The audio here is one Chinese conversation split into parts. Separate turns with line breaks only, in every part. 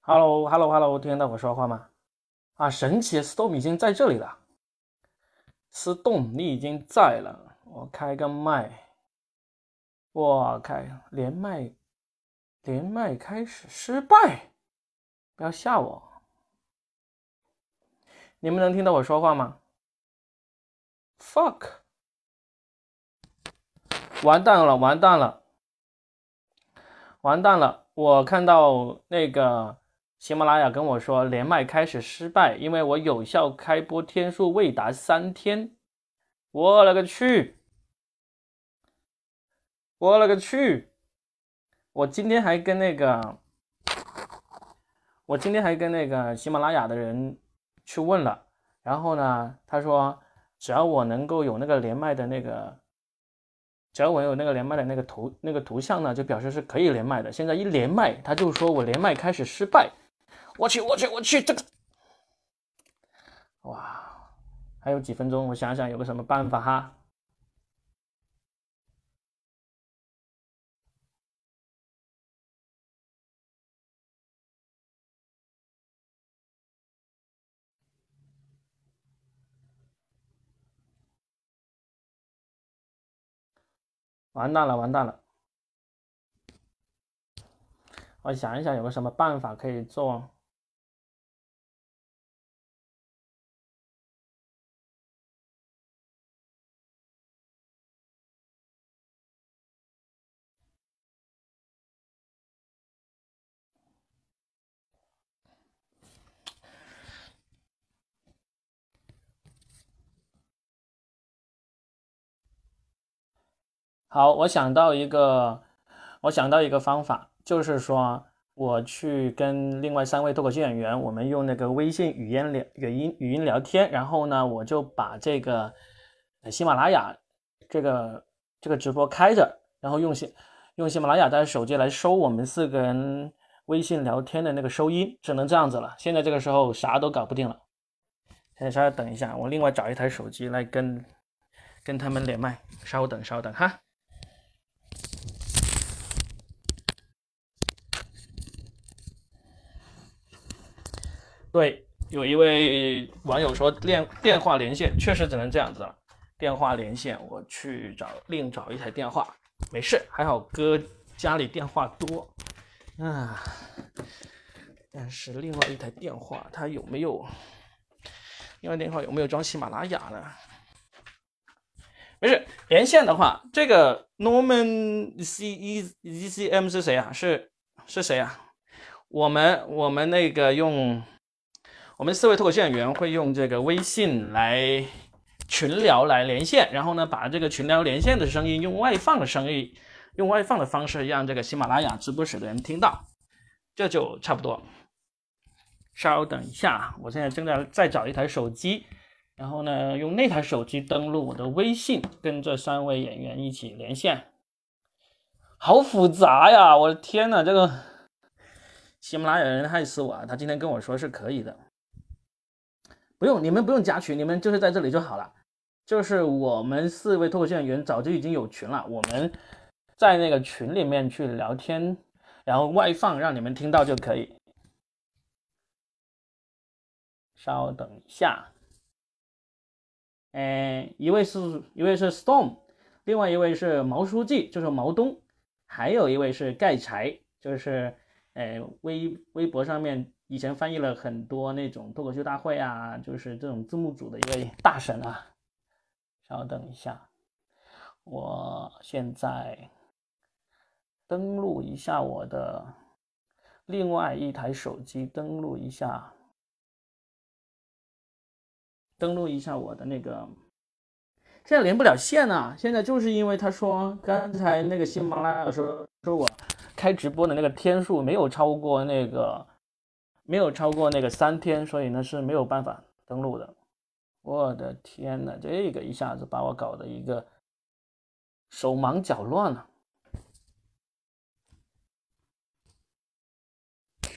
Hello，Hello，Hello，听得到我说话吗？啊，神奇，Storm 已经在这里了。Storm，你已经在了。我开个麦，我开连麦，连麦开始失败，不要吓我。你们能听到我说话吗？Fuck，完蛋了，完蛋了，完蛋了！我看到那个喜马拉雅跟我说连麦开始失败，因为我有效开播天数未达三天。我勒个去！我勒个去！我今天还跟那个，我今天还跟那个喜马拉雅的人去问了，然后呢，他说只要我能够有那个连麦的那个，只要我有那个连麦的那个图那个图像呢，就表示是可以连麦的。现在一连麦，他就说我连麦开始失败，我去我去我去，这个，哇！还有几分钟，我想想有个什么办法哈。完蛋了，完蛋了！我想一想有个什么办法可以做。好，我想到一个，我想到一个方法，就是说我去跟另外三位脱口秀演员，我们用那个微信语音聊语音语音聊天，然后呢，我就把这个呃喜马拉雅这个这个直播开着，然后用喜用喜马拉雅的手机来收我们四个人微信聊天的那个收音，只能这样子了。现在这个时候啥都搞不定了，现在稍微等一下，我另外找一台手机来跟跟他们连麦，稍等稍等哈。对，有一位网友说电电话连线确实只能这样子了。电话连线，我去找另找一台电话，没事，还好哥家里电话多啊。但是另外一台电话，它有没有？另外电话有没有装喜马拉雅呢？没事，连线的话，这个 Norman C E E C M 是谁啊？是是谁啊？我们我们那个用。我们四位脱口秀演员会用这个微信来群聊来连线，然后呢，把这个群聊连线的声音用外放的声音，用外放的方式让这个喜马拉雅直播室的人听到，这就差不多。稍等一下，啊我现在正在再找一台手机，然后呢，用那台手机登录我的微信，跟这三位演员一起连线。好复杂呀！我的天呐，这个喜马拉雅人害死我啊！他今天跟我说是可以的。不用，你们不用加群，你们就是在这里就好了。就是我们四位脱口秀演员早就已经有群了，我们在那个群里面去聊天，然后外放让你们听到就可以。稍等一下，哎，一位是一位是 Storm，另外一位是毛书记，就是毛东，还有一位是盖柴，就是哎微微博上面。以前翻译了很多那种脱口秀大会啊，就是这种字幕组的一位大神啊。稍等一下，我现在登录一下我的另外一台手机，登录一下，登录一下我的那个。现在连不了线啊！现在就是因为他说刚才那个喜马拉雅说说我开直播的那个天数没有超过那个。没有超过那个三天，所以呢是没有办法登录的。我的天呐，这个一下子把我搞得一个手忙脚乱啊了。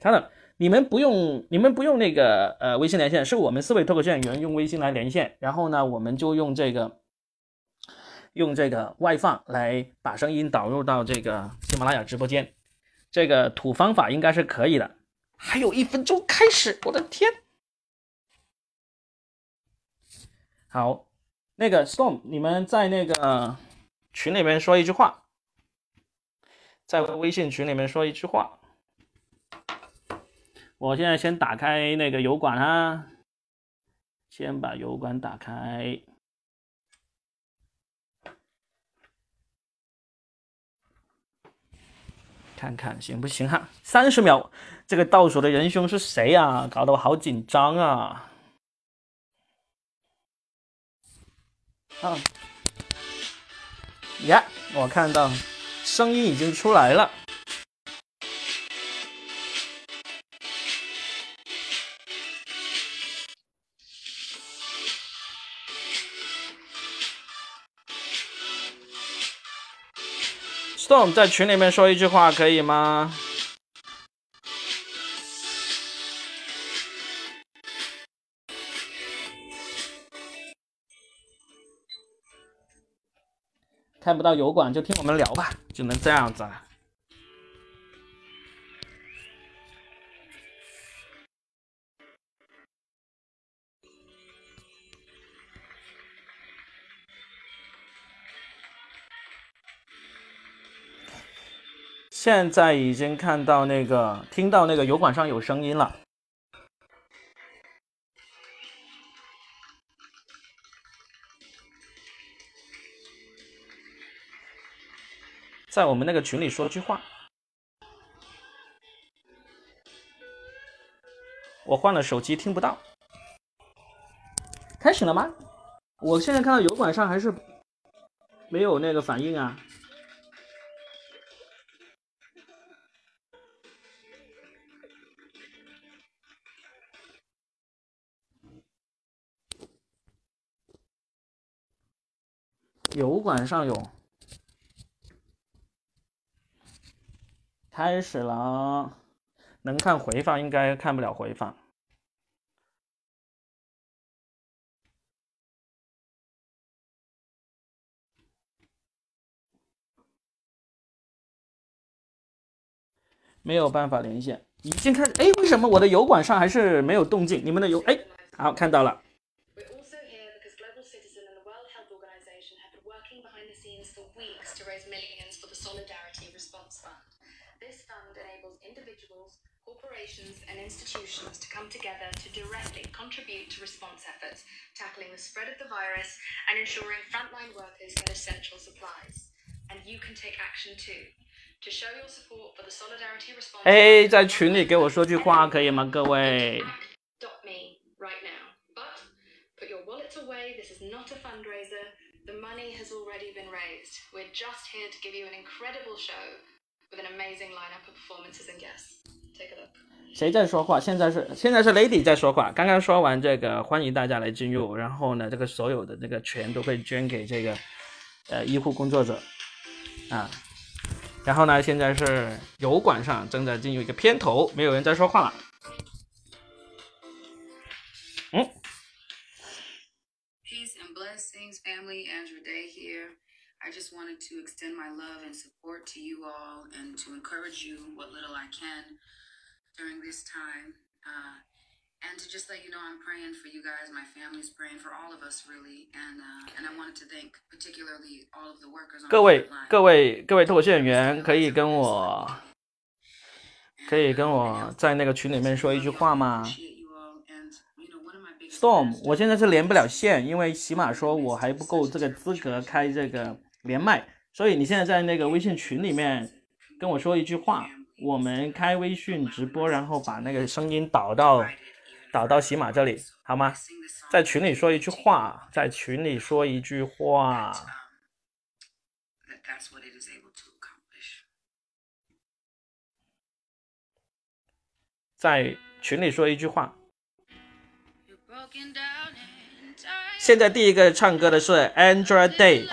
等等，你们不用，你们不用那个呃微信连线，是我们四位脱口秀演员用微信来连线，然后呢，我们就用这个用这个外放来把声音导入到这个喜马拉雅直播间。这个土方法应该是可以的，还有一分钟开始，我的天！好，那个 Storm，你们在那个呃群里面说一句话，在微信群里面说一句话。我现在先打开那个油管啊，先把油管打开。看看行不行哈？三十秒，这个倒数的仁兄是谁啊？搞得我好紧张啊！啊，呀，我看到声音已经出来了。Storm 在群里面说一句话可以吗？看不到油管就听我们聊吧，只能这样子啊了。现在已经看到那个，听到那个油管上有声音了。在我们那个群里说句话。我换了手机，听不到。开始了吗？我现在看到油管上还是没有那个反应啊。油管上有。开始了，能看回放，应该看不了回放。没有办法连线，已经开始。哎，为什么我的油管上还是没有动静？你们的油，哎，好，看到了。
We're also here because Global Citizen and the World Health Organization have been working behind the scenes for weeks to raise millions for the Solidarity Response Fund. This fund enables individuals, corporations, and institutions to come together to directly contribute to response efforts, tackling the spread of the virus and ensuring frontline workers get essential supplies. And you can take action too. To show your support for the Solidarity Response
哎，在群里给我说句话可以吗，各位？
act.me right now. But put your wallets away. This is not a fundraiser. The money has already been raised. We're just here to give you an incredible show with an amazing lineup of performances and guests. Take a look.
谁在说话？现在是现在是 Lady 在说话。刚刚说完这个，欢迎大家来进入。然后呢，这个所有的这个钱都会捐给这个呃医护工作者啊。然后呢，现在是油管上正在进入一个片头，没有人在说话了。
Peace and blessings, family. Andrew Day here. I just wanted to extend my love and support to you all and to encourage you what little I can during this time. Uh, and to just let you know, I'm praying for you guys. My family's praying for all of us, really. And uh, and I wanted to thank particularly all of the workers on
各位
the front line.
各位各位脱口秀演员，可以跟我可以跟我在那个群里面说一句话吗
Appreciate you all. And, you know, one of my biggest
？Storm，
prayers-
我现在是连不了线，因为起码说我还不够这个资格开这个连麦，所以你现在在那个微信群里面跟我说一句话，我们开微信直播，然后把那个声音导到导到喜马这里，好吗？在群里说一句话，在群里说一句话
that,。um, that that's what it is able to accomplish.
在群里说一句话。
You're broken down and tired.
现在第一个唱歌的是 Angela Day，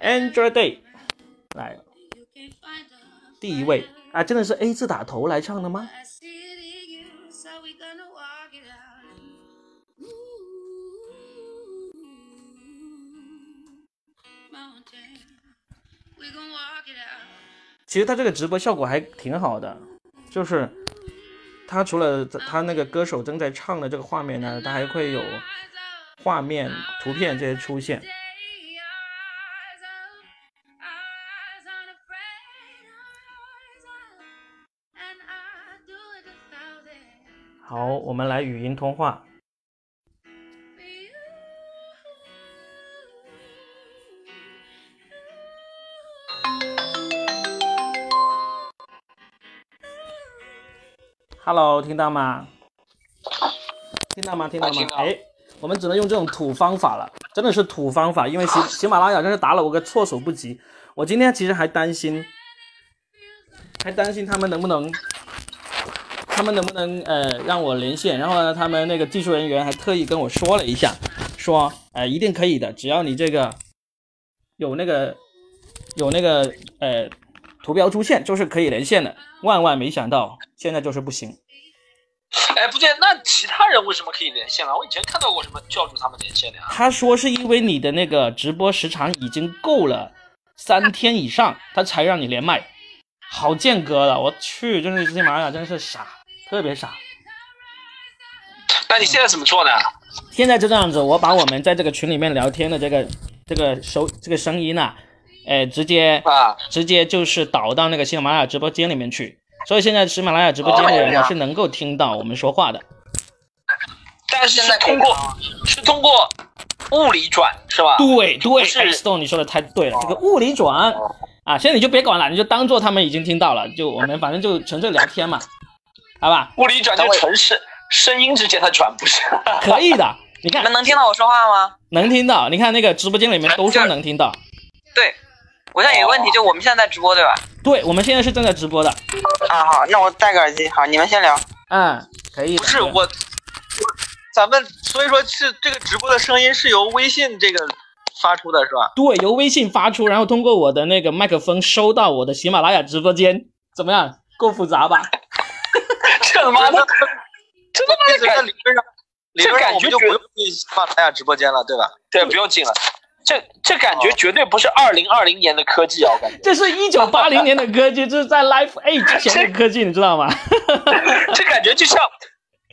Android Day 来第一位啊，真的是 A 字打头来唱的吗？其实他这个直播效果还挺好的，就是他除了他那个歌手正在唱的这个画面呢，他还会有画面、图片这些出现。好，我们来语音通话。Hello，听到吗？听到吗？听到吗？哎，我们只能用这种土方法了，真的是土方法，因为喜喜马拉雅真是打了我个措手不及。我今天其实还担心，还担心他们能不能，他们能不能呃让我连线。然后呢，他们那个技术人员还特意跟我说了一下，说呃一定可以的，只要你这个有那个有那个呃图标出现，就是可以连线的。万万没想到，现在就是不行。
哎，不对，那其他人为什么可以连线啊了？我以前看到过什么教主他们连线的呀？
他说是因为你的那个直播时长已经够了三天以上，他才让你连麦，好间隔了。我去，真是喜马拉雅真是傻，特别傻。
那你现在怎么做呢？
现在就这样子，我把我们在这个群里面聊天的这个这个手这个声音啊，呃，直接
嗯
啊，
直接就是导到那个喜马拉雅直播间里面去。所以现在喜马拉雅直播间的人啊呢是能够听到我们说话的。
但是是通过是通过物理转是
啊
吧？
对对
是
哎，Stone，你说的太对了，这个
哦
物理转啊，现在你就别管了，你就当做他们已经听到了，就我们反正就纯粹聊天嘛，好吧？
物理转就是城市声音之间它转不是？
可以的，你
你
看
们能听到我说话吗？
能听到，你看那个直播间里面都说能听到，
对，我现在有个问题，就我们现在在直播对吧？
对我们现在是正在直播的，
啊，好，那我戴个耳机。好，你们先聊。
嗯，可以的，
不是
对
我，我咱们所以说是这个直播的声音是由微信这个发出的是吧？
对，由微信发出，然后通过我的那个麦克风收到我的喜马拉雅直播间，怎么样？够复杂吧？
这他妈的，这他妈
这
的
个
感
在理论上，理论
这感
上
觉
我们就不用进喜马拉雅直播间了，对吧？哦
对，不用进了。这这感觉绝对不是二零二零年的科技啊！我感觉
这是一九八零年的歌剧，这是在 Life A 之前的歌剧，你知道吗？
这感觉就像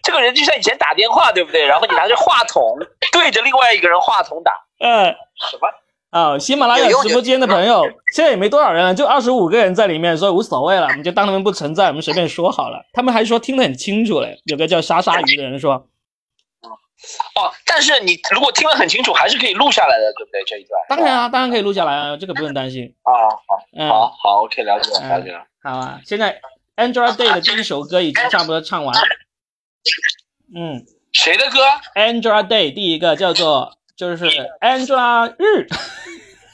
这个人就像以前打电话，对不对？然后你拿着话筒对着另外一个人话筒打，
嗯。
什么？
啊、喜马拉雅直播间的朋
嗯
友，现在也没多少人了，就二十五个人在里面，所以无所谓了，我们就当他们不存在，我们随便说好了。他们还说听得很清楚嘞，有个叫沙沙鱼的人说，
哦，但是你如果听得很清楚，还是可以录下来的，对不对？这一段
当然啊，当然可以录下来啊，这个不用担心。
啊，好，
嗯，
好，好，OK，了解了，了解了。
好啊。现在 Angeladay 的第一首歌已经差不多唱完了。嗯
谁的歌？
，Angeladay 第一个叫做就是 Angela 日，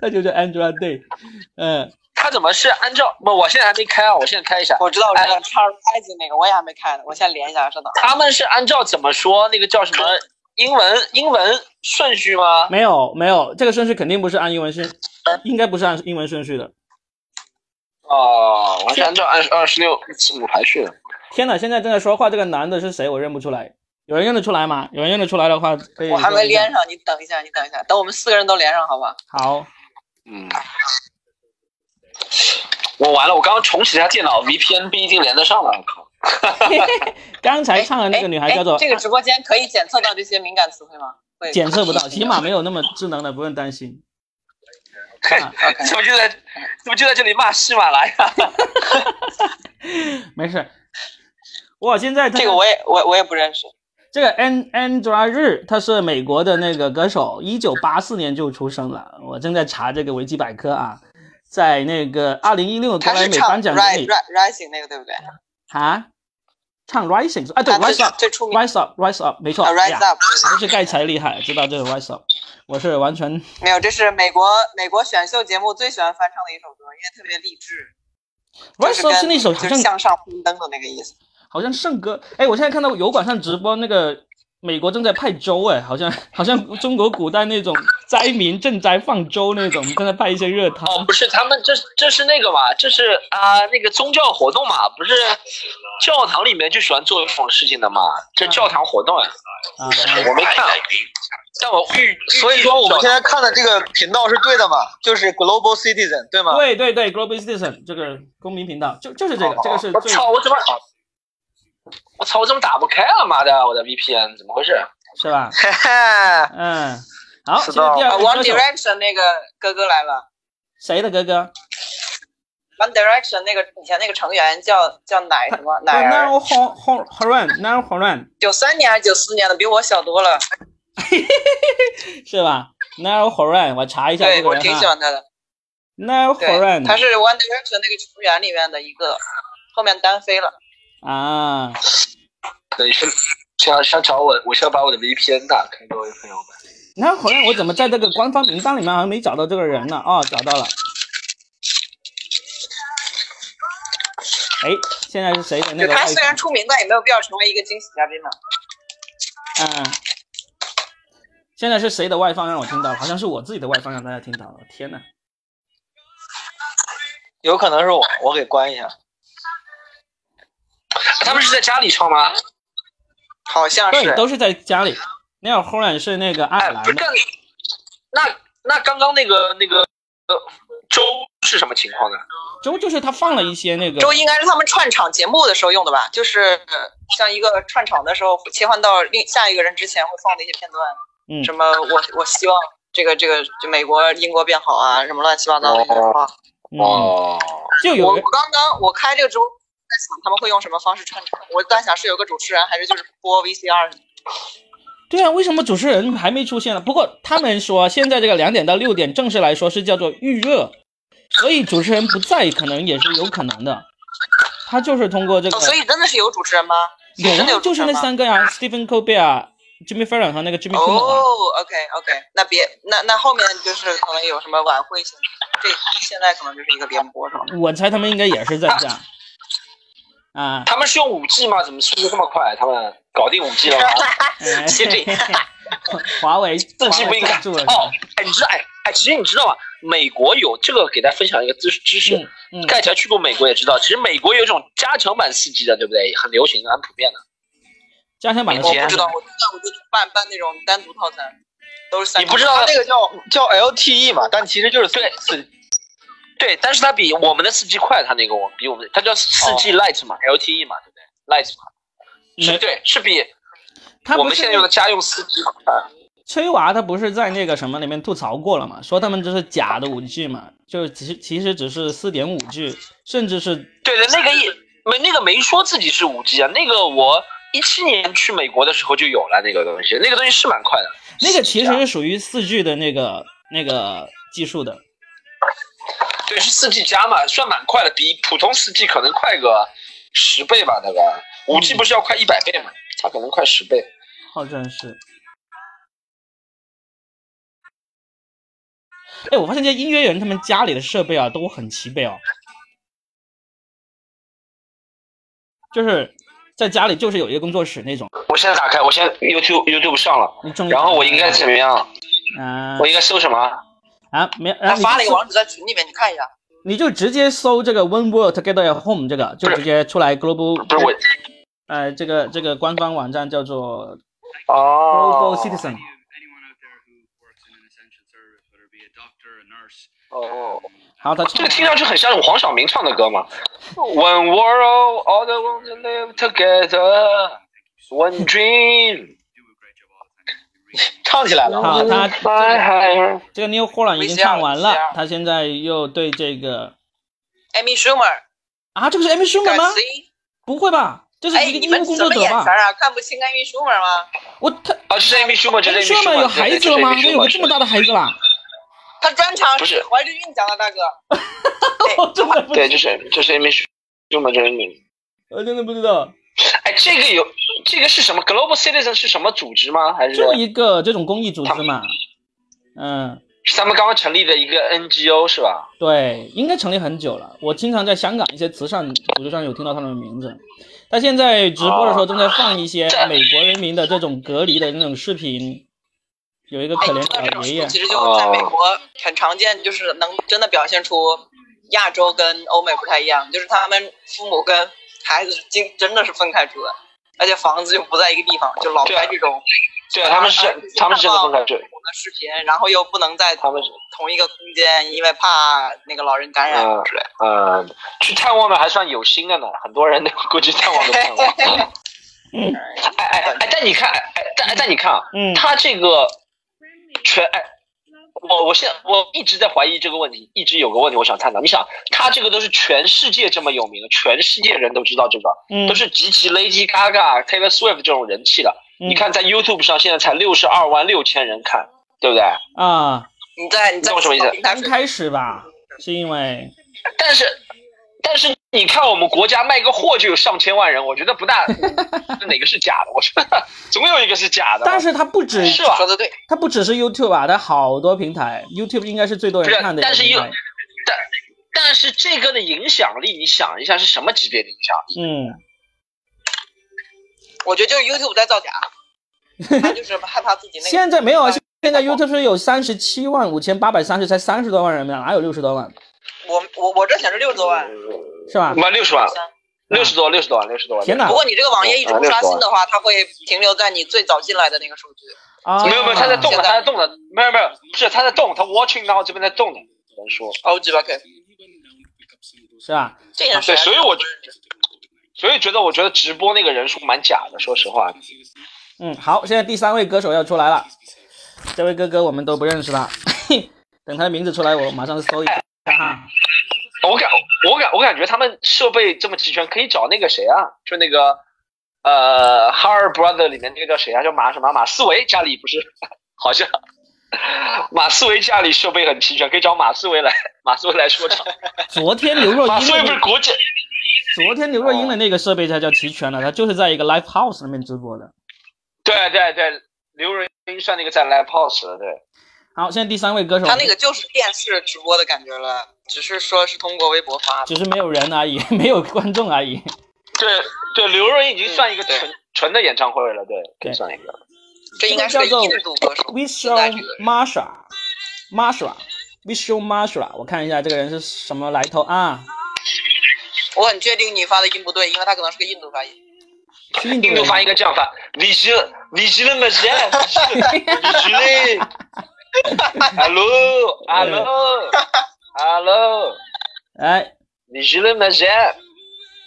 他就是 Angeladay，嗯，
他怎么是按照不？我现在还没开啊，我现在开一下。
我知道，我知
哎
道，叉拍子那个我也还没看呢，我先连一下，稍等。
他们是按照怎么说那个叫什么英文英文顺序 吗？
没有没有，这个顺序肯定不是按英文 顺，应该不是按英文顺序的。
哦，我是按照二二十六字母排序的。
天呐，现在正在说话这个男的是谁？我认不出来。有人认得出来吗？有人认得出来的话，可以。
我还没连。上，你等一下，你等一下，等我们四个人都连上，好吧？
好，
嗯，我完了，我刚刚重启一下电脑，VPN 不一定连得上了。我 靠！
刚才唱的那个女孩叫做啊
哎这个直播间可以检测到这些敏感词汇吗？会
检测不到，起码没有那么智能的，不用担心。
怎么就在怎么就在这里骂喜马拉雅？
没事。哇，现在他
这个我也我我也不认识。
这个 An Andra 日，他是美国的那个歌手，一九八四年就出生了。我正在查这个维基百科啊，在那个二零一六格
他
莱
是
美
唱
颁
Ri-
奖典
Ri-
礼
Rising 那个对不对？
啊，唱 Rising 啊，对
他最
，Rise Up，Rise
最出名
Up，Rise Up，没错
啊
呀
，Rise Up
还是盖才厉害，知道这是 Rise Up，我是完全
没有，这是美国美国选秀节目最喜欢翻唱的一首歌，因为特别励志，就
Rise
是
Up
跟
是那首好
就是
像
向上攀登的那个意思。
好像圣歌，哎，我现在看到油管上直播那个美国正在派粥，哎，好像好像中国古代那种灾民赈灾放粥那种，正在派一些热汤。
哦，不是，他们这这是那个嘛，这是啊、那个宗教活动嘛，不是教堂里面就喜欢做这种事情的嘛，这教堂活动呀、
嗯啊，
我没看，但我预
所以说我们现在看的这个频道是对的嘛？就是 Global Citizen 对吗？
对对对，Global Citizen 这个公民频道就就是这个，这个是
哦我
最
操，我怎么我操，我怎么打不开了？妈的，我的 VPN 怎么回事？
是吧？
嘿嘿，
嗯，好，
是
这
的
是第
啊
二个
，One
歌手，
Direction 那个哥哥来了
谁的哥哥？
，One Direction 那个以前那个成员叫叫奶什
啊
么奶
南
儿，
欧好好好乱，南欧好乱
九三年还是九四年的，比我小多了。
是吧？南欧好乱，我查一下这
对
个
我
人
挺喜
哈。
欢他的，
南欧好
对，
乱
他是 One Direction 那个成员里面的一个，后面单飞了。
啊，
对，想想想找我，我想把我的 VPN 打开，各位朋友们。
南欧好乱，我怎么在这个官方名单里面好像没找到这个人呢？哦，找到了。哎，现在是谁的那
对
个
他
外
虽然出名，但也没有必要成为一个惊喜嘉宾嘛。
嗯，现在是谁的外放让我听到了？好像是我自己的外放让大家听到了。天呐，
有可能是我，我给关一下。
他们是在家里唱吗？
好像
对，
啊是，
都是在家里。那会儿忽然是那个爱
哎
尔，兰
不是
的，
那那刚刚那个那个呃周是什么情况呢？
周就是他放了一些那个
周应该是他们串场节目的时候用的吧？就是呃像一个串场的时候切换到另下一个人之前会放的一些片段，
嗯
什么我我希望这个这个就美国英国变好啊，什么乱七八糟的
哦
话。
嗯，
哦，
就
我
有
我
人
刚刚我开这个直播，在想他们会用什么方式串场，我在想是有个主持人还是就是播 VCR
对啊，为什么主持人还没出现呢？不过他们说现在这个两点到六点正式来说是叫做预热，所以主持人不在可能也是有可能的。他就是通过这个
哦，所以真的是有主持人吗？
有
真的
啊，
有主
就
持
是
人
那
吗？哦
三个呀、s t e p h e n Colbert、Jimmy Fallon 和那个 Jimmy Kimmel 啊。
哦，OK OK，那别那那后面就是可能有什么晚会型，这现在可能就是一个联播是吧？
我猜他们应该也是在家。啊，
他们是用五 G 吗？怎么速度这么快？他们搞定五 G 了吗？
哎
心里
华为自
四 G 不应该
住了。
哦，哎，你知道哎哎，其实你知道吗？美国有这个，给大家分享一个知识知识。
嗯嗯，
盖起来去过美国也知道，其实美国有一种加强版四 G 的，对不对？很流行的，很普遍的。
加强版的
我
时候
不知道，我知道我就办办那种单独套餐，都是三。
你不知道
它那个叫叫 LTE
E
嘛，但其实就是
对
四
对，但是它比我们的四 G 快，它那个我比我们的它叫四 G Lite 嘛、l t e 嘛，对不对？Lite 嘛，是
没
对，是比
他
我
不
们现在
是
用的家用四 G 快。
崔娃，他不是在那个什么里面吐槽过了嘛？说他们这是假的五 G 嘛，就是其实其实只是四点五 G，甚至是
对的，那个一没那个没说自己是五 G 啊，那个我一七年去美国的时候就有了那个东西，那个东西是蛮快的。啊
那个其实
是
是属于四 G 的那个那个技术的。
对是四 G 加嘛，算蛮快的，比普通四 G 可能快个十倍吧，大概。五 G 不是要快一百倍嘛，它可能快十倍。
好像是。哎，我发现这些音乐人他们家里的设备啊都很齐备哦，就是在家里就是有一个工作室那种。
我现在打开，我现在 YouTube YouTube 上了，
你终于
然后我应该怎么样？
啊
我应该搜什么？
啊没，然
他
后
发了一个
网。
网址在群里面，你看一下。
你就直接搜这个 One World Together at Home 这个，就直接出来 Global，
不是我
呃，这个这个官方网站叫做 Global
哦
anyone
Citizen，
out there who works in an essential service, whether it be a doctor, a nurse,
哦，
好，它
这个听上去很像黄晓明唱的歌嘛。One world, all the ones that live together, one dream.
do a great job all the time. We really
唱起来了。
好，它
fly higher.
这个 New Holland 已经唱完了，他现在又对这个
Amy Schumer，
啊，这个是 Amy Schumer 吗
敢？谁？
不会吧？这是
哎，
一个
你
音
们
乐工
什
作
么
者
眼神
吧？
啊？看不清 Amy Schumer 吗？
我他
啊，就是 Amy Schumer，就是
Amy
Amy
Schumer
Schumer
有孩子了吗？他有个这么大的孩子啦？
他专场
不是
怀着孕讲的，大哥。
我哦真的不，
对，就是就是 Amy Schumer，就是你。
我真的不知道，
哎，这个有这个是什么？Global Citizen 是什么组织吗？还是
就一个这种公益组织嘛。嗯，
是他们刚刚成立的一个 NGO 是吧？
对，应该成立很久了。我经常在香港一些慈善组织上有听到他们的名字。他现在直播的时候正在放一
哦
些美国人民的这种隔离的那种视频，有一个
哎，
可
你知道这
怜
种
的
事
爷
哦
爷
情其实就在美国很常见，就是能真的表现出亚洲跟欧美不太一样，就是他们父母跟孩子是经真的是分开住的。而且房子又不在一个地方，就老
对啊
拍这种
对啊，他们是他们是真的分开睡
不，同的视频，然后又不能在
他们是
同一个空间，因为怕那个老人感染
嗯
哎之类的。
嗯，去探望的还算有心的呢，很多人都估计探望都探望。哎哎哎，但你看，哎哎但但你看啊，
嗯
他这个全哎，我我现在我一直在怀疑这个问题，一直有个问题我想探讨。你想，他这个都是全世界这么有名的，全世界人都知道这个，
嗯
都是集齐 Lady Gaga、Taylor Swift 这种人气的。
嗯
你看，在 YouTube 上现在才六十二万六千人看，对不对？
啊，
你在你在
你懂我什么意思
平台
刚
水
开始吧，是因为
但是，但是你看我们国家卖个货就有上千万人，我觉得不大，哪个是假的？我觉得总有一个是假的。
但是它不止
是吧
说？的对，
它不只是 YouTube 啊，它好多平台，YouTube 应该是最多
不
人
是啊
看的一个
但是
平台。
但但是这个的影响力，你想一下是什么级别的影响力？
嗯，
我觉得就是 YouTube 在造假，他就是害怕自己那个。嗯
现在没有啊，现在 YouTube 是有三十七万五千八百三十，才三十多万人呢，哪有六十多万？
我我我这显示六十多万，
是吧？
满六十万，六十多，六十多万，六十多万。
天哪
不过你这个网页一直不刷新的话，它会停留在你最早进来的那个数据。
啊，
没有没有，他在动
现
的，
在
他在动的，没有没有，不是他在动，他 watching now 这边在动的，只能说。
哦，几百 K，
是吧？
这件事
对，所以我所以觉得我觉得直播那个人数蛮假的，说实话。
嗯，好，现在第三位歌手要出来了，这位哥哥我们都不认识他，等他的名字出来，我马上搜一下哈。
我感我感我感觉他们设备这么齐全，可以找那个谁啊，就那个呃《哈尔 brother》里面那个叫谁啊，叫马什么马思唯，家里不是好像马思唯家里设备很齐全，可以找马思唯来马思唯来说 唱。
昨天刘
哦
若
马
英
思唯不是
的
国际
昨天刘若英的那个设备才叫齐全了，她就是在一个 live house 里面直播的。
对对对，刘若英算那个在 Live House 的，对
好，现在第三位歌手，
他那个就是电视直播的感觉了，只是说是通过微博发的。
只是没有人而已，没有观众而 已。
对对，刘若英已经算一个
嗯对
纯纯的演唱会了，对，可
对
以算一个。
这应该是个印度歌手
We
现在这
show
个人
Masha Masha We show Masha，我看一下这个人是什么来头啊？
我很确定你发的音不对，因为他可能是个印度发音。
是印度
印
人吗
度发音应该这样发，你是你是那么谁？你是你是嘞？Hello，Hello，Hello，
哎，
你是那么谁？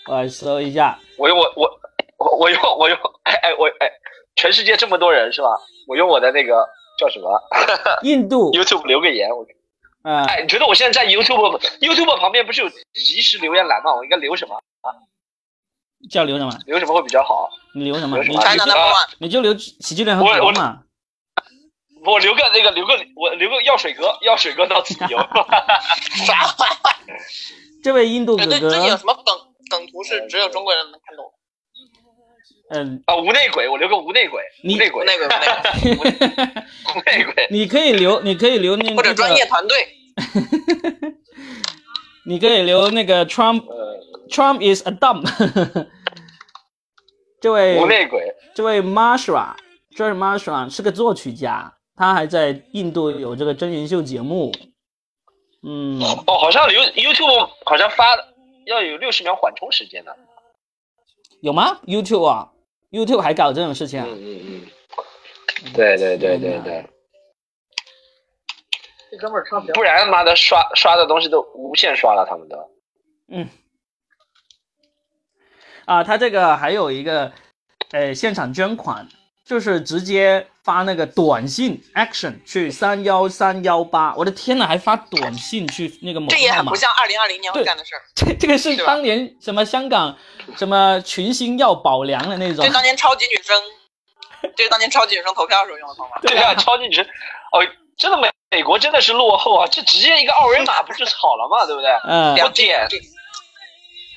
我搜一下，
我用我我我我用我用哎哎我哎，全世界这么多人是吧？我用我的那个叫什么
印度，
YouTube 留个言，我
嗯、
哎，你觉得我现在在 YouTube YouTube 旁边不是有即时留言栏吗？我应该留什么？
叫留什么？
留什么会比较好？
你留什么？
留
你
什
啊你
么
？China
就
number one，
你就留喜剧联合
我
国
我
嘛。
我留个那个留个我留个药水哥，药水哥到此啊一游。
啥玩意儿？
这位印度哥
对对，最近有
哥
什，么梗梗呃图是只有中国人能看懂？
嗯、
啊，无内鬼，我留个无内鬼，
你
无内鬼，
那个那个，
无内鬼，
你可以留，你可以留那
或者
那
专业
个，
团 队，
你可以留那个 Trump
呃，
Trump is a dumb 这位
无内鬼，
这位 Mashra，这位 Mashra 是个作曲家，他还在印度有这个真人秀节目。嗯，
哦，好像有 YouTube 好像发要有六十秒缓冲时间呢。
有吗？YouTube 啊，YouTube 还搞这种事情啊？
嗯嗯，对对对对对，
这哥们儿唱
不然妈的刷刷的东西都无限刷了，他们都。
啊，他这个还有一个，呃，现场捐款，就是直接发那个短信 action 去三幺三幺八，我的天呐，还发短信去那个某
这也
号
很
码
不，像二零二零年会
对
干的事儿。
这这个是
是吧
当年什么香港什么群星要保良的那种
这，当年超级女声，这是当年超级女声投票时候用的方法。
对啊，超级女生，哦，真的美美国真的是落后啊！这直接一个二维码不就好了嘛，对不对？
嗯、
我
两
点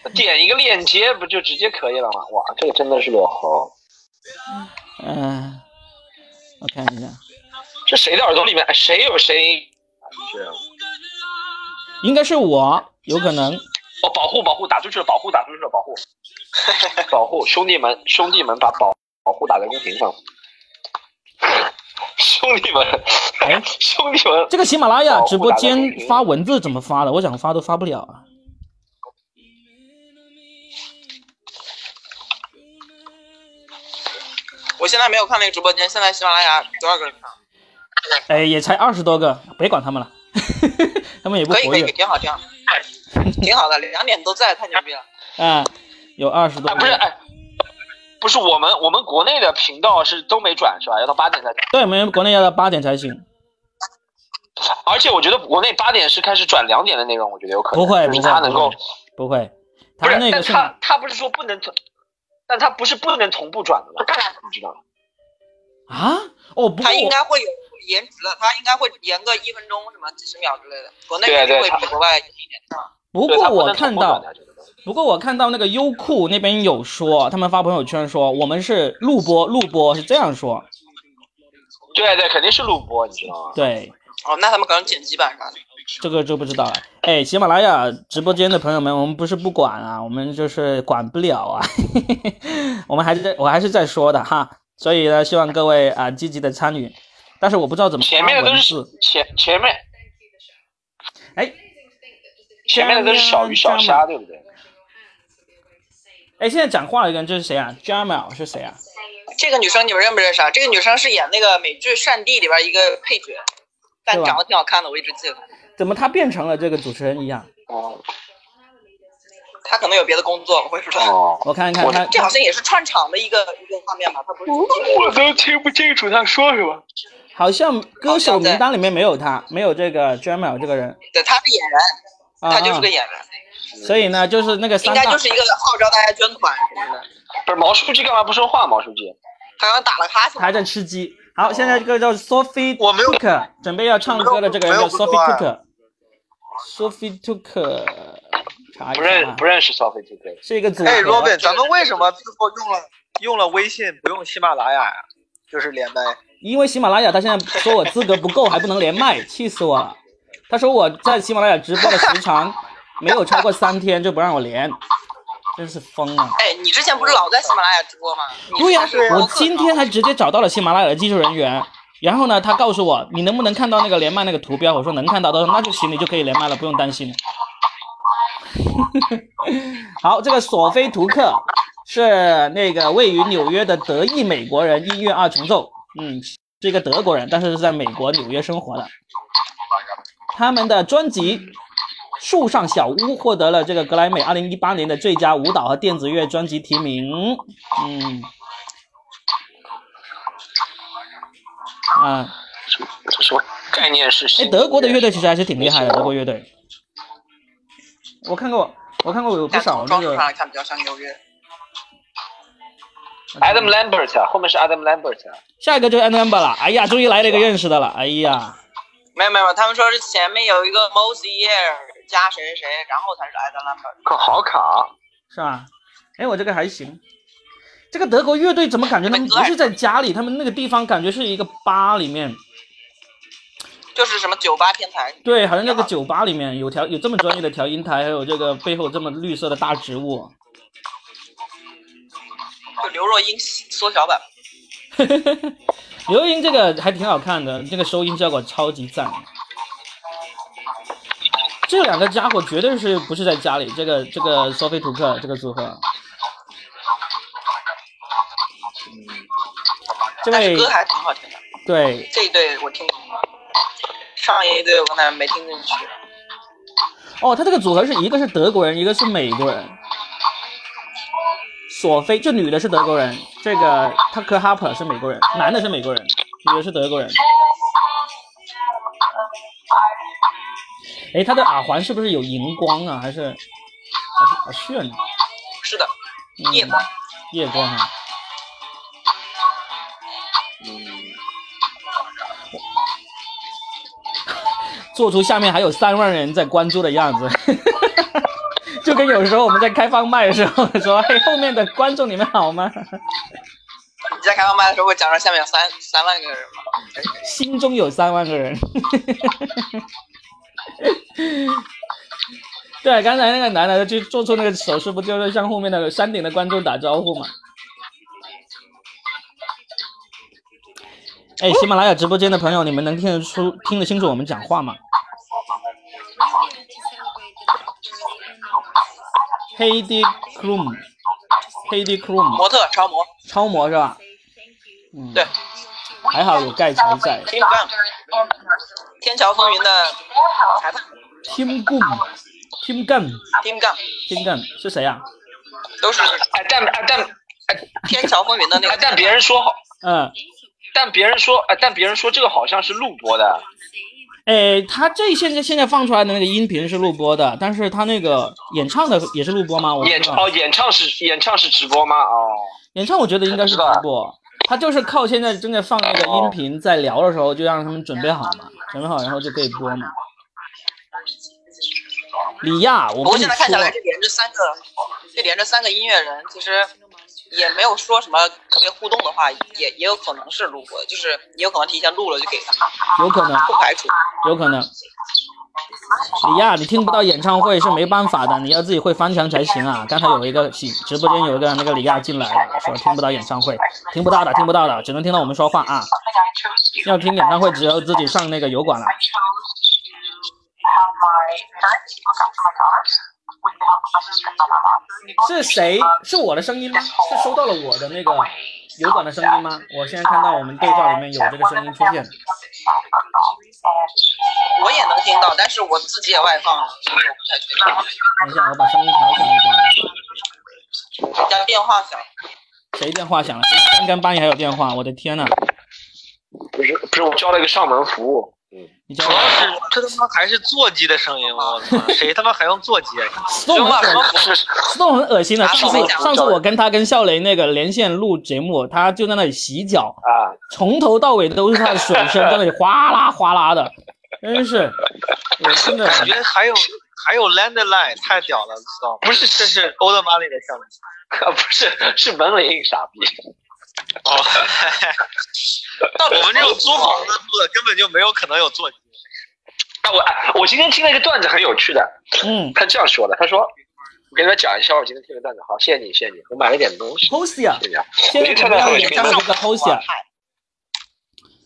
这
点一个链接不就直接可以了吗？哇，这个真的是落后。
嗯、我看一下，
这谁的耳朵里面哎谁有声音？是啊
应该是我，有可能，
哦，保护保护，打出去了，保护打出去了，保护，保护兄弟们，兄弟们把保保护打在公屏上，兄弟们，
哎
兄弟们，
这个喜马拉雅
保护
直播
打在公
间
屏
发文字怎么发的？我想发都发不了啊。
我现在没有看那个直播间，现在喜马拉雅多少个人看？
哎，也才二十多个，别管他们了， 他们也不
可以
活
可以，
跃
挺好挺好， 挺好的，两点都在，太牛逼了。
啊，有二十多
哎，不是，
个。
哎，不是我们我们国内的频道是都没转是吧？要到八点才转，
对，我们国内要到八点才行，
而且我觉得国内八点是开始转两点的内容，我觉得有可能，
不会
就是
不会
他能够，
不会，
不
他
是，
那个
但
是
他他不是说不能同，但他不是不能同步转的吗？你知道吗？
啊，哦，不过
他应
我
该会有延迟的，他应该会延个一分钟什么几十秒之类的。国内
对
肯定
对
会
他
比国外严一点。
不
对，他
过
不
我
能
看
同步
到
转的这个东西
不过我看到那个优酷那边有说，他们发朋友圈说我们是录播，录播是这样说，
对对，肯定是录播，你知道吗？
对，
哦，那他们可能剪辑版啥的。
这个就不知道了。哎，喜马拉雅直播间的朋友们，我们不是不管啊，我们就是管不了啊， 我们还是在我还是在说的哈，所以呢，希望各位啊、积极的参与，但是我不知道怎么
前面
发
的都
文
是
字，
前前面
哎。
前面的都是小鱼小虾，对不对？
哎，现在讲话的人这是谁啊？Jamal 是谁啊？
这个女生你们认不认识啊？这个女生是演那个美剧《善地》里边一个配角，但
对吧
长得挺好看的，我一直记得她。
怎么他变成了这个主持人一样？
哦
她可能有别的工作，我也不知道。
哦，
我看一看
我
他，
这好像也是串场的一个一个画面吧，她不是。
嗯
我都听不清楚他说什么。
好像歌手名单里面没有他，没有这个 Jamal 这个人。
对，她是演员，
啊、
她就是个演员，
所以呢，就是那个
应
三
该
大，
就是一个号召大家捐款什么的。
不是毛书记干嘛不说话？毛书记，
她好像打了哈欠
他。还在吃鸡。好，现在这个叫 Sophie
我没有
Tucker，准备要唱歌的这个人叫
没有不说
Sophie
啊
Tucker。Sophie Tucker，查一
不
下
认
啊
不，认识消费者。
是一个组合。啊
哎，Robin，咱们为什么最后用了用了微信不用喜马拉雅呀？就是连麦。
因为喜马拉雅他现在说我资格不够，还不能连麦，气死我了。他说我在喜马拉雅直播的时长没有超过三天就不让我连，真是疯啊了。
哎，你之前不是老在喜马拉雅直播吗？你
对呀、
是不是
我
播客
今天还直接找到了喜马拉雅的技术人员，然后呢，他告诉我你能不能看到那个连麦那个图标？我说能看到，他说那就行，你就可以连麦了，不用担心。 好，这个索菲图克是那个位于纽约的德裔美国人，音乐二重奏，嗯，是一个德国人，但是是在美国纽约生活的。他们的专辑《树上小屋》获得了这个格莱美2018年的最佳舞蹈和电子乐专辑提名。嗯，啊，
这什么概念是
哎，
新？
德国的乐队其实还是挺厉害的，德国乐队。我看过，我看过有不
但
少
从
那
装饰
个
上来看比较像纽约。
Adam Lambert 啊后面是 Adam Lambert 啊。
下一个就是 a n a m b a 了，哎呀，终于来了一个认识的了，哎呀，
没有没有，没有他们说是前面有一个 Mosey Year 加谁谁谁，然后才是艾德拉伯。
可好卡啊，
是吧？哎，我这个还行。这个德国乐队怎么感觉他们不是在家里，他们那个地方感觉是一个吧里面，
就是什么酒吧天才。
对，好像那个酒吧里面有调有这么专业的调音台，还有这个背后这么绿色的大植物，
就刘若英缩小版。
刘英这个还挺好看的，这个收音效果超级赞。这两个家伙绝对是不是在家里，这个这个索菲图克这个组合，这
但是
位
歌还挺好听的。
对
这一对我听懂了，上一对我刚才没听进去。
哦，他这个组合是一个是德国人，一个是美国人。索菲这女的是德国人，这个 Tucker Harper 是美国人，男的是美国人，女的是德国人。哎，他的耳环是不是有荧光啊？还是好好炫啊！
是的，
嗯
夜光，
夜光啊！
嗯
做出下面还有三万人在关注的样子， 就跟有时候我们在开放麦的时候说：“嘿，后面的观众你们好吗？
你在开放麦的时候会讲到下面有三三万个人吗？
心中有三万个人。” 对，刚才那个男的去做出那个手势，不就是向后面的山顶的观众打招呼吗？哎，喜马拉雅直播间的朋友，你们能听得出、听得清楚我们讲话吗？Heidi Klum，Heidi Klum，
模特超模，
超模是吧？嗯，
对
还好有盖才在。
Tim Gunn，天桥风云的裁判
Tim Gun，Tim Gun，Tim
Tim Gunn，
Gun 是谁啊？
都是
哎，但哎但
天桥风云的那
哎
个。
但别人说好，
嗯，
但别人说哎，但别人说这个好像是录播的，
哎，他这现在现在放出来的那个音频是录播的，但是他那个演唱的也是录播吗？我不
演
知道
哦演唱是演唱是直播吗？哦，
演唱我觉得应该是直播，他就是靠现在正在放那个音频，在聊的时候就让他们准备好嘛，准备好然后就可以播嘛。李亚，我
不过
跟你
现在看下来，
说
这，连着三个，这连着三个音乐人，其实也没有说什么特别互动的话，也也有可能是录过，就是也有可能提前录了就给他，
有可能，
不排除。
有可能。李亚，你听不到演唱会是没办法的，你要自己会翻墙才行啊。刚才有一个直直播间有一个那个李亚进来了，说听不到演唱会，听不到的，听不到的，只能听到我们说话啊。要听演唱会，只有自己上那个油管了。是谁？是我的声音吗？是收到了我的那个油管的声音吗？我现在看到我们对话里面有这个声音出现。
我也能听到，但是我自己也外放了，所以我不太确
等一下，我把声音调小一点。
定。谁家电话响？
谁电话响了？谁三更半夜还有电话？我的天呐！
不是不是，我交了一个上门服务，
你叫
主要是这他妈还是座机的声音，我操！谁他妈还用座机啊？
Stone
骂
很
什
恶
么不是？
Stone 很恶心的。
拿
上
手
次
机讲
上次我跟他跟笑雷那个连线录节目，他就在那里洗脚，
啊，
从头到尾都是他的水声，在那里哗啦哗啦的，真是，我真的
感觉还有还有 landline，太屌了，知道吗？不是，这是欧德玛里的项目。
不是是文林傻逼，
哦，我们这种租房子住的根本就没有可能有座机。
啊我哎我今天听了一个段子很有趣的，
嗯
他这样说的，他说我给你们讲一下我今天听的段子，好，谢谢你谢谢你，我买了点东西，
，Hosia，
谢谢你啊，
现在怎么样？演唱会这个 Hosia，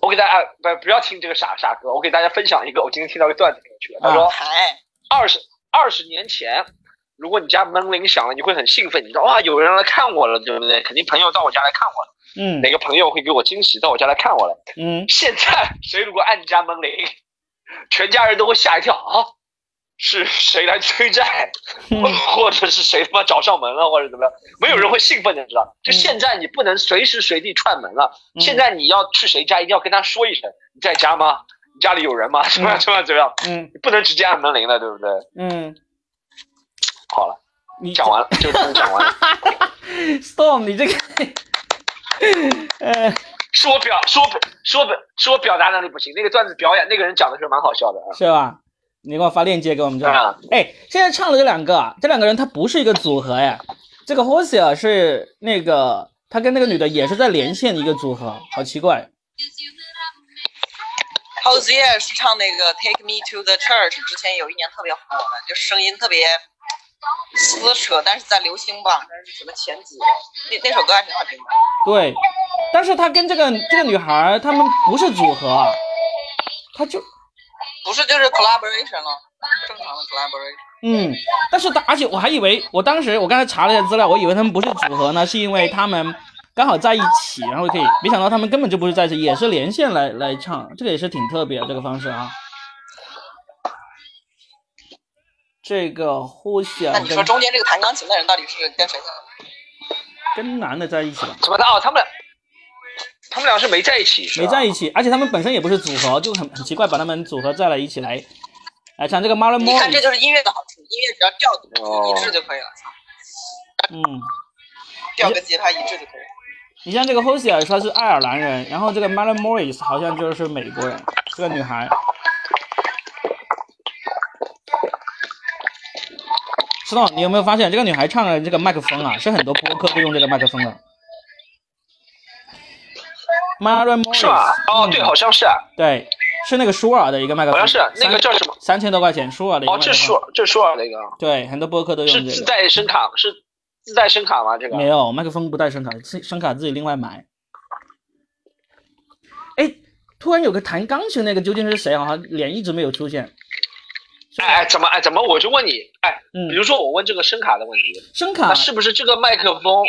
我给大家哎不不要听这个傻傻哥，我给大家分享一个我今天听到一个段子很有趣的，他
啊
说。
嗨，
二十二十年前，如果你家门铃响了，你会很兴奋，你知道哇，有人来看我了，对不对？肯定朋友到我家来看我了，
嗯
哪个朋友会给我惊喜到我家来看我了？
嗯，
现在谁如果按你家门铃，全家人都会吓一跳啊！是谁来催债，
嗯
或者是谁他妈找上门了，或者怎么样？没有人会兴奋的，你知道？就现在你不能随时随地串门了，
嗯
现在你要去谁家，一定要跟他说一声，你在家吗？你家里有人吗？ 怎么样？怎么样？怎么样？
嗯
不能直接按门铃了，对不对？
嗯，
好了。
你
讲 完了，就这么讲完了。
Storm，你这个， 呃，
是我表，是我表，是我表，是我表达能力不行。那个段子表演，那个人讲的时候蛮好笑的啊。
是吧？你给我发链接给我们这儿。
啊，
哎，现在唱的这两个啊，这两个人他不是一个组合哎，这个 Hosia 是那个他跟那个女的也是在连线一个组合，好奇怪。
Hosier 是唱那个 Take Me to the Church，之前有一年特别火的，就声音特别撕扯，但是在流行榜，但是什么前几，那那首歌还挺好听的。
对，但是他跟这个这个女孩儿他们不是组合啊，他就
不是就是 collaboration 了，正常的 collaboration。
嗯，但是他而且我还以为我当时我刚才查了一下资料，我以为他们不是组合呢，是因为他们刚好在一起，然后可以，没想到他们根本就不是在一起，也是连线来来唱，这个也是挺特别的这个方式啊。这个呼响
那你说
跟
中间这个弹钢琴的人到底是跟谁？
跟男的在一起了，
怎么的？哦，他们俩，他们俩是没在一起，是吧
没在一起，而且他们本身也不是组合，就很很奇怪，把他们组合在了一起来来唱这个 Marilyn
你看这
Morris，
就是音乐的好处，音乐只要调
哦
一致就可以了，
嗯。
调个吉他一致就可以了。
你像这个 Hosia 她是爱尔兰人，然后这个 m a r i Morris 好像就是美国人，这个女孩。石头，你有没有发现这个女孩唱的这个麦克风啊，是很多播客都用这个麦克风的 m a r i Morris
是吧？哦，对，
嗯
好像是啊，
对，是那个舒尔的一个麦克
好
风，
像是啊那个叫什么？
三千多块钱舒尔的一个
哦
麦，克
这
风。
是说这是说那个啊
对，很多播客都
是
用这
自
个。
带声卡，是自带声卡吗？这个
没有，麦克风不带声卡，声声卡自己另外买。哎，突然有个弹钢琴那个究竟是谁？好像脸一直没有出现。
哎哎，怎么哎怎么？我就问你，哎，比
嗯，
如说我问这个声卡的问题，
声卡
那是不是这个麦克风？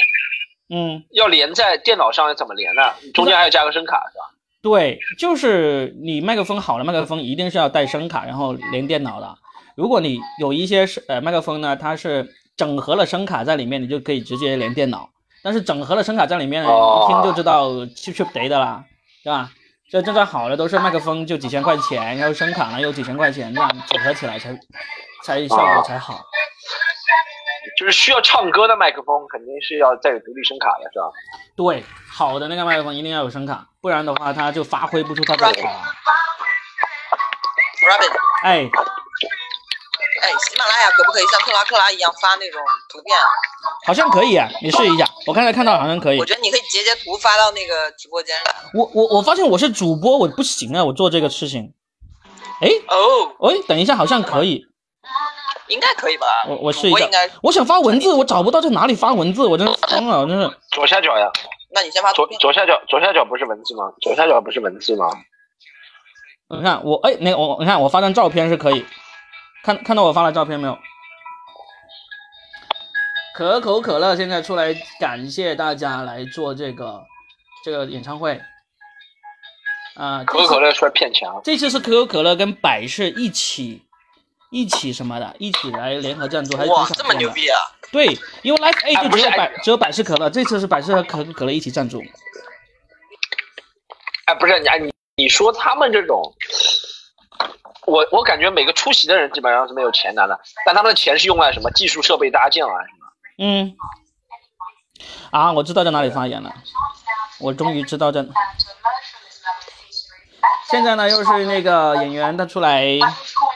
嗯，
要连在电脑上怎么连呢？中间还要加个声卡是吧？
对，就是你麦克风好的麦克风一定是要带声卡，然后连电脑的。如果你有一些是呃麦克风呢，它是整合了声卡在里面，你就可以直接连电脑。但是整合了声卡在里面呢，
哦
一听就知道 cheap cheap day 的啦，对吧？这正常好的都是麦克风就几千块钱，然后声卡呢又几千块钱，这样组合起来才才效果才好。
就是需要唱歌的麦克风肯定是要带有独立声卡的是吧？
对，好的那个麦克风一定要有声卡，不然的话它就发挥不出它的好啊。
Rabbit，
哎，
哎，喜马拉雅可不可以像克拉克拉一样发那种图片？
好像可以啊，你试一下。我刚才看到好像可以
我。觉得你可以截截图发到那个直播间来。
我我我发现我是主播，我不行啊，我做这个事情。哎
哦，
哎，等一下，好像可以。
应该可以吧？
我我试
主
一
播
下
应该，
我想发文字，我找不到在哪里发文字，我真是疯了，我真是。
左下角呀，
那你先发图
左
片。
左下角左下角不是文字吗？左下角不是文字吗？
你看我哎，那个我你看我发张照片是可以，看看到我发了照片没有？可口可乐现在出来感谢大家来做这个这个演唱会。啊、
可口可乐出来骗钱啊，
这次是可口可乐跟百事一起一起什么的，一起来联合赞助，还是挺
哇，
少
这么
见
牛
的。
逼啊！
对，因为 Life A
哎
就
不
只
是
有百、
哎
只有百事可乐，这次是百事和可口可乐一起赞助。
哎，不是你哎你你说他们这种，我我感觉每个出席的人基本上是没有钱拿的，但他们的钱是用来什么技术设备搭建啊什么？
嗯，啊，我知道在哪里发言了，我终于知道在。现在呢，又是那个演员他出来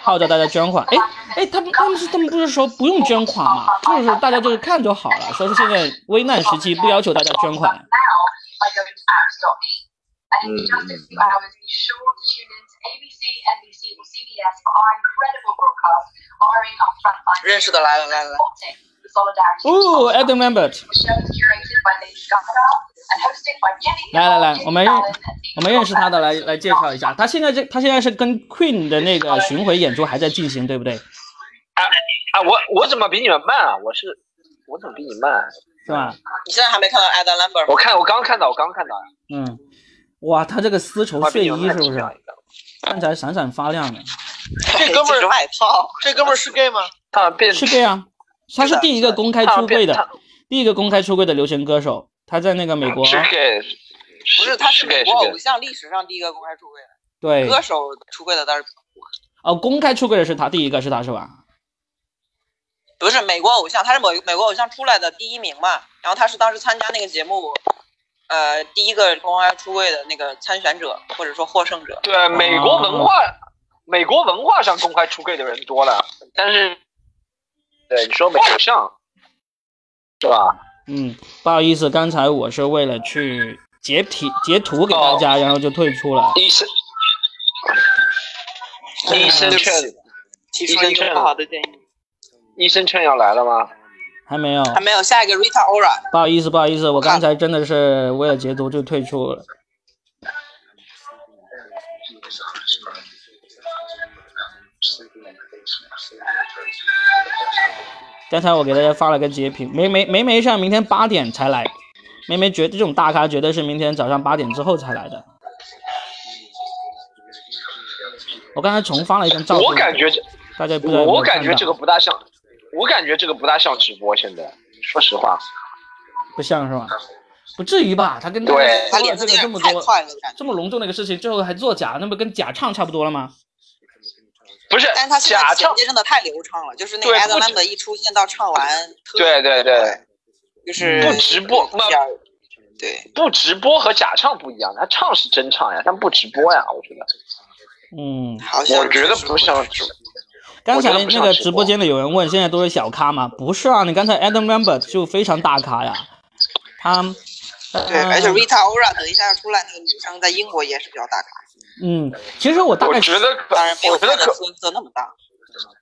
号召大家捐款，哎哎，他们他们是他们不是说不用捐款嘛，就是大家就是看就好了，说是现在危难时期不要求大家捐款，
嗯嗯。
hours, be sure to tune in to ABC, NBC, or CBS for our incredible broadcast honoring our frontline
认识的来了来了，来
supporting the solidarity.
哦，Adam Lambert，
The show is curated by Lady Gaga and hosted by Kenny.
来来来
Nicole,
我们
Jimmy Fallon, and
我们认识他的来来介绍一下，他现在这他现在是跟 Queen 的那个巡回演出还在进行，对不对？
啊，我我怎么比你们慢啊？我是我怎么比你慢啊、
是吧？
你现在还没看到 Adam Lambert
我
吗？
看我刚看到，我刚看到，啊
嗯，哇，他这个丝绸
我比
睡
你们
衣是
慢
不
几
是
秒一个
看起来闪闪发亮的？
这哥们儿
这外套，
这哥们儿是 gay 吗？
他好像变
是这样，他是第一个公开
他好像
出
变
柜
他
的，第一个公开出柜的流行歌手。他在那个美国，
是 gay，
不
不
是，他
是
是
gay
美
是
国
gay
偶。像历史上第一个公开出柜的
对，
歌手，出柜的倒是
哦，公开出柜的是他，第一个是他是吧？
不是美国偶像，他是美美国偶像出来的第一名嘛。然后他是当时参加那个节目，呃，第一个公开出柜的那个参选者或者说获胜者。
对，美
哦
国文化，美国文化上公开出柜的人多了，但是，对你说美偶像，是吧？
嗯，不好意思，刚才我是为了去截题截图给大家，然后就退出了。
医生，啊医生劝，
提
出了一个不好
好的建议。
医生劝要来了吗？
还没有，
还没有下一个 Rita Ora，
不好意思，不好意
啊
思，我刚才真的是为了截图就退出了。刚才我给大家发了个截屏，梅梅梅梅上明天八点才来，梅梅绝这种大咖绝对是明天早上八点之后才来的。我刚才重发了一张照片，
我感觉这，
大家不知道有没有
我感觉
看到
这个不大像，我感觉这个不大像直播。现在，说实话，
不像是吧？不至于吧？他跟大家
对
说
他
了
脸
哎这
色
个这么
太
多，
快了，感觉。
这么隆重的一个事情，最后还作假，那不跟假唱差不多了吗？
不是
但是他现在
假
衔
唱，
接真的太流畅了，就是那个
对
Adam
不止
Lambert 一出现到唱完，特
对对对，
就是
不直播
一点儿对，
不直播和假唱不一样，他唱是真唱呀，但不直播呀，我觉得。
嗯，
好像
我觉得不像主，
刚才
我觉得不
那
像
个
直播
直播间的有人问，现在都是小咖吗？不是啊，你刚才 Adam Lambert 就非常大咖呀，他，
对，
呃
而且 Rita Ora 等一下出来那个女生在英国也是比较大咖，
嗯，其实我大
我
概
觉 得可，
当然没有
我觉
她
得
的
可，
孙子那么大。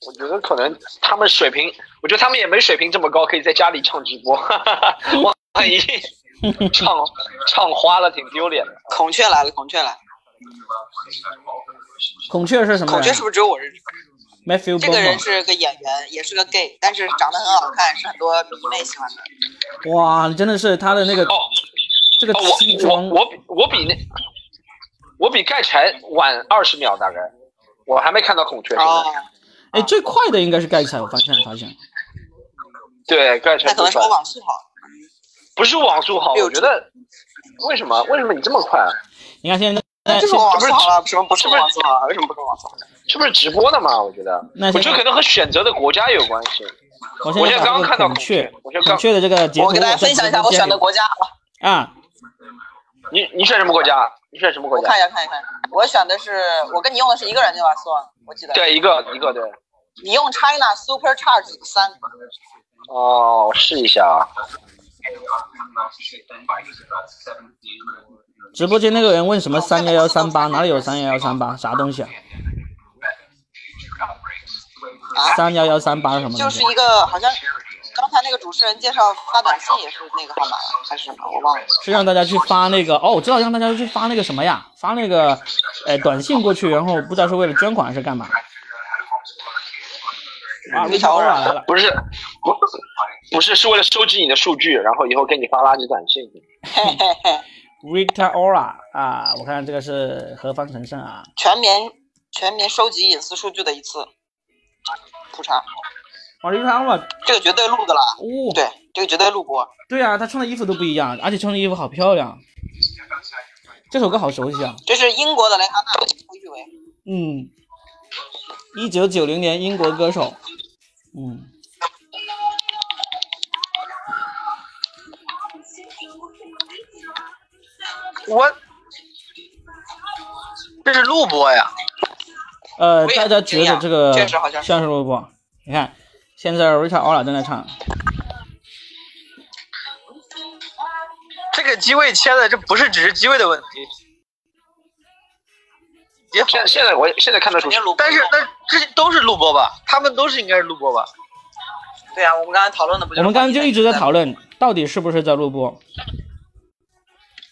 我觉得可能他们水平，我觉得他们也没水平这么高，可以在家里唱直播， 万一唱唱花了挺丢脸的。
孔雀来了，孔雀来了，
孔雀是什么
孔
人？
雀是不是只有我认识？
Matthew
这个人
Boma。
是个演员，也是个 gay，但是长得很好看，是很多迷妹喜欢的。
哇，你真的是他的那个
哦，
这个
哦，
西
我
装
我，我比我比那我比盖柴晚二十秒大概，我还没看到孔雀现在。
哦，
哎，最快的应该是盖茨，我发现发现。
对，盖柴
那可
不
能是
快
我，网速好。
不是网速好，
六
我觉得为什么为什么你这么快？啊
你看现在
那
那
就是
现
我网速好了，什么不是我网速好了？为什么不是我网速好了？
是不是直播的嘛？我觉得，
那
我觉
现在
得可能和选择的国家有关系。
我现
我
在
现
把
在刚
这
看
个
到
孔
孔
雀
雀，我现在
孔
刚
雀的这个截图
我给大家分享一下我选的国家啊，
啊，
你你选什么国家？啊你选什么国
我
家
看？一下看一下，我选的是我跟你用的是一个软件吧，苏，我记得。，
对，一个一个对。
你用 China Supercharge 三，
哦，我试一下啊。
直播间那个人问什
哦
么三幺幺三八，哪里有三幺幺三八？啥东西啊？三幺幺三八什么
啊就
东
是
西？啊
一个好像刚才那个主持人介绍发短信也是那个号码还是什么，我忘了。
是让大家去发那个哦，我知道让大家去发那个什么呀？发那个呃短信过去，然后不知道是为了捐款还是干嘛。啊，
绿
绿
头
头
人
软来了，
不是，不，不是，是为了收集你的数据，然后以后给你发垃圾短信。
嘿嘿嘿，
Rita Ora 啊，我看这个是何方神圣啊，
全民全民收集隐私数据的一次普查，
哇，Rita 哦 Ora，
这个绝对录的了，
哦，
对，这个绝对录播。
对啊，她穿的衣服都不一样，而且穿的衣服好漂亮，这首歌好熟悉啊，
这是英国的雷哈娜被誉为
嗯，一九九零年英国歌手，嗯，
我这是录播呀，
呃，
我也
大家觉得这个
确实好像是
像是录播，你看现在 Rita Ora 正在唱，
这个机位切的这不是只是机位的问题，也好
现在现在我现在看得出
肯，定录播，
但是那这都是录播吧？他们都是应该是录播吧？
对啊，我们刚才讨论的不就是
我们刚刚就一直在讨论到底是不是在录播，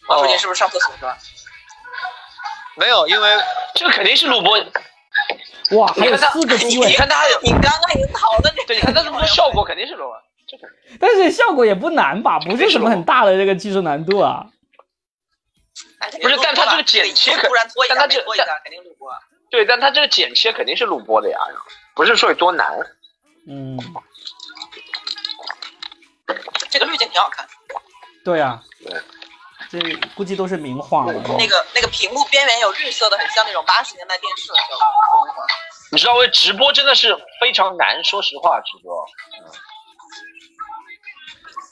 我说你是不是上厕所是吧？
哦
哦
没有，因为
这个肯定是录播。
哇，还有四个机 位
你，看他，
你刚刚已经讨论这
对，你看他录播效果肯定是录播。这个
但是效果也不难吧，不是什么很大的这个技术难度啊。
不是但他这个剪切可
突然拖一下，
但他这
没拖一下肯定录播。
对，但他这个剪切肯定是录播的呀，不是说有多难。
嗯，
这个滤镜挺好看，
对啊
对，
这估计都是名画了。
那个那个屏幕边缘有绿色的，很像那种八十年代电视的效果。
你知道，为直播真的是非常难。说实话，直播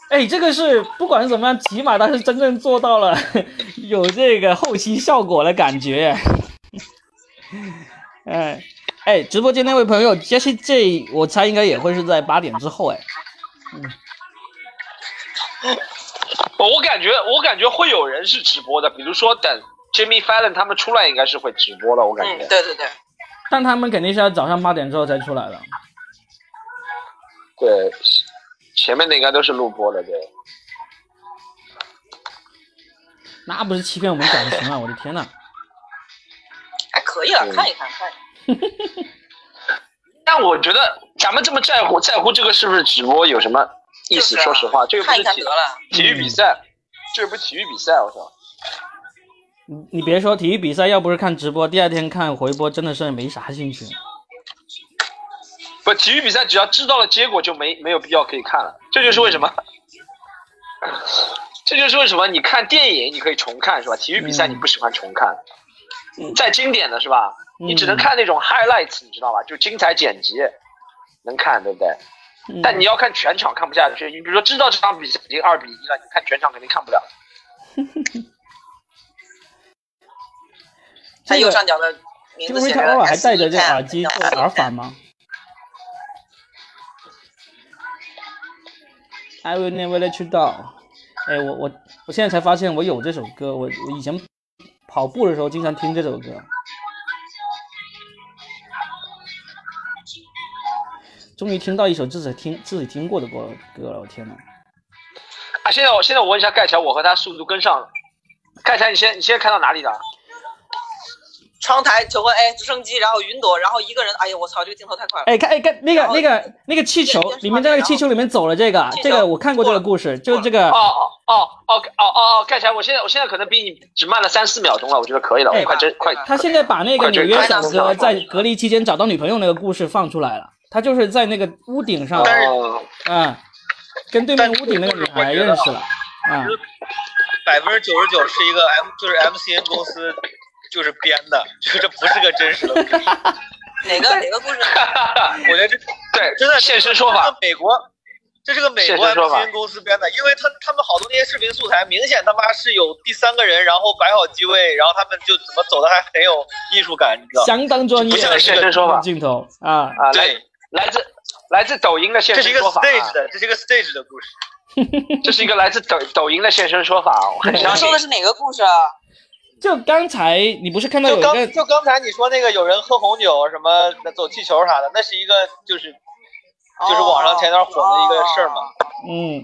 哎，这个是不管怎么样，起码它是真正做到了 有这个后期效果的感觉。哎哎，直播间那位朋友 Jesse J，我猜应该也会是在八点之后哎。
我感觉我感觉会有人是直播的，比如说等 Jimmy Fallon 他们出来，应该是会直播了。我感
嗯
觉，，
对对对，
但他们肯定是要早上八点之后才出来的。
对，前面的应该都是录播的，对。
那不是欺骗我们感情啊！我的天呐，
还可以了，
嗯
看一看看一看。
但我觉得咱们这么在乎在乎这个是不是直播有什么意思？
就是啊
说实话，这又不
看一
是
看
体
得了，
体育比赛，这又不是体育比赛，我操！
你你别说体育比赛，要不是看直播，第二天看回播真的是没啥兴趣。
不，体育比赛只要知道了结果就没没有必要可以看了，这就是为什么，这就是为什么你看电影你可以重看是吧？体育比赛你不喜欢重看，再经典的是吧？你只能看那种 highlights，你知道吧？就精彩剪辑能看，对不对？
嗯，
但你要看全场看不下去，你比如说知道这场比赛已经二比一了，你看全场肯定看不了。
它
这
右
个
上角的名
这
字
个 Rita
写着呃 E
Ora 还
SE
戴着这个
Tab，
耳机
叫
做耳返吗？I will never let you down。哎，我我我现在才发现我有这首歌，我我以前跑步的时候经常听这首歌。终于听到一首自己听自己听过的歌歌了，我天呐！
啊，现在我现在我问一下盖乔，我和他速度跟上了。盖乔，你先你现在看到哪里了？
窗台求婚，哎，直升机，然后云朵，然后一个人，哎呀，我操，这个镜头太快了。
哎，看，哎，看那个
然后
那个那个气球
这个
里面，在那个气球里面走了这个
气，球
这个我看过这个故事，就是这个
哦，哦哦哦哦哦哦！盖起来，我现在我现在可能比你只慢了三四秒钟了，我觉得可以了，
哎
我快真快。
他现在把那个
快
纽
追
约
快
小
上市
哥
场
在隔离期间找到女朋友那个故事放出来了，他就是在那个屋顶上，
但是
哦
啊，跟对面屋顶那个女孩认识了，啊，
百分之九十九是一个 M，就是 MCN 公司就是编的，就这不是个真 实的故事。
哪个哪个故事？
我觉得这
对，
真的
现身说
这
法
是，美国，这是个美国
现身说法
MCN 公司编的，因为他他们好多那些视频素材，明显他妈是有第三个人，然后摆好机位，然后他们就怎么走的还很有艺术感，你知道？
相当专业
不像
的
是
这个
真说吧
镜头啊，
啊，来
对，
来自来自抖音的现
这是
身
一个
说法啊，
stage 的，这是一个 stage 的故事。
这是一个来自抖抖音的现身说法，啊我很
你
相
们
信
说。的是哪个故事啊？
就刚才你不是看到有
就
一
刚
个
就刚才你说那个有人喝红酒什么走气球啥的，那是一个就是
哦
就是网上前段火的一个事儿嘛。
嗯，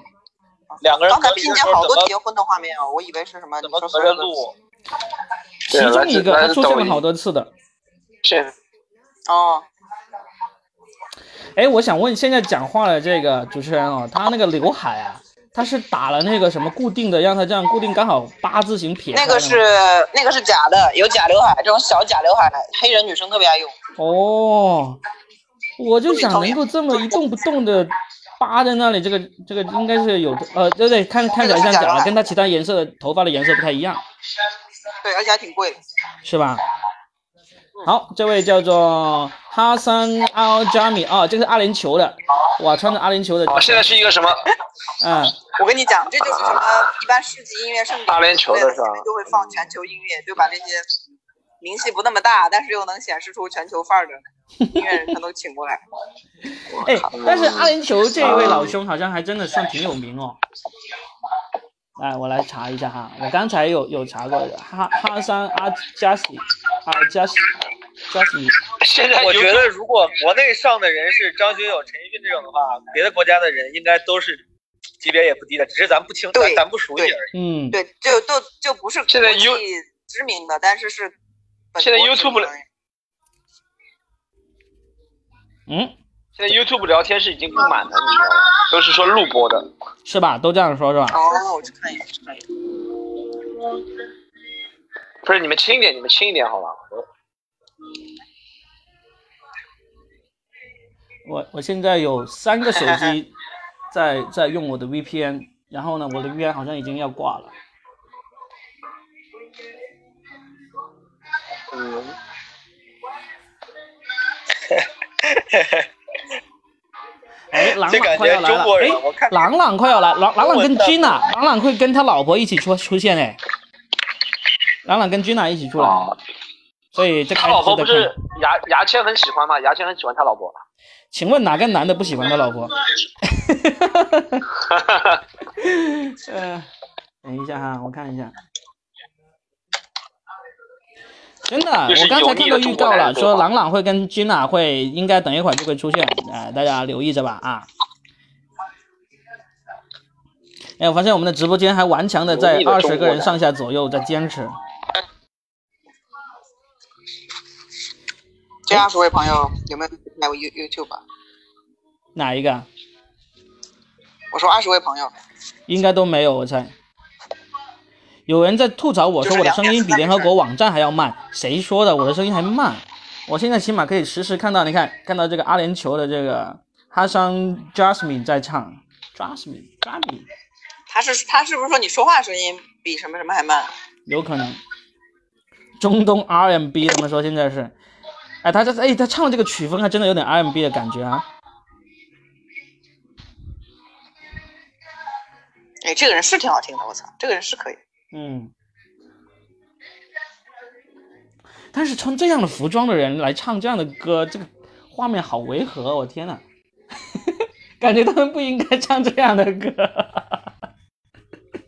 两个
哦。
人
刚才
隔离
拼
的
接
时
好
候怎
多
么
结婚的画面啊，我以为是什么？你
怎么
说
隔
说
着
的
录，
其
对来
中
自
一个
来
他
自
出现
抖
了
音
好多次的，
现
哦，
哎，我想问现在讲话的这个主持人哦，他那个刘海啊，他是打了那个什么固定的，让他这样固定刚好八字形撇开
那
的吗
个是那个是假的，有假刘海，这种小假刘海，黑人女生特别爱用。
哦，我就想
同
能
样
够这么一动不动的扒在那里，这个这个应该是有呃，对对，看看起来像假的，跟它其他颜色的头发的颜色不太一样，
对，而且还挺贵的。
是吧？好，这位叫做哈桑奥加米啊，这个是阿联酋的，哇，穿着阿联酋的，
哦，现在是一个什么？
嗯，
我跟你讲，这就是什么一般市级音乐盛典，
大连啊球的 是吧
就会放全球音乐，就把这些名气不那么大，但是又能显示出全球范儿的音乐人，全都请 过来。
哎，但是阿联酋这位老兄好像还真的算挺有名哦。哎，我来查一下哈，我刚才有有查过的哈哈桑阿加西阿加西加西，
现在
我
有
觉得如果国内上的人是张学友、陈奕迅这种的话，别的国家的人应该都是级别也不低的，只是咱不清，
对
咱咱不熟悉而已。
嗯，
对，就都就不是
现在
国际
You-
知名的，但是是本
现在
国知
YouTube
名的
了
嗯，
现在 YouTube 聊天室已经不满了，你知道吗？都是说录播的。
是吧？都这样说是吧？
哦，我去看一眼，看一眼。
不是，你们轻一点，你们轻一点好吧？
我我现在有三个手 机在在用我的 VPN，然后呢，我的 VPN 好像已经要挂了。
嗯，
哎，朗
这
朗
感
快要
觉
来
中
了，
国人，
哎，
我看
朗朗快要来，朗朗朗跟
中文的
Gina，朗朗会跟他老婆一起出出现哎，朗朗跟 Gina 一起出来。
哦，
所以这个
他
还
老婆
值
不
得看
是牙牙签很喜欢吗？牙签很喜欢他老婆。
请问哪个男的不喜欢他老婆？呃，等一下哈，我看一下。真的，
就是
我刚才
油腻
看
的
到
中
预
国
告
男
了，
人对
说
吧
朗朗会跟 Gina 会，应该等一会儿就会出现，呃，大家留意着吧啊。哎，我发现我们的直播间还顽强的
油
在
腻的
二
中
十
国
个人
男
上下左右在坚持。
这二十位朋友有没有买过 You YouTube？啊
哪一个？
我说二十位朋友，
应该都没有，我猜。有人在吐槽我
就
说
是
我的
两
声音比联合国网站还要慢，谁说的？我的声音还慢？我现在起码可以实时看到，你看看到这个阿联酋的这个哈桑 Jasmine 在唱 Jasmine Jasmine，
他是他是不是说你说话声音比什么什么还慢？啊
有可能中东 R&B 他们说现在是，哎，他这哎他唱的这个曲风还真的有点 R&B 的感觉啊。
哎，这个人是挺好听的，我操，这个人是可以。
嗯，但是穿这样的服装的人来唱这样的歌，这个画面好违和，我天呐， 感觉他们不应该唱这样的 歌，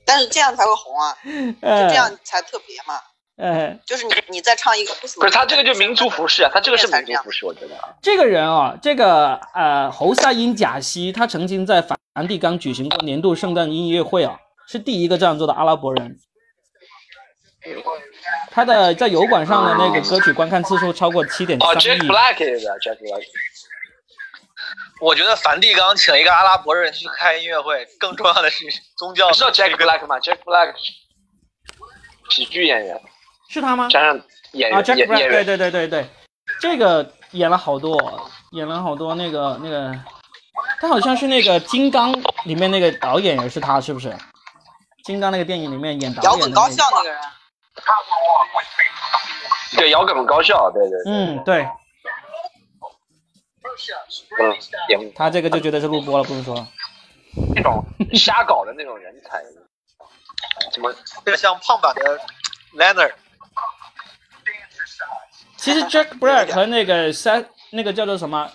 但是这样才会红啊，就
哎
这样才特别嘛。
哎，
就是你你再唱一个不属于
不是他这个就民族服饰啊，他这个是
才
民族服饰，我觉得啊。
这个人啊、这个呃侯赛因贾西，他曾经在梵蒂冈举行过年度圣诞音乐会啊，是第一个这样做的阿拉伯人。他的在油管上的那个歌曲观看次数超过七点
哦
三
，Jack
亿。
Black 这个 Jack Black，
我觉得梵蒂冈请一个阿拉伯人去开音乐会，更重要的是宗教。
你知道 Jack Black 吗？Jack Black 喜剧演员，
是他吗？
加上演
啊
员
，Jack
演
Black，
演
对
员，
对对对对，这个演了好多，演了好多那个那个，他好像是那个《金刚》里面那个导演也是他，是不是？《金刚》那个电影里面演导
摇
演的、那
滚
个、
高校那个人，
对摇滚高校，对对对，
嗯，对
嗯，演
他这个就觉得是录播了，不用说了。
那种瞎搞的那种人才，什么
就像胖版的 Leonard，
其实 Jack Black 和那个 Seth 那个叫做什么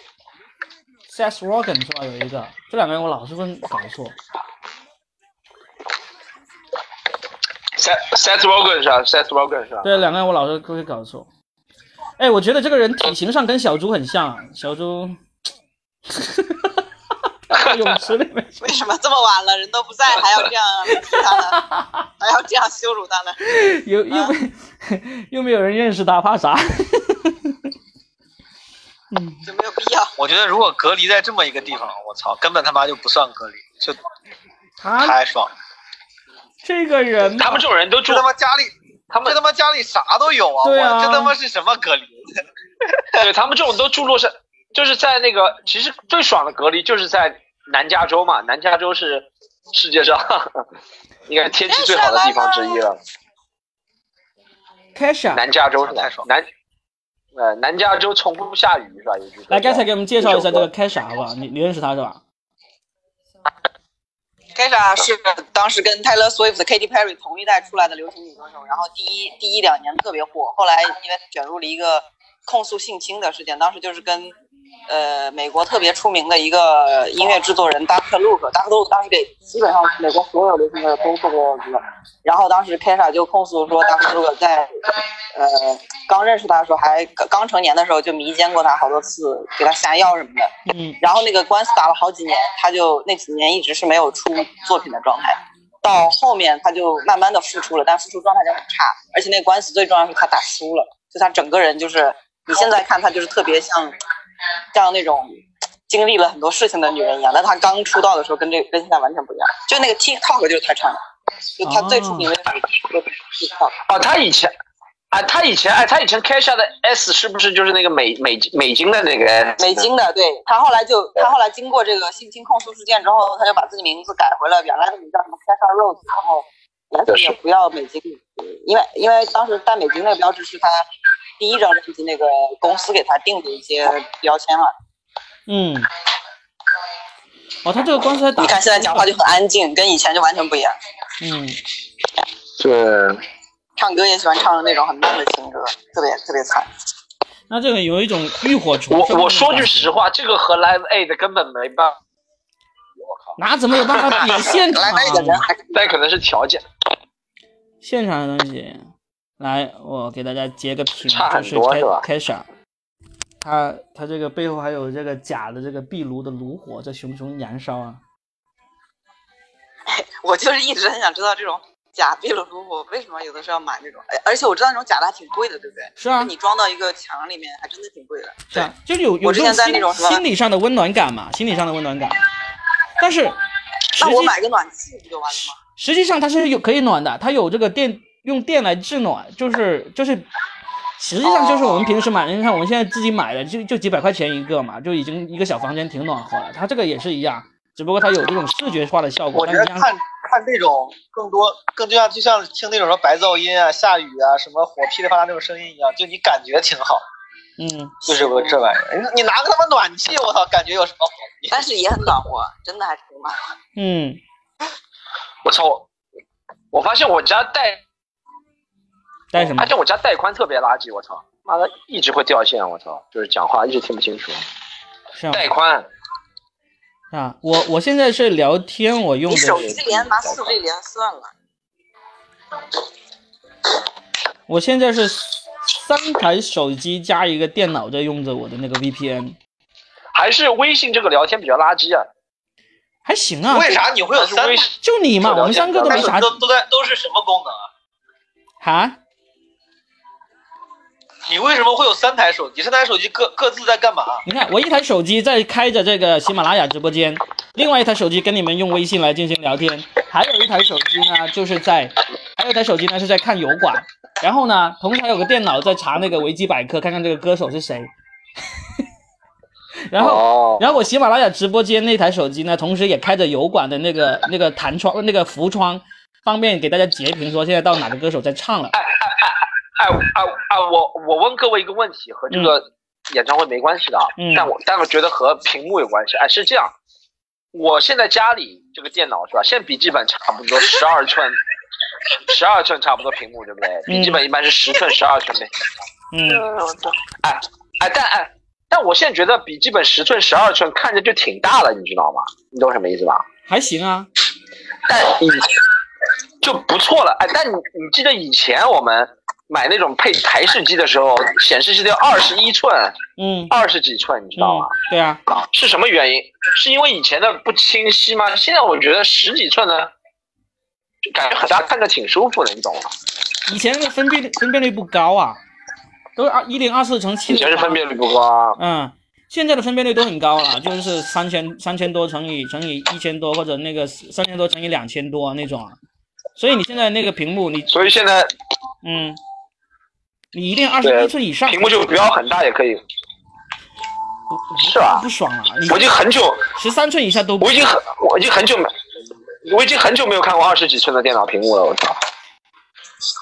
Seth Rogen 是吧？有一个，这两个人我老是会搞错。
Seth Seth Rogen 是吧？Seth Rogen 是吧？
对，两个人我老是会搞错。哎，我觉得这个人体型上跟小猪很像啊，小猪，在泳池里面。
为什么这么晚了人都不在还要这样提他呢？还要这样羞辱他呢？
有又没、又没有人认识他，怕啥？
有没有必要？
我觉得如果隔离在这么一个地方，我操，根本他妈就不算隔离，就
他
太爽。
这个人，
他们这种人都住
这他妈家里，
他们
这他妈家里啥都有啊！
对啊
我这他妈是什么隔离？
对他们这种都住洛杉，就是在那个其实最爽的隔离就是在南加州嘛，南加州是世界上 应该是天气最好的地方之一了。
Kesha
南加州是吧
太爽
南呃南加州从不下雨是吧？有句
来，刚才给我们介绍一下这个
个
Kesha 好不好？你你认识他是吧？
开莎是当时跟 Taylor Swift、Katy Perry 同一代出来的流行女歌手，然后第一第一两年特别火，后来因为卷入了一个控诉性侵的事件，当时就是跟呃美国特别出名的一个音乐制作人 Dr. Luke，Dr. Luke 当时给基本上美国所有流行歌手都做过歌，然后当时 k e s h a 就控诉说 Dr. Luke 在呃刚认识他的时候还刚刚成年的时候就迷奸过他好多次，给他下药什么的。
嗯，
然后那个官司打了好几年，他就那几年一直是没有出作品的状态，到后面他就慢慢的复出了，但复出状态就很差，而且那个官司最重要是他打输了，就他整个人就是你现在看他就是特别像像那种经历了很多事情的女人一样，但他刚出道的时候跟这跟现在完全不一样，就那个 TikTok 就是他唱的，就他最出名的就是 TikTok，、
哦，他以前。啊，他以前哎，他以前开下的 S 是不是就是那个美美美金的那个 S？
美金的，对他后来就他后来经过这个性侵控诉事件之后，他就把自己名字改回了原来的名叫什么 c a s h a Rose，然后颜色也不要美金，因为因为当时戴美金那个标志是他第一张专辑那个公司给他定的一些标签嘛。
嗯，哦，他这个官司还打，
你看现在讲话就很安静，跟以前就完全不一样，
嗯，
对，
唱歌也喜欢唱那种很慢的情歌，特别特别惨。
那这个有一种浴火重
我
生。
我说句实，话，这个和 Live Aid 根本没办法，
哪怎么有办法比啊现场？
来那个人还啊是
但可能是条件
现场的东西。来，我给大家截个屏，
差很
就是
多是吧
Ke- Kesha，他他这个背后还有这个假的这个壁炉的炉火在熊熊燃烧啊！
我就是一直很想知道这种假壁炉炉火为什么有的时候要买这种，而而且我知道那种假的还挺贵的，对不对？
是啊，
你装到一个墙里面，还真的挺贵的。
是啊，就有有
我之
这
前
种
在那
心
种什么
心理上的温暖感嘛，心理上的温暖感。但是实
那我
际
买个暖气不就完了吗？
实际上它是有可以暖的，它有这个电用电来制暖，就是就是，实际上就是我们平时买的，你看我们现在自己买的就就几百块钱一个嘛，就已经一个小房间挺暖和了。它这个也是一样，只不过它有这种视觉化的效果。
我觉得
但一样
看看这种更多更就像就像听那种什么白噪音啊、下雨啊、什么火噼里啪啦那种声音一样，就你感觉挺好，
嗯，
就是个这玩意儿。啊你你拿个他妈暖气，我操，感觉有什么好？你
但是也很暖和，真的还挺暖和。
嗯，
我操！我发现我家带，
带什么
发？哦现我家带宽特别垃圾，我操！妈的，一直会掉线，我操！就是讲话一直听不清楚。
是啊
带宽，
啊，我我现在是聊天，我用
你
的
手
是，
机连拿四 G 连算了，
我现在是三台手机加一个电脑在用着我的那个 VPN，
还是微信这个聊天比较垃圾啊？
还行啊，
为啥你会有
还是
三
微
个？
信
就你嘛，
就聊
我们三个都
天
没
但是
啥
都都在都是什么功能啊？
哈，
你为什么会有三台手机？三台手机各各自在干嘛？啊
你看，我一台手机在开着这个喜马拉雅直播间，另外一台手机跟你们用微信来进行聊天，还有一台手机呢，就是在，还有一台手机呢是在看油管，然后呢，同时还有个电脑在查那个维基百科，看看这个歌手是谁。 然后，
哦，
然后我喜马拉雅直播间那台手机呢，同时也开着油管的那个那个弹窗那个浮窗，方便给大家截屏，说现在到哪个歌手在唱了。
哎哎哎，我我问各位一个问题，和这个演唱会没关系的啊，
嗯
但我但我觉得和屏幕有关系。哎，是这样，我现在家里这个电脑是吧？现在笔记本差不多十二寸，十二寸差不多屏幕对不对？笔记本一般是十寸、十二寸的。
嗯，
哎，但哎，但我现在觉得笔记本十寸、十二寸看着就挺大了，你知道吗？你懂什么意思吧？
还行啊，
但以前就不错了。哎，但你你记得以前我们买那种配台式机的时候，显示器都要二十一寸、
嗯，
二十几寸，你知道吗
嗯？，对啊，
是什么原因？是因为以前的不清晰吗？现在我觉得十几寸呢，就感觉很大，看着挺舒服的，你懂吗？
以前的分辨率分辨率不高啊，都是二一零二四乘七
以前是分辨率不高啊。
嗯，现在的分辨率都很高了，就是三千三千多乘以乘以一千多，或者那个三千多乘以两千多那种啊。所以你现在那个屏幕，你
所以现在
嗯，你一定二十
对啊
一寸以上，
屏幕就不要很大也可以，是
不
吧？
不爽了。你
我已经很久，
十三寸以下都不
我已经很，我已经很久没，我已经很久没有看过二十几寸的电脑屏幕了，我操！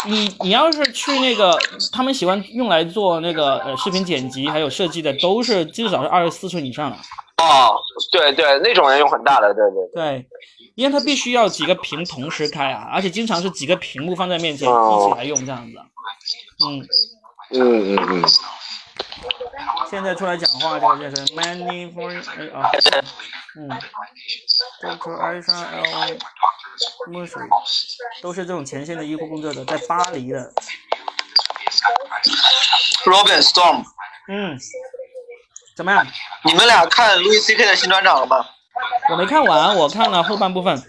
你你要是去那个，他们喜欢用来做那个呃视频剪辑还有设计的，都是至少是二十四寸以上的。
哦，对对，那种人用很大的，对对对。
对，因为它必须要几个屏同时开啊，而且经常是几个屏幕放在面前一
哦
起来用这样子啊。嗯，
嗯嗯嗯。
现在出来讲话这个就是 many for 哎啊，嗯，都出 I 三 L 墨水，都是这种前线的医护工作者，在巴黎的，
Robin Storm，
嗯，怎么样？
你们俩看 Louis C.K. 的新专场了吗？
我没看完，我看了后半部分。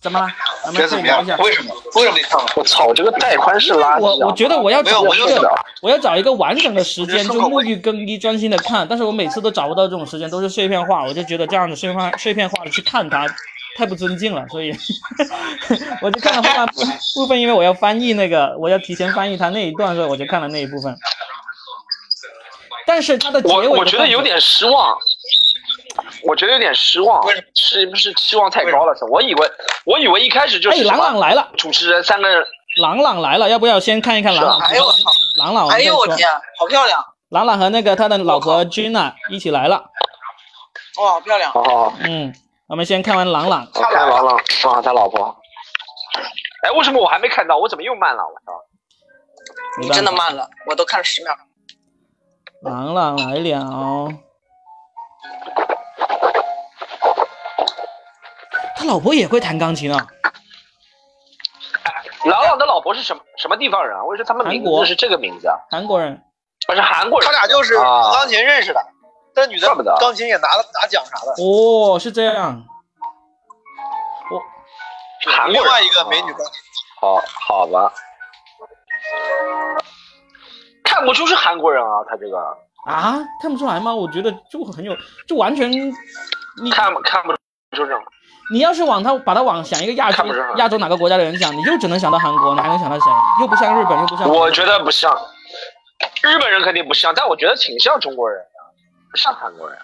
怎么了？咱
觉
们
得
可
怎
以
么
聊
样
一下？。
为什么？为什么没看完？
我操，这个带宽是垃圾、啊。
我我觉得我要
没
找
有我
一
就
个
是
我要找一个完整的时间，
我就
就是沐浴更衣，专心的看。但是我每次都找不到这种时间，都是碎片化。我就觉得这样的碎片化碎片化的去看它，太不尊敬了。所以， 我就看了后半部部分，因为我要翻译那个，我要提前翻译它那一段，所以我就看了那一部分。但是它的结尾
我
的
我觉得有点失望，我觉得有点失望
为什么，
是不是期望太高了？我以为我以为一开始就
段
是
落。哎，
什
朗朗
么
来了，
主持人三个人，
朗朗来了，要不要先看一看朗朗？
啊
哎呦我操！
朗朗，我
哎
们再
呦我
说。
天啊，好漂亮！
朗朗和那个他的老婆 Gina 一起来了。
哇，好漂亮！
好好好，
嗯，我们先看完朗朗。
我哦看朗朗，朗朗他老婆。哎，为什么我还没看到？我怎么又慢了？我操！
你真的慢了，我都看了十秒。
朗朗来哦了，他老婆也会弹钢琴啊？
朗朗的老婆是什么什么地方人啊？为什么他们名
韩国
字是这个名字啊？
韩国人，
而是韩国人。
他俩就是
啊
钢琴认识的，这女的
怪不得
钢琴也拿了拿奖啥的。
哦，是这样，
韩国
另
人
外一个美女钢琴，
好好吧，看不出是韩国人啊，他这个
啊，看不出来吗？我觉得就很有，就完全，你
看不看不出这种。
你要是往他把他往想一个亚洲
看不出来
亚洲哪个国家的人想，你又只能想到韩国，你还能想到谁？又不像日本，又不像
我觉得不像，日本人肯定不像，但我觉得挺像中国人的，不像韩国人，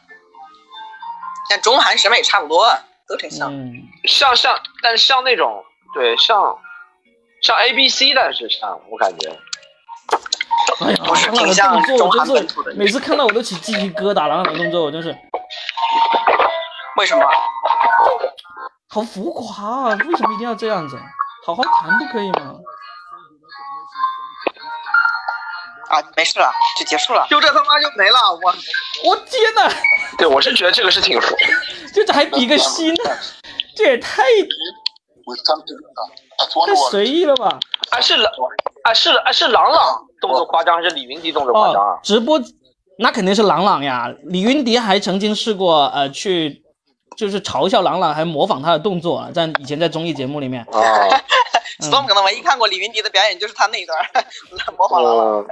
但中韩审美差不多，都挺像。
嗯，
像像，但像那种对像像 A B C，但是像我感觉，
哎呀，
不是
朗朗
挺像
的动作，
中
我
韩
真
本土的
是
人
每次看到我都起鸡皮疙瘩。朗朗的动作，我真是
为什么？
好浮夸啊！为什么一定要这样子？好好弹不可以吗？
啊，没事了，就结束了。
就这他妈就没了，我
我天哪，
对我是觉得这个是挺服，
这还比个心，这也太太随意了吧！
啊是朗啊是啊是朗朗动作夸张还是李云迪动作夸张
哦
啊，？
直播那肯定是朗朗呀。李云迪还曾经试过呃去，就是嘲笑朗朗，还模仿他的动作啊，在以前在综艺节目里面。 嗯
哦，
哦
Storm 可能唯一看过李云迪的表演就是他那一段，模仿了。
嗯，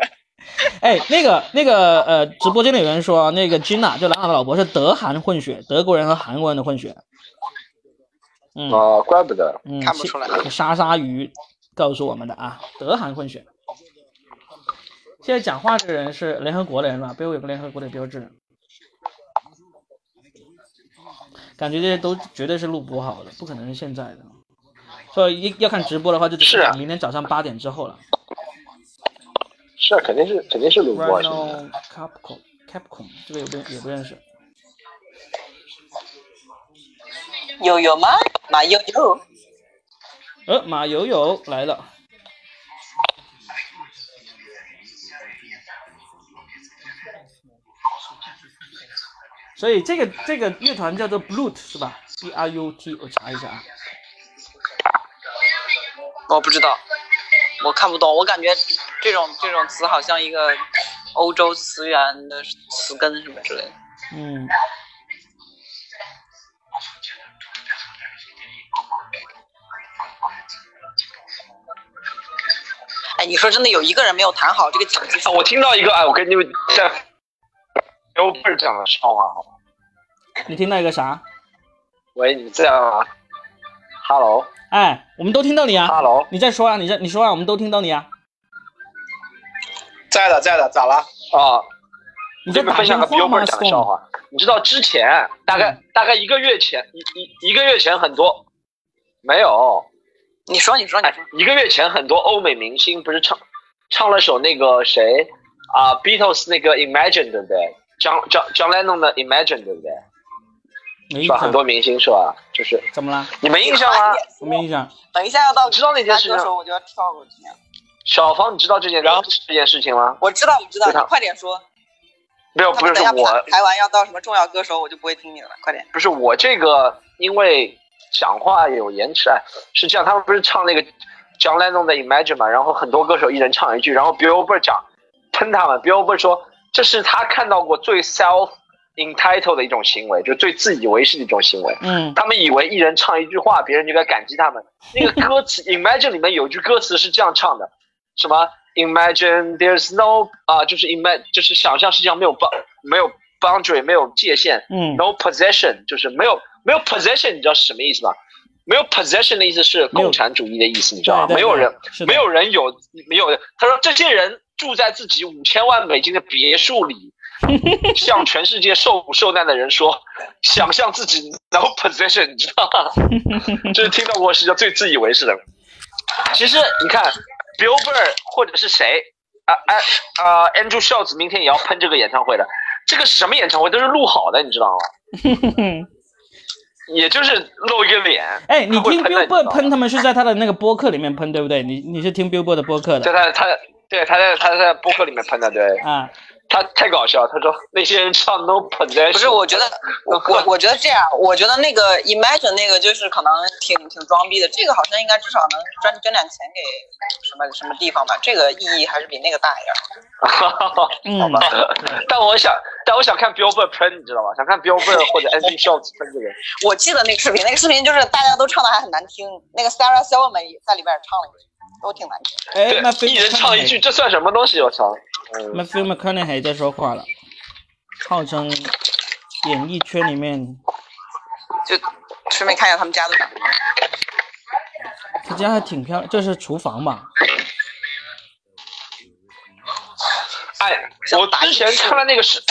哎，那个那个呃，直播间里有人说那个 Gina 就兰卡的老婆是德韩混血，德国人和韩国人的混血。嗯
哦，怪不得。
嗯，
啊看不出来
是沙沙鱼告诉我们的啊，德韩混血。现在讲话这个人是联合国的人了，背后有个联合国的标志。感觉这些都绝对是录播好的，不可能是现在的。所以一要看直播的话，就只
是啊
等明天早上八点之后了。
是啊，肯定是肯定是鲁波啊，现在
Rhino Capcom Capcom 这个也不也不认识。
有有吗？马悠悠，
呃，马友友来了。所以这个这个乐团叫做 Brut 是吧？B R U T，我查一下啊。
我哦不知道，我看不懂，我感觉这种这种词好像一个欧洲词源的词根什么之类的。
嗯。
哎，你说真的有一个人没有弹好这个紧急
啊，我听到一个，哎，我跟你们在，哎，我不是讲的笑话好吗？
你听到一个啥？
喂，你们这样啊？Hello，Hello。
哎，我们都听到你啊！
Hello，Hello
你再说啊，你再你说啊，我们都听到你啊！
在的在的，咋了？
啊，
你
给
在
你们
打电
分享
话
个 Billboard
吗嗯
讲的笑
？Stone？
话。你知道之前大概、大概一个月前，一一一个月前很多没有，
你说你说你说，
一个月前很多欧美明星不是唱唱了首那个谁啊，Beatles 那个 Imagine 对不对？John John John Lennon 的 Imagine 对不对？
没
是
印
吧？很
象。
多明星是吧？就是
怎么了？
你没印象吗？
我没印象。
等一下要到
知道那件事情
的时候我就要跳过去。
小芳，你知道这件
然后
这件事情吗？
我知道我知道，
对
你
的
快点说。
没有，
他
不
们
是
等一下
我，
排完要到什么重要歌手，我就不会听你了。快点，
不是我这个，因为讲话有延迟，哎，是这样，他们不是唱那个 John Lennon 的 Imagine 嘛，然后很多歌手一人唱一句，然后 Billboard 讲喷他们，Billboard 说这是他看到过最 self entitled 的一种行为，就最自以为是的一种行为。
嗯
他们以为一人唱一句话，别人就该感激他 们。那个歌词 Imagine 里面有一句歌词是这样唱的，什么 Imagine there's no 啊、就是 Imagine 就是想象世界上没有 b 没有 boundary 没有界限。
嗯，
no possession 就是没有没有 possession，你知道是什么意思吗？没有 possession 的意思是
没有
共产主义的意思，你知道吗？
对对
没有人
对是的
没有人有没有人，他说这些人住在自己五千万美金的别墅 里，向全世界受苦受难的人说，想象自己 no possession，你知道吗？ 这是听到过世界最自以为是的。其实你看，Billboard 或者是谁啊啊啊，Andrew Schultz 明天也要喷这个演唱会的，这个什么演唱会都是录好的，你知道吗？ 也就是露一个脸。
哎，你
他会
听
喷的
Billboard
你知
喷他
道吗
们是在他的那个播客里面喷，对不对？你你是听 Billboard 的播客
对
的
他他对他在他在播客里面喷的，对
啊？
他太搞笑了。他说那些人唱 No Possession，
不是，我觉得 我我我觉得这样，我觉得那个 Imagine 那个就是可能挺挺装逼的，这个好像应该至少能捐捐点钱给什么什么地方吧，这个意义还是比那个大一点。
嗯，
好吧， 但我想但我想看 Billboard 喷，你知道吗？想看 Billboard 或者 Andy Schultz 喷这个人。
我记得那个视频，那个视频就是大家都唱的还很难听，那个 Sarah Silverman 也在里边唱了一句，都挺难听。
哎，那
对，一人唱一句，这算什么东西？我操！嗯，
Matthew McConaughey 在说话了，号称演艺圈里面，
就顺便看一下他们家的长相。
他家还挺漂亮，这是厨房吧？
哎，我之前看了那个是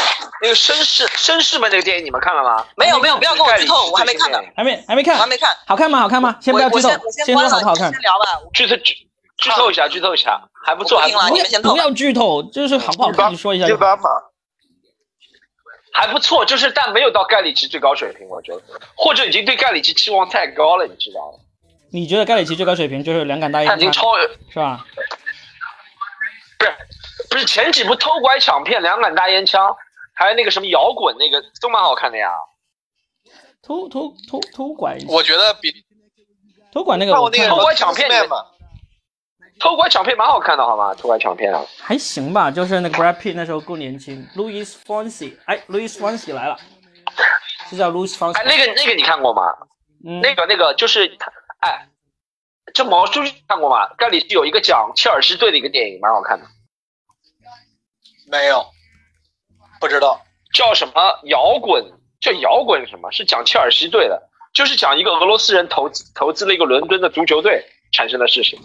那个绅士绅士们那个电影，你们看了吗？
没有没有，不要跟我剧透，我还没看呢，
还没还没
我还
看，
没看。
好看吗？好看吗？先
我
不要剧
我
透
先我，
先说
关了，
好
你
不好
们
看
先？聊吧。
剧透剧剧透一下，剧透一下，还不错，
我
还
不
不
听
不
错
了你们
要
先透吧
不要剧透，就是好不好看你说一下就好。
嘛。
还不错，就是但没有到盖里奇最高水平，我觉得，或者已经对盖里奇期望太高了，你知道吗？
你觉得盖里奇最高水平就是两杆大
他
烟
已经
枪
超
是吧？
不是不是前几部偷拐抢骗、两杆大烟枪，还有那个什么摇滚那个都蛮好看的呀。
偷偷偷偷拐，
我觉得比
偷拐那个
看
我
过那
看
个
偷
了
拐抢骗里面
嘛，
偷拐抢骗蛮好看的，好吗？偷拐抢骗啊，
还行吧，就是那个 Brad Pitt 那时候够年轻，Louis Fonsi，哎，Louis Fonsi 来了，是叫 Louis
哎，
Fonsi，
那个那个你看过吗？
嗯，
那个那个就是他，哎，这毛书记看过吗？盖里奇有一个讲切尔西队的一个电影，蛮好看的。
没有，不知道。
叫什么摇滚，叫摇滚什么？是讲切尔西队的，就是讲一个俄罗斯人投资投资了一个伦敦的足球队产生的事情，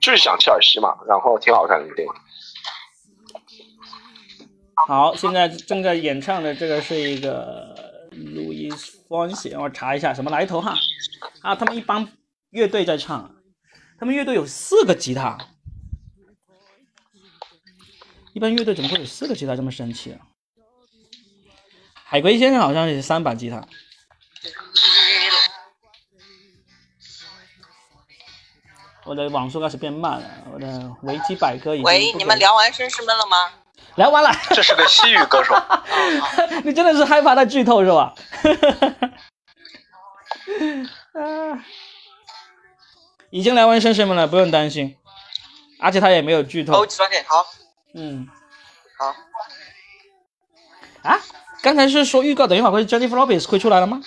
就是讲切尔西嘛。然后挺好看的一个电影。
好，现在正在演唱的这个是一个 Louis Fonsi，让我查一下什么来头哈。啊，他们一帮乐队在唱，他们乐队有四个吉他。一般乐队怎么会有四个吉他这么神奇啊？海龟先生好像也是三把吉他。我的网速开始变慢了，我的维基百科已经
喂，
不
你
给
们聊完绅士们了吗？
聊完了。
这是个西语歌手，
你真的是害怕他剧透是吧？ 啊已经聊完绅士们了，不用担心，而且他也没有剧透
哦，。转给好，
嗯，
好。
啊，刚才是说预告，等一会儿会 Jennifer Lopez 会出来了吗？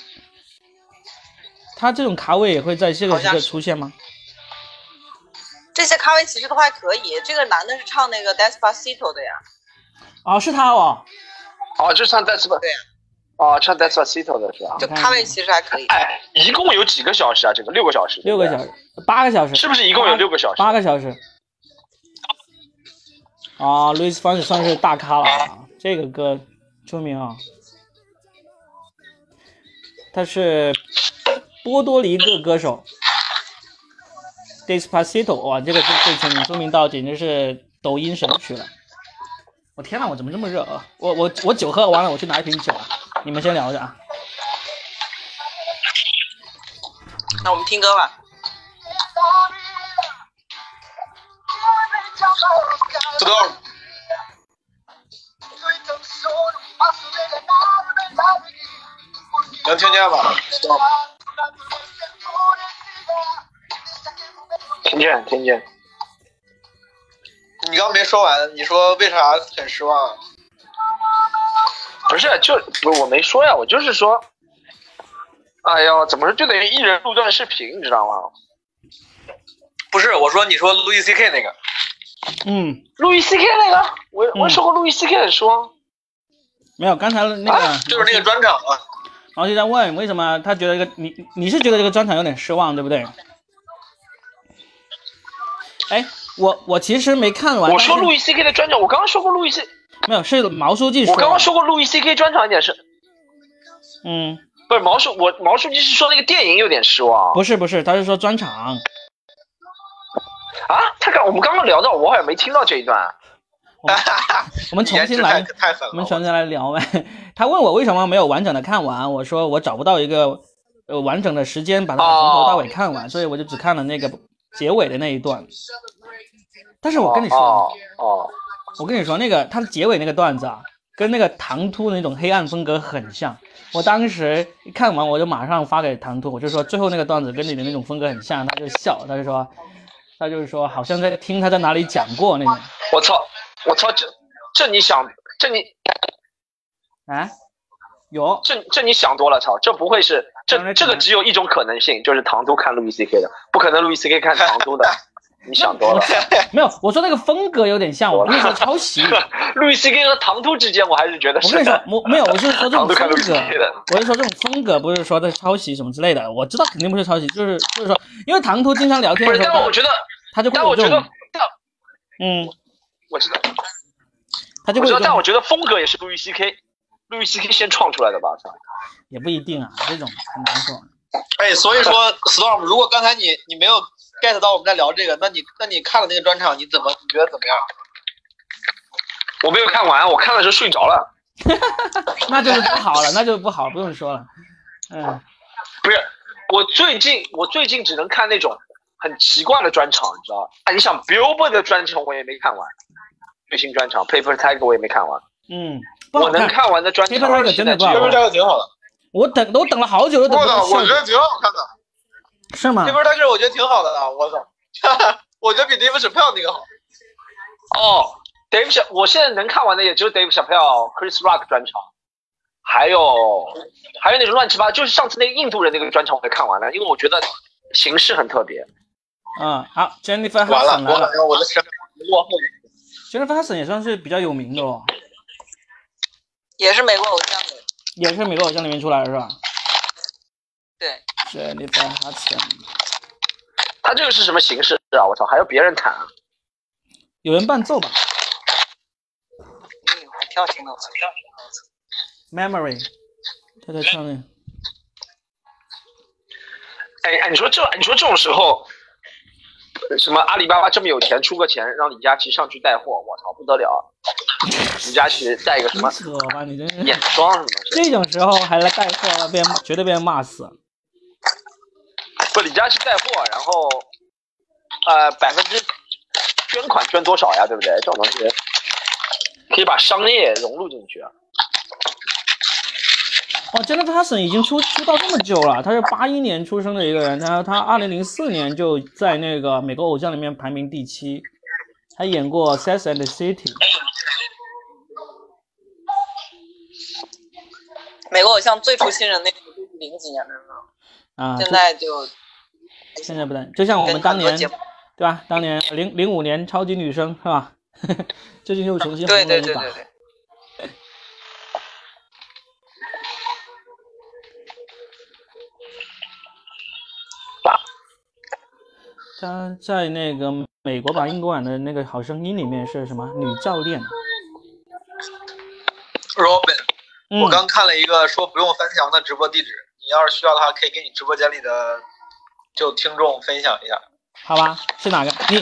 他这种卡位也会在这个
好
时
像
刻
是
出现吗？
这些咖位其实都还可以。这个男的是唱那个 Despacito 的呀，
哦，是他哦。
哦，就唱 That's
对啊
哦，唱 That's a c i t o 的是吧？
就
看
咖位其实还可以。
哎，一共有几个小时啊？这个六个小时。
六个小
时。
时，八个小时，
是不是一共有
八
六个小时
八个小时。啊，Louis f o n s 算是大咖了啊，这个歌出名啊。他是波多黎各歌手，Despacito，哇，这个最最出名，出名到简直是抖音神曲了。我天呐，我怎么这么热啊？我我我酒喝完了，我去拿一瓶酒啊。你们先聊着啊。
那我们听歌吧。
土豆儿能听见吗？土豆儿
听见，听见。
你刚没说完，你说为啥很失望？
不是，就不我没说呀，我就是说，哎呦，怎么说，就等于一人录段视频，你知道吗？
不是，我说你说 Louis C K 那个，
嗯，
路易 C K 那个，我我
嗯
说过路易 C K 的书啊。
没有，刚才那个、
啊
就是那个专场啊。
然后就在问为什么他觉得这个你你是觉得这个专场有点失望，对不对？哎，我我其实没看完，
我说
但是
路易 C K 的专场，我刚刚说过路易 C，
没有是毛书记
我刚刚
的
说过路易 C K 专场一点是，
嗯，
不是毛书我毛书记是说那个电影有点失望
不是不是，他是说专场，
啊？他刚我们刚刚聊到，我好像没听到这一段。啊
我们重
颜值
新来，
太太狠
我
了
们。重新来聊呗。 他问我为什么没有完整的看完，我说我找不到一个呃完整的时间把它从头到尾看
哦
完，所以我就只看了那个结尾的那一段。但是我跟你说，
哦哦，
我跟你说，那个它的结尾那个段子啊，跟那个唐突的那种黑暗风格很像。我当时一看完，我就马上发给唐突，我就说最后那个段子跟你的那种风格很像，他就笑，他就说，他就是说好像在听他在哪里讲过那种。
我操，我操，这这你想，这你
啊，有
这这你想多了，操，这不会是
当然
这这个
可能
只有一种可能性，就是唐都看路易 C K 的，不可能路易 C K 看唐 都的，你想多了。
没有？我说那个风格有点像，我不是说抄袭。
路易 C K 和唐都之间，我还是觉得
我
是
跟你说，我没有，我是说这种
唐都看
风
路易 C
格
K 的，
我是说这种风格，不是说在抄袭什么之类的。我知道肯定不是抄袭，就是就是说，因为唐突经常聊天
不
的
是？
时
但
候
我，觉得，
他就会
但我
有
觉
这
得
种，，嗯，
我知道，
他就
我
会
知
有
道，
这
但
种
我觉得风格也是路易 C K，路易 C K 先创出来的吧？操，
也不一定啊，这种很难说。
哎，所以说 Storm，如果刚才你你没有 get 到我们在聊这个，那你那你看了那个专场，你怎么你觉得怎么样？
我没有看完，我看的时候睡着了，
那就是不好了，那就不好，不用说了。嗯，
不是，我最近我最近只能看那种很奇怪的专场，你知道吧？啊，你想 Billboard 的专场我也没看完，最新专场 Paper Tiger 我也没看完。
嗯，不
我
好
能
看。
看完的专场
Paper Tiger
现在
真的不
只
好
有
看
这个挺好的，
我等都等了好久，都等
我
啊不
操，
到
我
效果，
觉得挺好看的。
啊是吗
这？边但是我觉得挺好的啊，我操， 我觉得比 Dave c h a p e l 那个好。
哦，Dave 小，我现在能看完的也只有 Dave 小票、Chris Rock 专场，还有还有那种乱七八，就是上次那个印度人那个专场我也看完了，因为我觉得形式很特别。
嗯，好，Jennifer 啊
完了
Hudson，来
我感
了
觉我的审美落后。
，Jennifer Hudson 也算是比较有名的哦。
也是美国偶像的，
也是美国偶像里面出来的是吧？
对，
Jennifer Hudson，
他这个是什么形式啊？我操，还要别人弹啊？
有人伴奏吧
嗯，还挺好听的，我觉得
？Memory，他在唱那个。
哎哎，你说这你说这种时候，呃什么阿里巴巴这么有钱，出个钱让李佳琦上去带货，我操不得了！李佳琦带个什么
你扯吧，你真是。
眼霜什么东
这
西？
种时候还来带货了，被人绝对被人骂死。
不，李佳琦带货，然后呃百分之捐款捐多少呀？对不对？这种东西可以把商业融入进去啊。
哦，Jennifer Hudson 已经出出道这么久了，她是八一年出生的一个人，她她二零零四年就在那个美国偶像里面排名第七，她演过《Sex and the City》，
美国偶像最出新人那个就是零几年的时候，
啊，
现在就
就现在不在，就像我们
跟
当
很多
年
节目，
对吧？当年零零五年超级女声是吧？ 最近又重新红
对
了
对
一
对
把
对。对，
她在那个美国吧英国版的那个《好声音》里面是什么女教练？
Robin，、
嗯
我刚看了一个说不用翻墙的直播地址，你要是需要的话，可以给你直播间里的就听众分享一下。
好吧，是哪个？你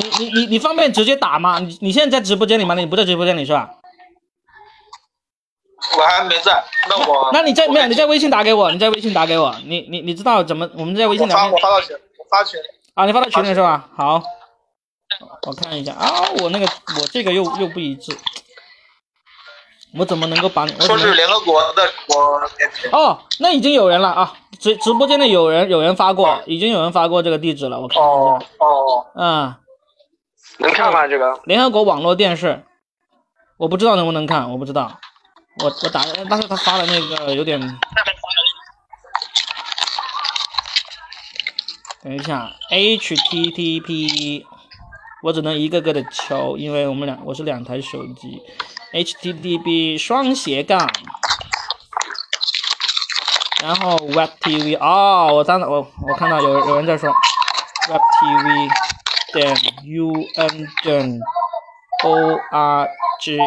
你你你你方便直接打吗？你你现在在直播间里吗？你不在直播间里是吧？
我还没在，那我
那你在
啊我
没有？你在微信打给我，你在微信打给我，你你你知道怎么？我们在微
我
信聊
发我
天
发到群，我发群里。
啊，你发到群里是吧？好，我看一下啊，我那个我这个又又不一致，我怎么能够把你？我
说
怎
是
么
联合国的国链接，
哦，那已经有人了啊，直直播间内有人有人发过，已经有人发过这个地址了，我看一
哦
下，
哦，
嗯，
能看吗？这个
联合国网络电视，我不知道能不能看，我不知道，我我打，但是他发的那个有点，等一下，HTTP，我 E，只能一个个的敲，因为我们两我是两台手机，HTTP 双斜杠，然后 Web TV，哦，我当我我看到有人有人在说 Web TV 点 un 点 org。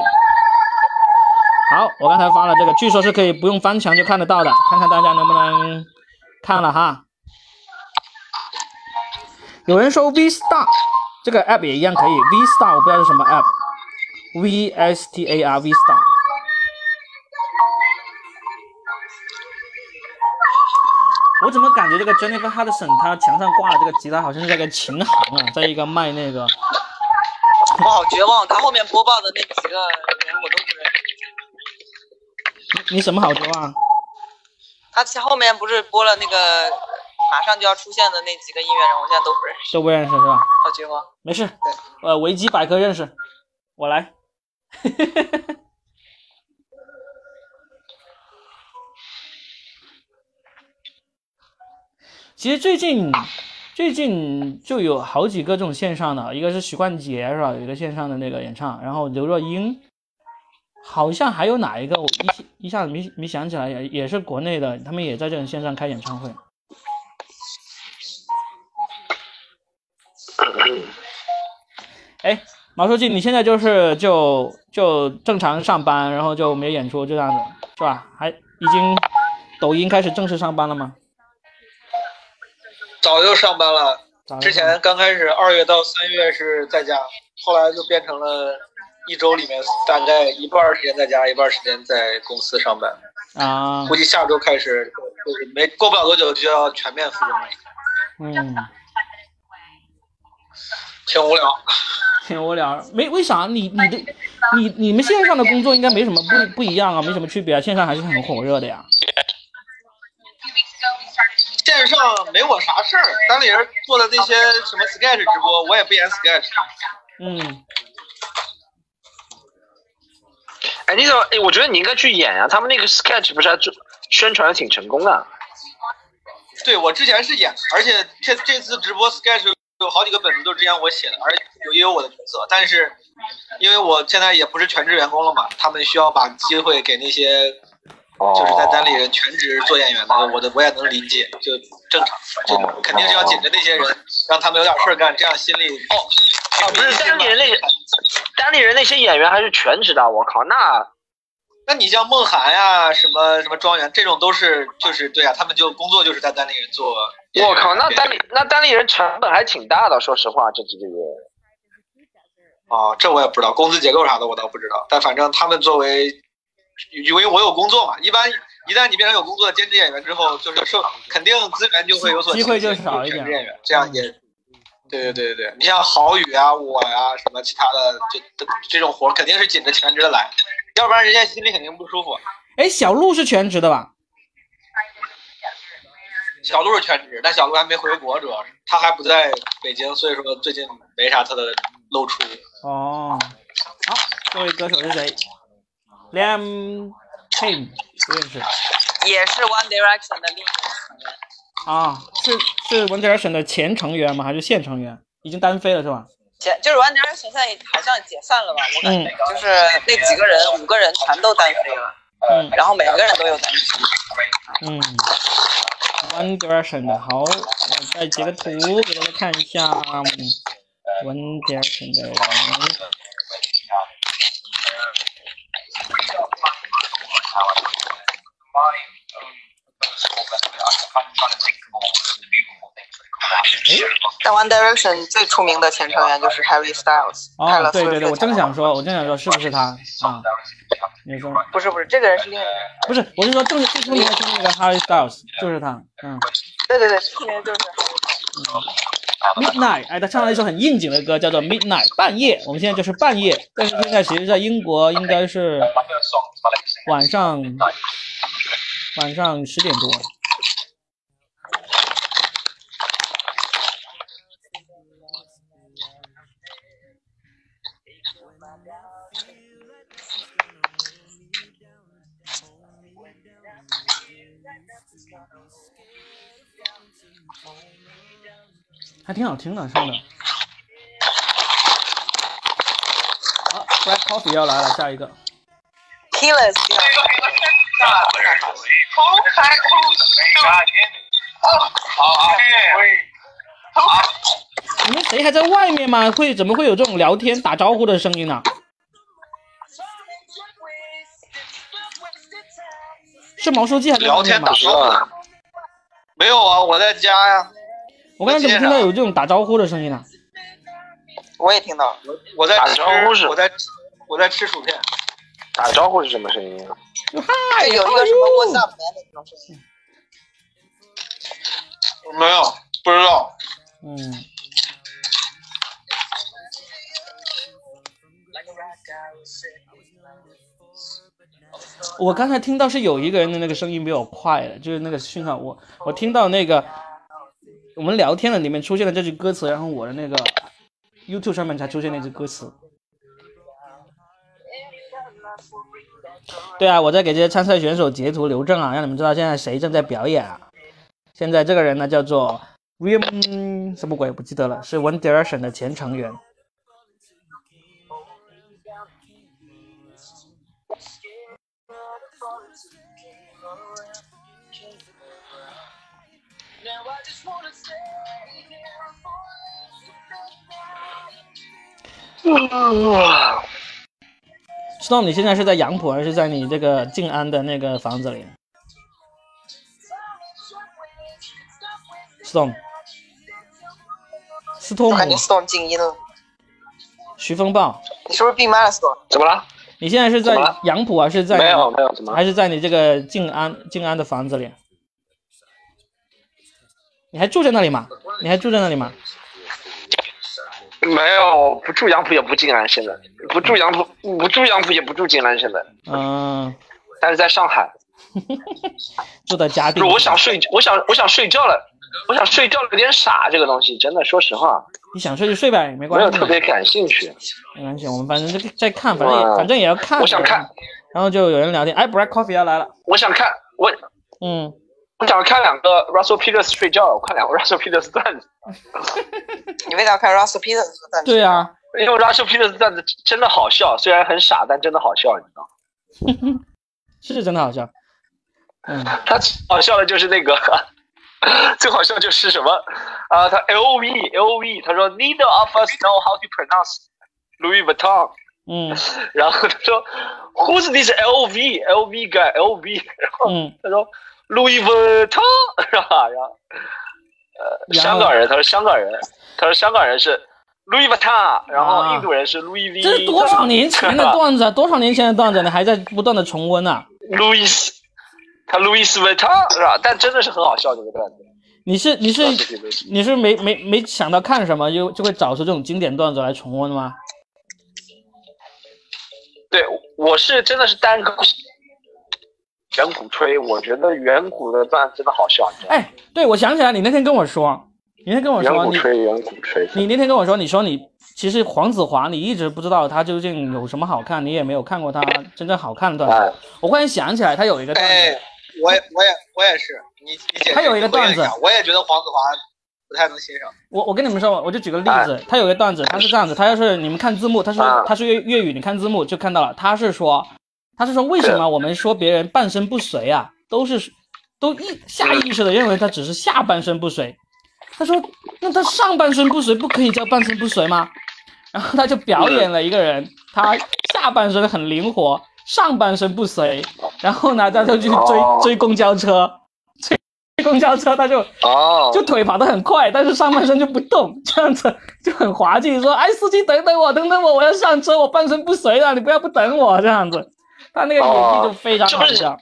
好，我刚才发了这个，据说是可以不用翻墙就看得到的，看看大家能不能看了哈。有人说 V Star 这个 app 也一样可以，V Star 我不知道是什么 app，V S T A R V Star。我怎么感觉这个 Jennifer Hudson 她墙上挂的这个吉他好像是在一个琴行啊，在一个卖那个
我好绝望，他后面播报的那几个人我都不认识。
你什么好啊绝望？
他其后面不是播了那个马上就要出现的那几个音乐人，我现在都不认识，
都不认识是吧？
好绝望。
没事，呃，维基百科认识，我来。 其实最近最近就有好几个这种线上的，一个是许冠杰是吧？有一个线上的那个演唱，然后刘若英，好像还有哪一个我一一下子没没想起来，也也是国内的，他们也在这种线上开演唱会。哎，毛书记，你现在就是就就正常上班，然后就没演出，就这样子，是吧？还已经抖音开始正式上班了吗？
早就上班了。
早
之前刚开始二月到三月是在家，后来就变成了一周里面大概一半儿时间在家，一半儿时间在公司上班。
啊
估，计下周开始就是没过不了多久就要全面复工了，
嗯，
挺无聊。
挺无聊。没为啥你你的你你们线上的工作应该没什么不不一样啊，没什么区别啊，线上还是很火热的呀。
线上没我啥事儿，单立人做的那些什么 Sketch 直播，我也不演 Sketch。
嗯，
哎，你怎么？哎，我觉得你应该去演啊！他们那个 sketch 不是还做宣传的啊挺成功的？
对我之前是演，而且这这次直播 Sketch 有好几个本子都是之前我写的，而有也有我的角色，但是因为我现在也不是全职员工了嘛，他们需要把机会给那些就是在单立人全职做演员的，我的我也能理解，就正常，就肯定是要紧着那些人，让他们有点事儿干，这样心里
啊，不是单立人那个，单立人那些演员还是全职的，我靠，那
那你像梦涵呀、什么什么庄园这种都是就是对啊，他们就工作就是在单立人做。
我靠，那单立那单立人成本还挺大的，说实话，这几个月。
哦，这我也不知道，工资结构啥的我倒不知道，但反正他们作为，因为我有工作嘛，一般一旦你变成有工作的兼职演员之后，就是受肯定资源就会有所
机会
倾
就
斜
少一
全
点
职
嗯
演员这样也，对对对对对，你像郝宇啊、我呀、什么其他的这这种活儿肯定是紧着全职的来，要不然人家心里肯定不舒服。
哎，小鹿是全职的吧？
小鹿是全职，但小鹿还没回国，主要是他还不在北京，所以说最近没啥他的露出。
哦，好，这位歌手是谁？Lam Tim，不认识
也是 One Direction 的另一个成员，
啊？是是 One Direction 的前成员吗？还是现成员？已经单飞了是吧？
解就是 One Direction 现在好像解散了吧？我感觉、
嗯
就是那几个人，五个人全都单飞了，
嗯
然后每个人都有单飞。
嗯，One 嗯 Direction 的好，我再截个图给大家看一下嗯 One Direction 的人。
但 One Direction 最出名的前成员就是 Harry Styles，泰
哦
勒，
对
斯
对对，
威夫特
我正想说，我正想说是不是他啊？你说
不是不是，这个人是另一个人。
不是？我是说正最出名的就是那个 Harry Styles，就是他。嗯
对对对，出名就是
Midnight，哎，他唱了一首很应景的歌，叫做 Midnight，半夜。我们现在就是半夜，但是现在其实在英国应该是晚上晚上十点多。还挺好听的，唱的。好，Black Coffee 要来了，下一个。
Killers。
你们谁还在外面吗？会怎么会有这种聊天打招呼的声音呢、是毛书记还在
聊
外面
天
吗
打？招呼？没有啊，我在家呀、
我刚才怎么听到有这种打招呼的声音呢、
我也听到了，
我在
打
吃
招呼是，
我在吃我在吃薯片。
打招呼是什么声音啊？
就嗨，
有一个
哎
什么 What's up 的那种事情。
没有，不知道。
嗯。我刚才听到是有一个人的那个声音比我快了，就是那个讯号，我我听到那个我们聊天的里面出现了这句歌词，然后我的那个 YouTube 上面才出现那句歌词。对啊，我在给这些参赛选手截图留证啊，让你们知道现在谁正在表演啊。现在这个人呢叫做 William 嗯什么鬼不记得了，是 One Direction 的前成员。Storm，你现在是在杨浦还是在你这个静安的那个房子里？Storm，斯托
我
姆，
感觉 Storm 静音了，
徐风暴，
你是不是闭麦了？Storm，
怎么了？
你现在是在
怎么了
杨浦还是在
没有没有，怎么了？
还是在你这个静安静安的房子里？你还住在那里吗？你还住在那里吗？
没有，不住杨浦也不进安，现在不住杨浦，不住杨浦也不住静安，现在，
嗯、
但是在上海，
住在嘉
不
定。
是我想睡，我想我想睡觉了，我想睡觉了，有点傻，这个东西真的，说实话，
你想睡就睡呗，没
没有
关系
特，别感兴趣。
没关系，我们反正就再看，反正也
哇
反正也要看。
我想看，
然后就有人聊天，哎，Black Coffee 要来了，
我想看，我
嗯，
我想看两个 Russell Peters 睡觉，我看两个 Russell Peters 段子，
你为啥看 Russell Peters 的赞助？
对呀、啊，
因为 Russell Peters 段子真的好笑，虽然很傻，但真的好笑，你知道吗？
是真的好笑。嗯，
他最好笑的就是那个，最好笑就是什么啊、他 L V L V，他说 Neither of us know how to pronounce Louis Vuitton，
嗯
然后他说 Who's this L V L V guy L V，然 后
嗯，
他说 Louis Vuitton，是吧？然后呃，
然后
香港人，他说香港人，他说香港人是 Louis Vuitton，然后
啊
印度人是 Louis V，
这是多少年前 的段子啊？多少年前的段子，你还在不断的重温啊？
？Louis，他 Louis Vuitton 是吧？但真的是很好笑这个段子，
你是你是
段子里面
你是没没没想到看什么，就就会找出这种经典段子来重温吗？
对，我是真的是单口远古吹，我觉得远古的段真的好笑，你知道吗？
哎，对，我想起来，你那天跟我说，你那天跟哎我
远
说，
古
你
吹，远古吹，
你那天跟我说，你说你其实黄子华，你一直不知道他究竟有什么好看，你也没有看过他真正好看的段
哎
子。我忽然想起来，他有一个段
哎
子，，
我也我也我也是，你你解释
还有一个段子
我也想我也觉得黄子华不太能欣赏。
我我跟你们说，我就举个例子，他有一个段子，他是这样子，他要是你们看字幕，他是
啊
他是粤粤语，你看字幕就看到了，他是说他是说为什么我们说别人半身不遂啊，都是都意下意识的认为他只是下半身不遂，他说那他上半身不遂不可以叫半身不遂吗？然后他就表
嗯
演了一个人，他下半身很灵活，上半身不遂，然后呢他就去追
哦
追公交车，追追公交车他就。
哦
就腿跑得很快，但是上半身就不动，这样子就很滑稽。说，哎，司机等等我，等等我，我要上车，我半身不遂了，你不要不等我，这样子。他那个演技
哦
就非常好笑。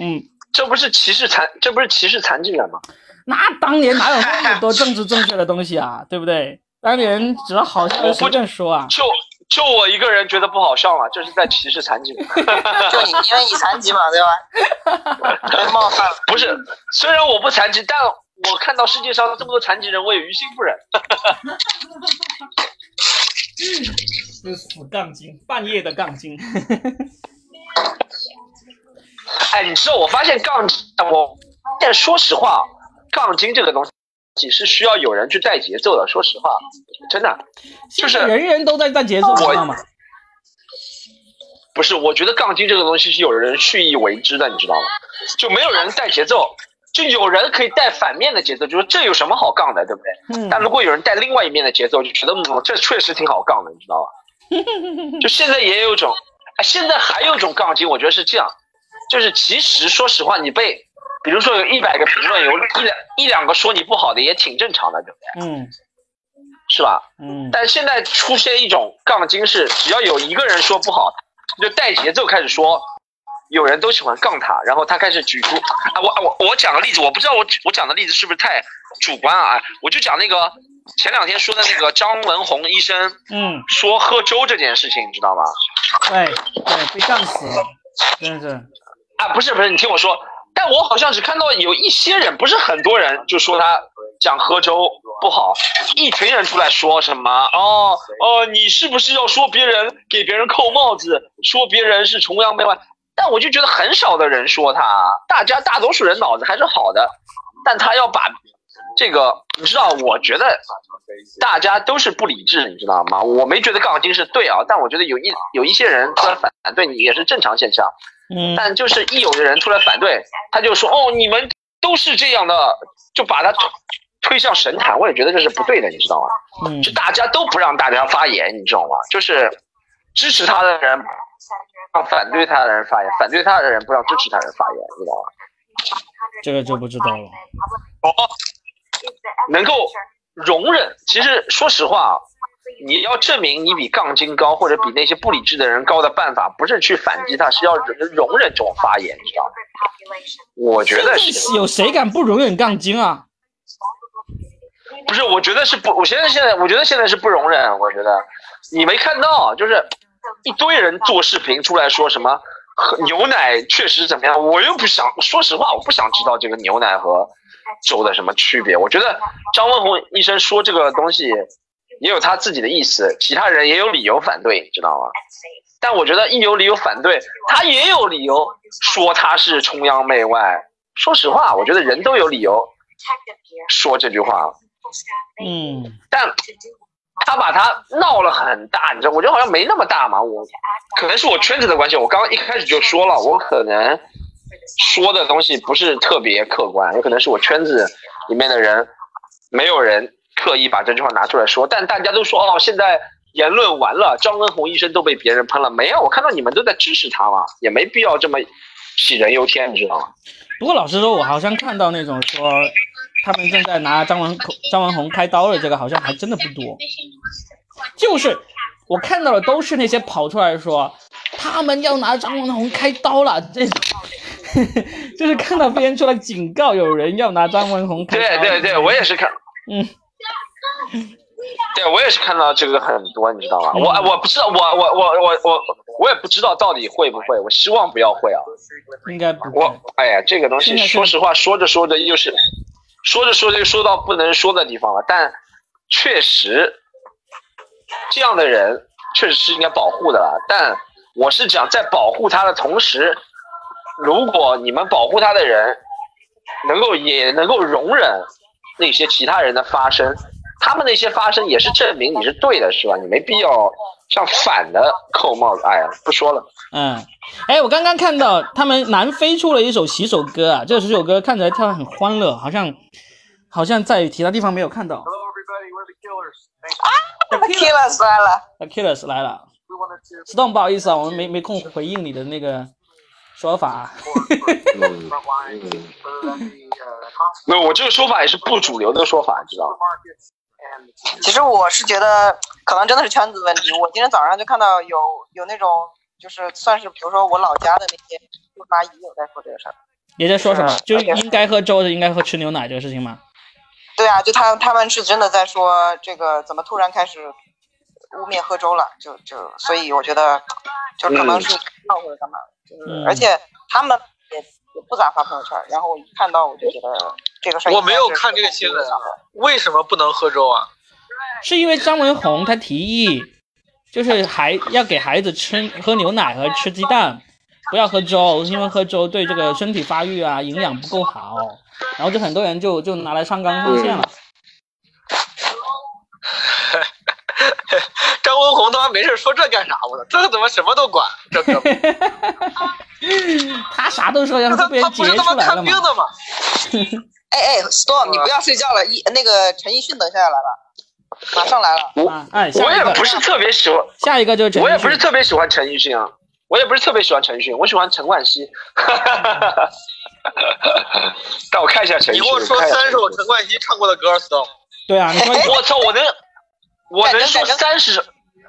嗯，
这不是歧视残，这不是歧视残疾人吗？
那当年哪有那么多政治正确的东西啊，对不对？当年只要好笑就随便说啊。
就就我一个人觉得不好笑嘛，这是在歧视残疾人。
就你因为你残疾嘛，对吧？
哎
冒犯了，
不是，虽然我不残疾，但我看到世界上这么多残疾人，我也于心不忍。
这死杠精，半夜的杠精。
哎，你知道我发现杠精，我但说实话，杠精这个东西是需要有人去带节奏的。说实话，真的就是
人人都在在节奏，你知道吗？
不是，我觉得杠精这个东西是有人蓄意为之的，你知道吗？就没有人带节奏，就有人可以带反面的节奏，就是这有什么好杠的，对不对？
嗯
但如果有人带另外一面的节奏，就觉得嗯，这确实挺好杠的，你知道吧？就现在也有一种，哎现在还有一种杠精，我觉得是这样，就是其实说实话，你被，比如说有一百个评论，有一两一两个说你不好的，也挺正常的，对不对？
嗯
是吧？
嗯，
但现在出现一种杠精是，只要有一个人说不好，就带节奏开始说，有人都喜欢杠他，然后他开始举出啊，我我我讲个例子，我不知道我我讲的例子是不是太主观啊，我就讲那个前两天说的那个张文宏医生
嗯，
说喝粥这件事情，你知道吗？
对对，被杠死了，真是。
啊，不是不是，你听我说，但我好像只看到有一些人，不是很多人，就说他讲喝粥不好，一群人出来说什么哦哦，你是不是要说别人给别人扣帽子，说别人是崇洋媚外？但我就觉得很少的人说他，大家大多数人脑子还是好的，但他要把这个，你知道，我觉得大家都是不理智，你知道吗？我没觉得杠精是对啊，但我觉得有一有一些人出来反对你也是正常现象。
嗯
但就是一有人出来反对，他就说哦，你们都是这样的，就把他推推向神坛。我也觉得这是不对的，你知道吗？
嗯
就大家都不让大家发言，你知道吗？就是支持他的人让嗯反对他的人发言，反对他的人不让支持他的人发言，你知道吗？
这个就不知道了。
能够容忍，其实说实话，啊你要证明你比杠精高，或者比那些不理智的人高的办法，不是去反击他，是要容忍这种发言，你知道吗？我觉得是。
现在有谁敢不容忍杠精啊？
不是，我觉得是不，我现在现在我觉得现在是不容忍，我觉得你没看到，啊就是一堆人做视频出来说什么喝牛奶确实怎么样，我又不想，说实话，我不想知道这个牛奶和粥的什么区别。我觉得张文宏医生说这个东西也有他自己的意思，其他人也有理由反对，你知道吗？但我觉得一有理由反对，他也有理由说他是崇洋媚外，说实话，我觉得人都有理由
protective gear,
说这句话，
full staff made
嗯，
但
to do
他把它闹了很大，你知道，我觉得好像没那么大嘛。我
to act
可能是我圈子的关系，我刚刚一开始就说了，我可能
for the
说的东西不是特别客观，有可能是我圈子里面的人，没有人刻意把这句话拿出来说，但大家都说哦，现在言论完了，张根红医生都被别人喷了，没有，我看到你们都在支持他嘛，也没必要这么杞人忧天，你知道吗？
不过老实说，我好像看到那种说他们正在拿张文张文宏开刀的这个，好像还真的不多。就是我看到的都是那些跑出来说他们要拿张文宏开刀了，这种 就是看到别人出来警告有人要拿张文宏开
对
刀。
对对，我也是看，
嗯，
对我也是看到这个很多，你知道吗？
嗯
我我不知道，我我我我我我也不知道到底会不会，我希望不要会啊。
应该不会
我。哎呀，这个东西
嗯真的是
说实话，说着说着又是，说着说着又说到不能说的地方了。但确实，这样的人确实是应该保护的啦。但我是讲，在保护他的同时，如果你们保护他的人能够也能够容忍那些其他人的发声，他们那些发声也是证明你是对的，是吧？你没必要像反的扣帽子。哎呀，不说了。
嗯，哎，我刚刚看到他们南非出了一首洗手歌啊，这首歌看起来跳得很欢乐，好像好像在其他地方没有看到。
Hello, everybody. We're the Killers. Thank you.
k i l l e s 来了，
The Killers 来了
We wanted to
，Stone 不好意思啊，我们没没空回应你的那个说法啊。
support for
嗯
Mm.
front line, whether that
嗯
be uh, hospitals,
那我这个说法也是不主流的说法，你知道吗？
supermarkets, and
其实我是觉得可能真的是圈子问题。我今天早上就看到有有那种就是算是比如说我老家的那些叔叔阿姨有在说这个事儿。
你在说什么
是？
就是应该喝粥的，应该喝吃牛奶这个事情吗？
对啊，就他他们是真的在说这个怎么突然开始污蔑喝粥了，就就所以我觉得就可能是闹或者干嘛，就是、
嗯
而且他们也也不咋发朋友圈，然后我一看到我就觉得这个事儿
我没有看这个新闻啊为什么不能喝粥啊？
是因为张文宏他提议，就是孩要给孩子吃喝牛奶和吃鸡蛋，不要喝粥，因为喝粥对这个身体发育啊营养不够好，然后就很多人就就拿来上纲上线了。
张文宏他妈没事说这干啥？我操，这个怎么什么都管？这哥们儿
他啥都说，然后
他
就被
他
人
不
截
是他
出
妈
来了
看
嘛
病。的吗？
哎哎，Storm，你不要睡觉了，一那个陈奕迅等一下要来了，马上来了。
啊，哎，
我
下一
也
个，
不是特别喜欢，
下一个就是陈
我也
奕
不是
迅。
特别喜欢陈奕迅啊，我也不是特别喜欢陈奕迅，我喜欢陈冠希。 但我看一下陈奕
你
迅，
给我说
看一下
三
陈
首
奕迅
陈冠希唱过的歌，Stone。
对啊，你说
我操，我能，
哎
我能说
改正改正
三十首，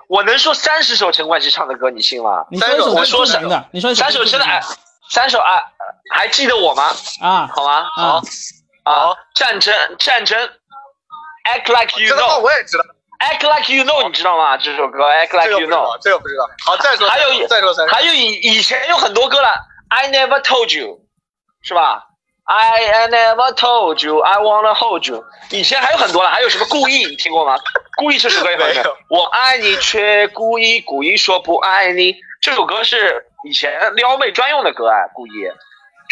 我能说三十首陈冠希唱的歌，你信吗？
你说一首
我
最
说
著名的，你说一首
三首
最著
真的，
名
哎三首啊，还记得我吗？
啊，
好吗？好
啊，
好，战争，战争。Act like you
这他妈
know,
我也知道，
act like you know，你知道吗？这首歌 Act
这个
like
不
you
知
know，
道，这个不知道。好，再说，
还有一
再说三首。
还有以以前有很多歌了，I never told you，是吧？I I never told you, I wanna hold you。以前还有很多了，还有什么故意，你听过吗？故意这首歌也很
没
有
有。
我爱你却故意故意说不爱你，这首歌是以前撩妹专用的歌啊，故意，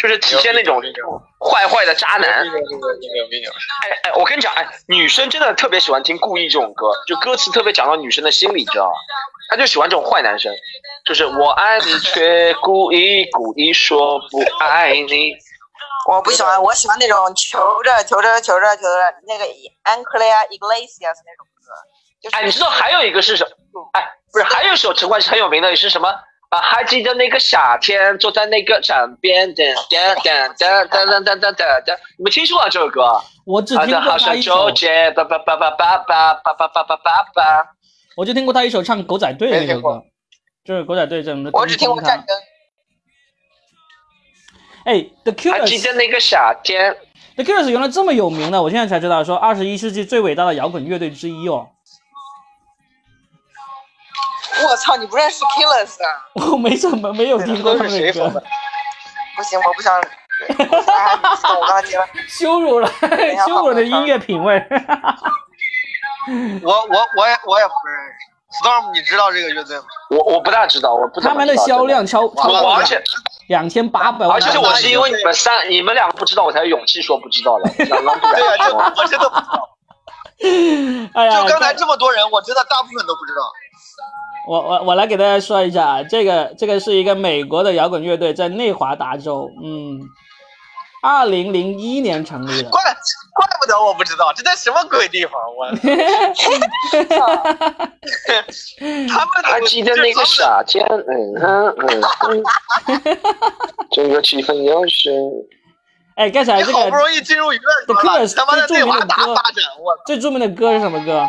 就是体现那种嗯
牛逼牛
坏坏的渣男。
逼牛逼牛逼牛逼牛逼！
哎哎，我跟你讲，哎，女生真的特别喜欢听《故意》这种歌，就歌词特别讲到女生的心理，你知道吗？她就喜欢这种坏男生，就是我爱你却故意故意说不爱你。
我不喜欢，我喜欢那种求着求着求着求着那个 Anclea Iglesias 那种歌，就是
哎，你知道还有一个是什么？哎，不是，还有一首陈冠希很有名的是什么？啊，还记得那个夏天，坐在那个站边，噔噔噔噔噔噔噔噔噔噔，你们听说过这首歌？
我只
啊，
听
的
过
好
他
像
一首
纠，结，叭叭叭叭叭叭叭叭叭叭叭叭。
我就听过他一首唱《狗仔队》的
没
那首
听过
歌，就是《狗仔队》这种的。
我只听过战争。
哎，The
还记
Killers
得那个夏天，
The Killers 原来这么有名的，我现在才知道，说二十一世纪最伟大的摇滚乐队之一哦。
我操，你不认识 Killers 啊？
我没怎么没有
啊
听过他们的歌，
不行，我 不想。哎我刚才接了，
羞辱了，羞辱了你的音乐品味。
我我我也我也不认识。Storm，你知道这个乐队吗？
我我不大知道，我不
他
怎么
们
知道
的销量超
这
超
个。我
过
而
了
且
两千八百万
而。且是我是因为你们三你们两个不知道，我才有勇气说不知道的。刚刚不敢
对呀、
说
就我真的不知道，
哎呀，
就刚才这么多人，我真的大部分都不知
啊
道。
我我我来给大家说一下，啊，这个这个是一个美国的摇滚乐队，在内华达州，嗯，二零零一年成立的。
怪怪不得我不知道，这在什么鬼地方？啊我他们
还记得那个夏天，嗯哼嗯哼，这个气氛又是
哎，刚才
你
这
好不
个
容易进入娱乐圈了，你他妈的内华达发展，我
最著名的歌是什么歌？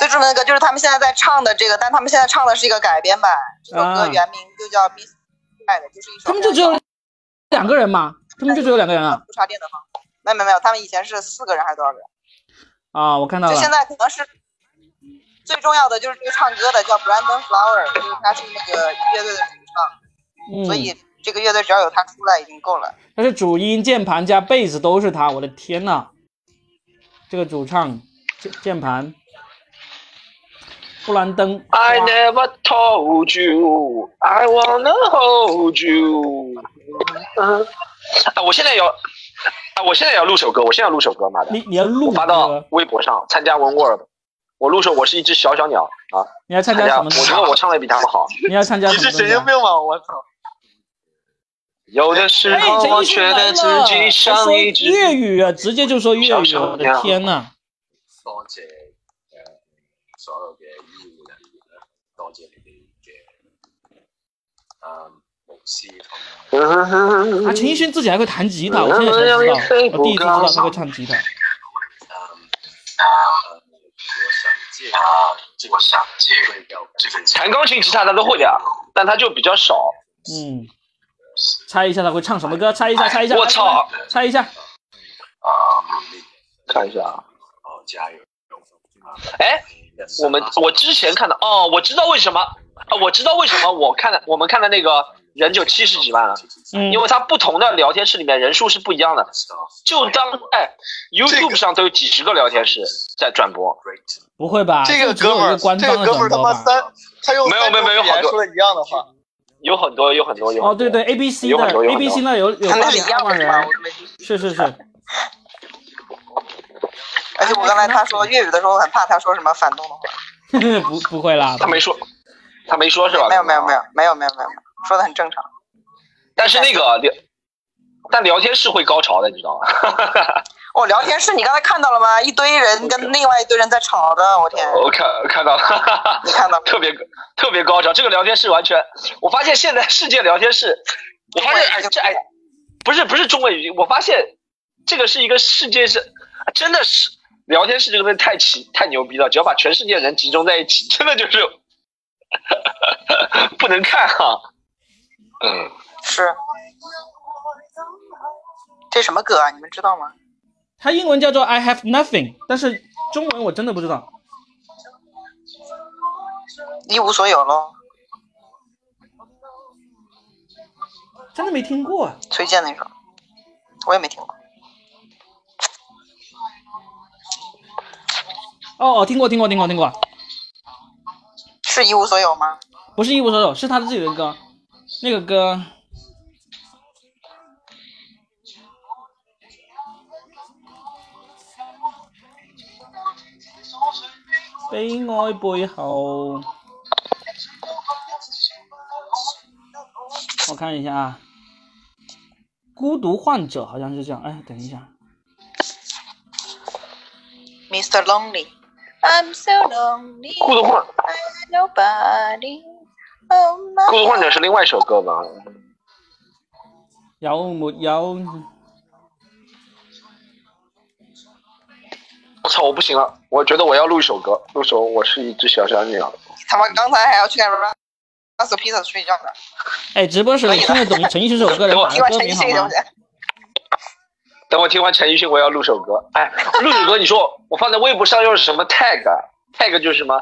最著名的歌就是他们现在在唱的这个，但他们现在唱的是一个改编版。这首歌原名就叫《Miss》，的，就是一
啊
首。
他们就只有两个人嘛？他们就只有两个人啊？
不插电的吗？没有没有没有，他们以前是四个人还是多少个人？
啊，我看到
就
了。
现在可能是最重要的就是这个唱歌的叫 Brandon Flower，就是他是那个乐队的主唱，
嗯，
所以这个乐队只要有他出来已经够了。
但是主音、键盘加贝斯都是他，我的天呐！这个主唱、键键盘、布兰登、
I
哇
never told you I wanna hold you。嗯，哎，我现在要，哎，我现在要录首歌，我现在要录首歌，妈的
你，你要录
我发
歌
到，微博上参加 One World，我录首我是一只小小鸟啊，
你要参
参
加
加，
什
我
么
觉得
东
我
西？
唱的比他们好。
你要参加
你
什么
是
东
神
西
经
啊？
病吗？我操！
有的时
哎，
候
陈
我
奕迅
觉
来了，
得自己
还
像
说
一只
粤语啊，直接就说粤
小
语，
小
我的
鸟
天呐！
多謝誒所有嘅醫護人員啦，多謝你哋嘅啊無私同埋
嗯
啊，陈奕迅自己还会弹吉他，我现在才知道，我第一次知道他会唱吉他。
啊，我想借我想借這份
弹钢琴、吉他他都会的，但他就比较少。
嗯，猜一下他会唱什么歌？猜一下，猜一下！
我操！
猜一下！
啊努力
看一下啊，
哦加油！
哎，我们我之前看的哦，我知道为什么啊，我知道为什么我看的我们看的那个人就七十几万了，
嗯
因为他不同的聊天室里面人数是不一样的。就当哎 YouTube 上都有几十个聊天室在转播，
不会吧？
这个
只有
哥们
一
儿，
个官
这
方
个
的
哥们
转
儿他
播
妈
吧？
三，他用
没有
三
没有
种
没有
语言
好多
说了一样的话。
有很多有很多有
哦，
很多
对对，A B C
有很
的
多有
A
很
B
多
C 那有有
他
八
们是
点
一
二
样的
万
是吧？
人
我，都没听。
是是是，
而且我刚才他说粤语的时候，我很怕他说什么反动的话。
不不会啦，
他没说，他没说是吧？
没有没有没有没有没有没有，说的很正常。
但是那个聊，但聊天室会高潮的，你知道吗？
我哦聊天室你刚才看到了吗？一堆人跟另外一堆人在吵的，我天！
我看看到 了，
你看到没有
特别特别高潮。这个聊天室完全，我发现现在世界聊天室，我发现哎这哎，不是不是中文语境，我发现这个是一个世界是真的是聊天室这个东西太奇太牛逼了，只要把全世界人集中在一起，真的就是 不能看哈、嗯，
是。这什么歌啊？你们知道吗？
它英文叫做 I have nothing，但是中文我真的不知道。
一无所有喽，
真的没听过啊！
崔健那首，我也没听过。
哦哦，听过听过听过听过，
是一无所有吗？
不是一无所有，是他自己的歌，那个歌悲哀背后，我看一下啊，孤独患者好像是这样，哎，等一下，
Mr. Lonely。I'm 嗯 so lonely,
孤独患
nobody. Oh
孤独
my.
患者是另外一首歌吧？
有没有？
我操，我不行了，我觉得我要录一首歌，录首我是一只小小鸟。
他妈刚才还要去干什么？拉死披萨睡觉呢。
哎，直播时
可以
听得懂陈奕迅这首歌的人，
等我
把
今晚
歌
陈
名
奕
好
迅行
吗
不？行？
等我听完陈奕迅，我要录首歌。哎，录首歌，你说我我放在微博上又是什么 tag 啊 tag 就是什么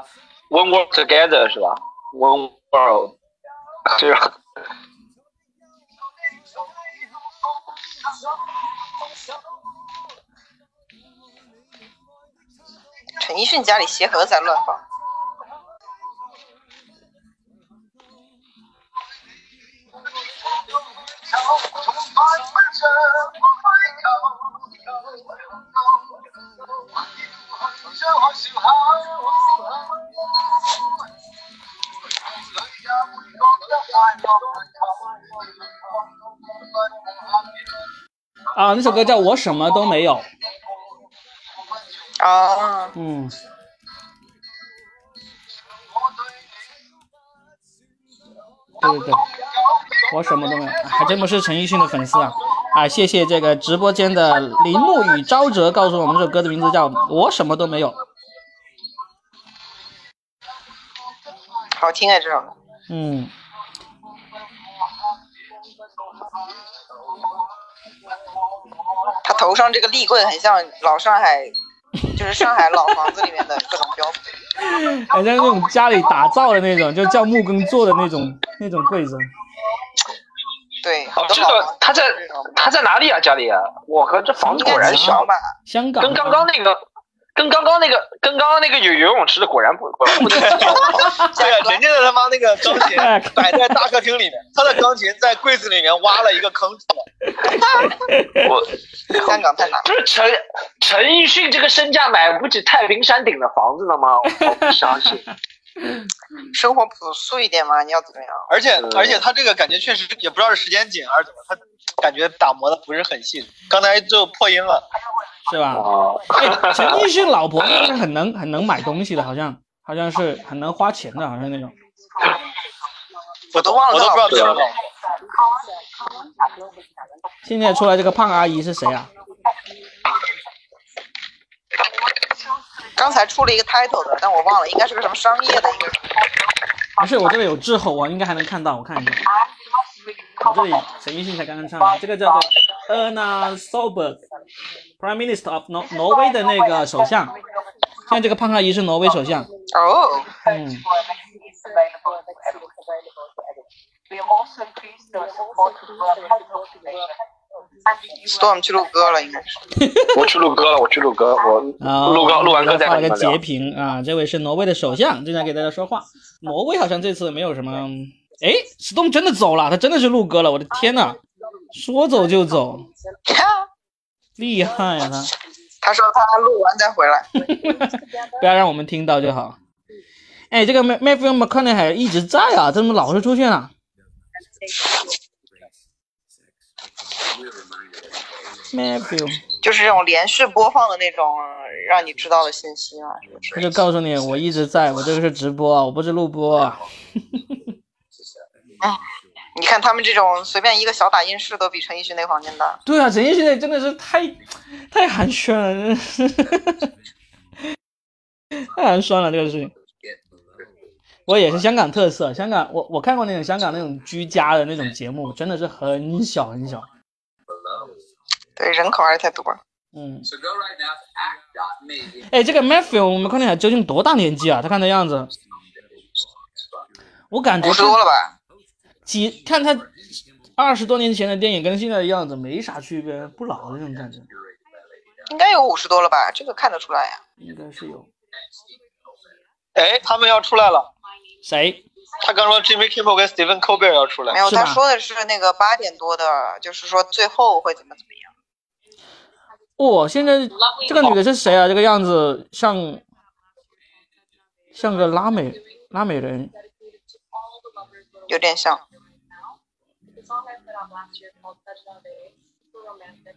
one world together 是吧？one world 这样。
陈奕迅家里鞋盒在乱放。
啊，那首歌叫我什么都没有。
啊，
嗯，对对对，我什么都没有，啊还真不是陈奕迅的粉丝啊！啊，谢谢这个直播间的铃木与沼泽告诉我们这首歌的名字叫《我什么都没有》。
好听哎，这首歌。
嗯，
他头上这个立棍很像老上海，就是上海老房子里面的各种标配。
好像那种家里打造的那种，就叫木工做的那种那种柜子。
对，
哦
好，多
这
老房
个
子
他在
这种
他在哪里啊？家里啊？我靠，这房子
应
果
该
然
几
小
平，吧？
香港
跟刚刚那个，跟刚刚那个，跟刚刚那个有游泳池的果然不果然不能比。
对啊，人家的他妈那个钢琴
哎
摆在大客厅里面，他的钢琴在柜子里面挖了一个坑出来。
我
香港太难了。
不是陈陈奕迅这个身价买不起太平山顶的房子了吗？我不相信。
生活朴素一点嘛，你要怎么样？
而且
嗯
而且他这个感觉确实也不知道是时间紧还是怎么，他感觉打磨的不是很细。刚才就破音了，
是吧？
哦，
哎，陈奕迅老婆是很能很能买东西的，好像好像是很能花钱的，好像那种。
我
都忘了啊
我都不知道
他老
别人
婆
老婆。
现在出来这个胖阿姨是谁啊？
刚才出了一个 title 的，但我忘了，应该是个什么商业的一个什么。
不是，我这里有滞后，我应该还能看到，我看一下。我这里陈奕迅才刚刚唱完，这个叫做 Erna Solberg，Prime Minister of Nor 挪威的那个首相。现在这个胖阿姨是挪威首相。
哦，
嗯，
Storm 去录歌了，应该 是。
我去录歌了，我去录歌，我
啊，
录歌录完歌再
发
跟
了个
你们
截
聊。
屏啊，这位是挪威的首相，正在给大家说话。挪威好像这次没有什么，哎，Stone 真的走了，他真的是录歌了，我的天呐，说走就走，厉害啊他！
他说他录完再回来。
不要让我们听到就好。哎，这个 Ma- Matthew McConaughey 一直在啊，怎么老是出现啊？Matthew，
就是这种连续播放的那种让你知道的信息嘛，是不
他
是？
就告诉你，我一直在，我这个是直播啊，我不是录播啊。
你看他们这种随便一个小打印室都比陈奕迅那个房间大。
对啊，陈奕迅那真的是太太寒酸了，真的是 太寒酸了这个事情。我也是香港特色，香港我我看过那种香港那种居家的那种节目，真的是很小很小。
对，人口还是太多了。
嗯，
So go right now to act.me.
哎，这个 Matthew 我们看看究竟多大年纪啊？他看那样子，我感觉
五十多了吧？
几看他二十多年前的电影跟现在的样子没啥区别，不老的那种感觉，
应该有五十多了吧？这个看得出来呀、
应该是有
哎，他们要出来了。
谁？
他刚说 Jimmy Kimmel 跟 Stephen Colbert 要出来
没。有，
啊是吧
他说的是那个八点多的，就是说最后会怎么怎么样。
哦，现在这个女的是谁啊？这个样子像像个拉美拉美人，
有点像。
The song I put out last year called Such Nowadays, super romantic.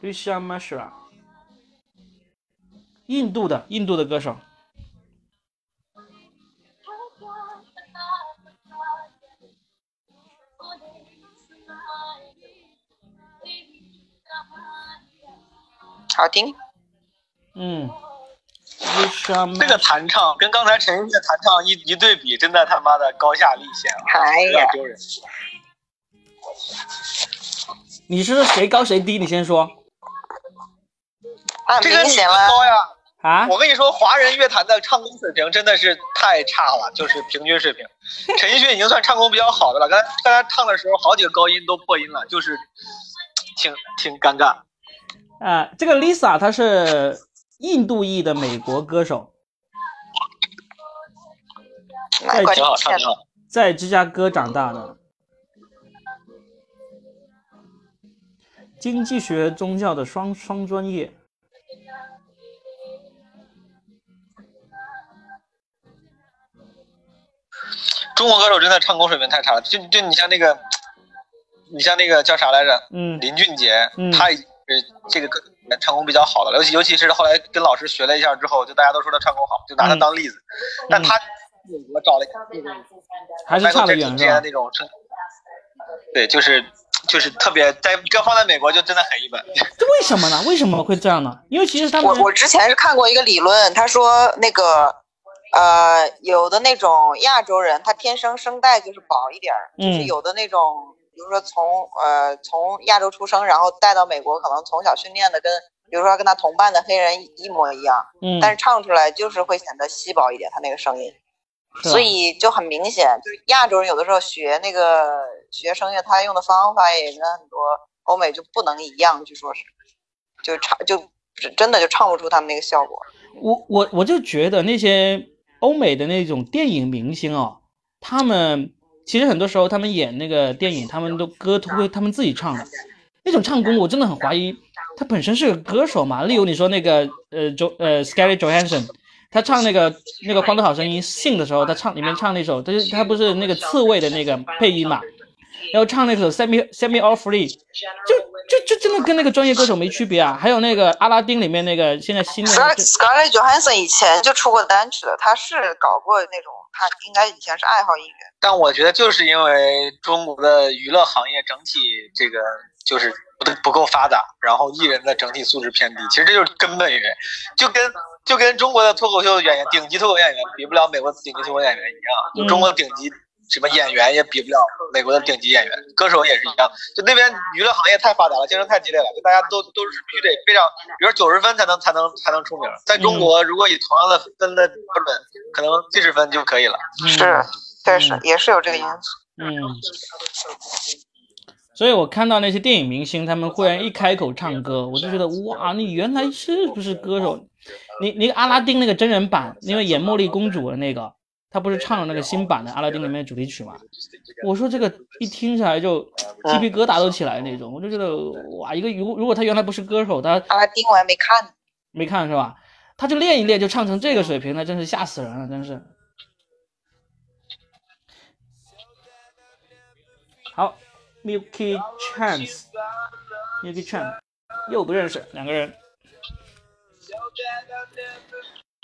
绿香 m a s h a 印度的印度的歌手。
好听，
嗯，绿香
这个弹唱跟刚才陈奕迅的弹唱一一对比，真的他妈的高下立现啊，
哎
有
呀
点，丢人。
你是谁高谁低？你先说
那
这个
啊明
你
显
的
了。
高呀！
啊。
我跟你说，华人乐坛的唱功水平真的是太差了，就是平均水平。陈奕迅已经算唱功比较好的了，刚才刚才唱的时候好几个高音都破音了，就是挺挺尴尬。
啊、这个 Lisa 她是印度裔的美国歌手，
难怪
挺
这
好
么
唱，
欠
挺好。
在芝加哥长大的。经济学、宗教的双双专业。
中国歌手真的唱功水平太差了，就就你像那个，你像那个叫啥来着？
嗯
林俊杰，
嗯
他也是这个歌唱功比较好的了，尤其尤其是后来跟老师学了一下之后，就大家都说他唱功好，就拿
嗯
他当例子。但他我找了那种
还是差得远是
之前的
吧？
那种声，对，就是就是特别在这放在美国就真的很一般。
这为什么呢？为什么会这样呢？因为其实他们
我我之前是看过一个理论，他说那个，呃，有的那种亚洲人，他天生声带就是薄一点儿，
嗯
就是有的那种，比如说从呃从亚洲出生，然后带到美国，可能从小训练的跟，比如说跟他同伴的黑人一模一样，
嗯，
但是唱出来就是会显得稀薄一点，他那个声音，
是啊吧
所以就很明显，就是亚洲人有的时候学那个学声乐，他用的方法也跟很多欧美就不能一样，据说是，就唱就真的就唱不出他们那个效果。
我我我就觉得那些欧美的那种电影明星哦，他们其实很多时候他们演那个电影，他们都歌都会他们自己唱的，那种唱功我真的很怀疑他本身是个歌手嘛。例如你说那个呃周呃 Scarlett Johansson，他唱那个那个《荒岛好声音》信的时候，他唱里面唱那首，他是他不是那个刺猬的那个配音嘛，然后唱那首 Set Me Set Me All Free，就就就真的跟那个专业歌手没区别啊。还有那个阿拉丁里面那个现在新的、那个
Scarlett。Scarlett Johansson 以前就出过单曲的，他是搞过那种，他应该以前是爱好音乐。
但我觉得就是因为中国的娱乐行业整体这个就是不得不够发达，然后艺人的整体素质偏低，其实这就是根本原因，就跟就跟中国的脱口秀演员、顶级脱口秀演员比不了美国的顶级脱口秀演员一样，就中国的顶级什么演员也比不了美国的顶级演员，歌手也是一样，就那边娱乐行业太发达了，竞争太激烈了，就大家都都是必须得非常，比如九十分才能才能才能出名，在中国如果以同样的分的标准，可能七十分就可以了。
是，确实
嗯
也是有这个因素。
嗯，所以我看到那些电影明星，他们忽然一开口唱歌，我就觉得哇，你原来是不是歌手？你你阿拉丁那个真人版，因为演茉莉公主的那个，他不是唱了那个新版的阿拉丁里面的主题曲嘛？我说这个一听起来就鸡皮疙瘩都起来那种，我就觉得哇，一个如如果他原来不是歌手，他
阿拉丁我还没看呢，
没看是吧？他就练一练就唱成这个水平，那真是吓死人了，真是。好，Milky Chance，Milky Chance，又不认识两个人。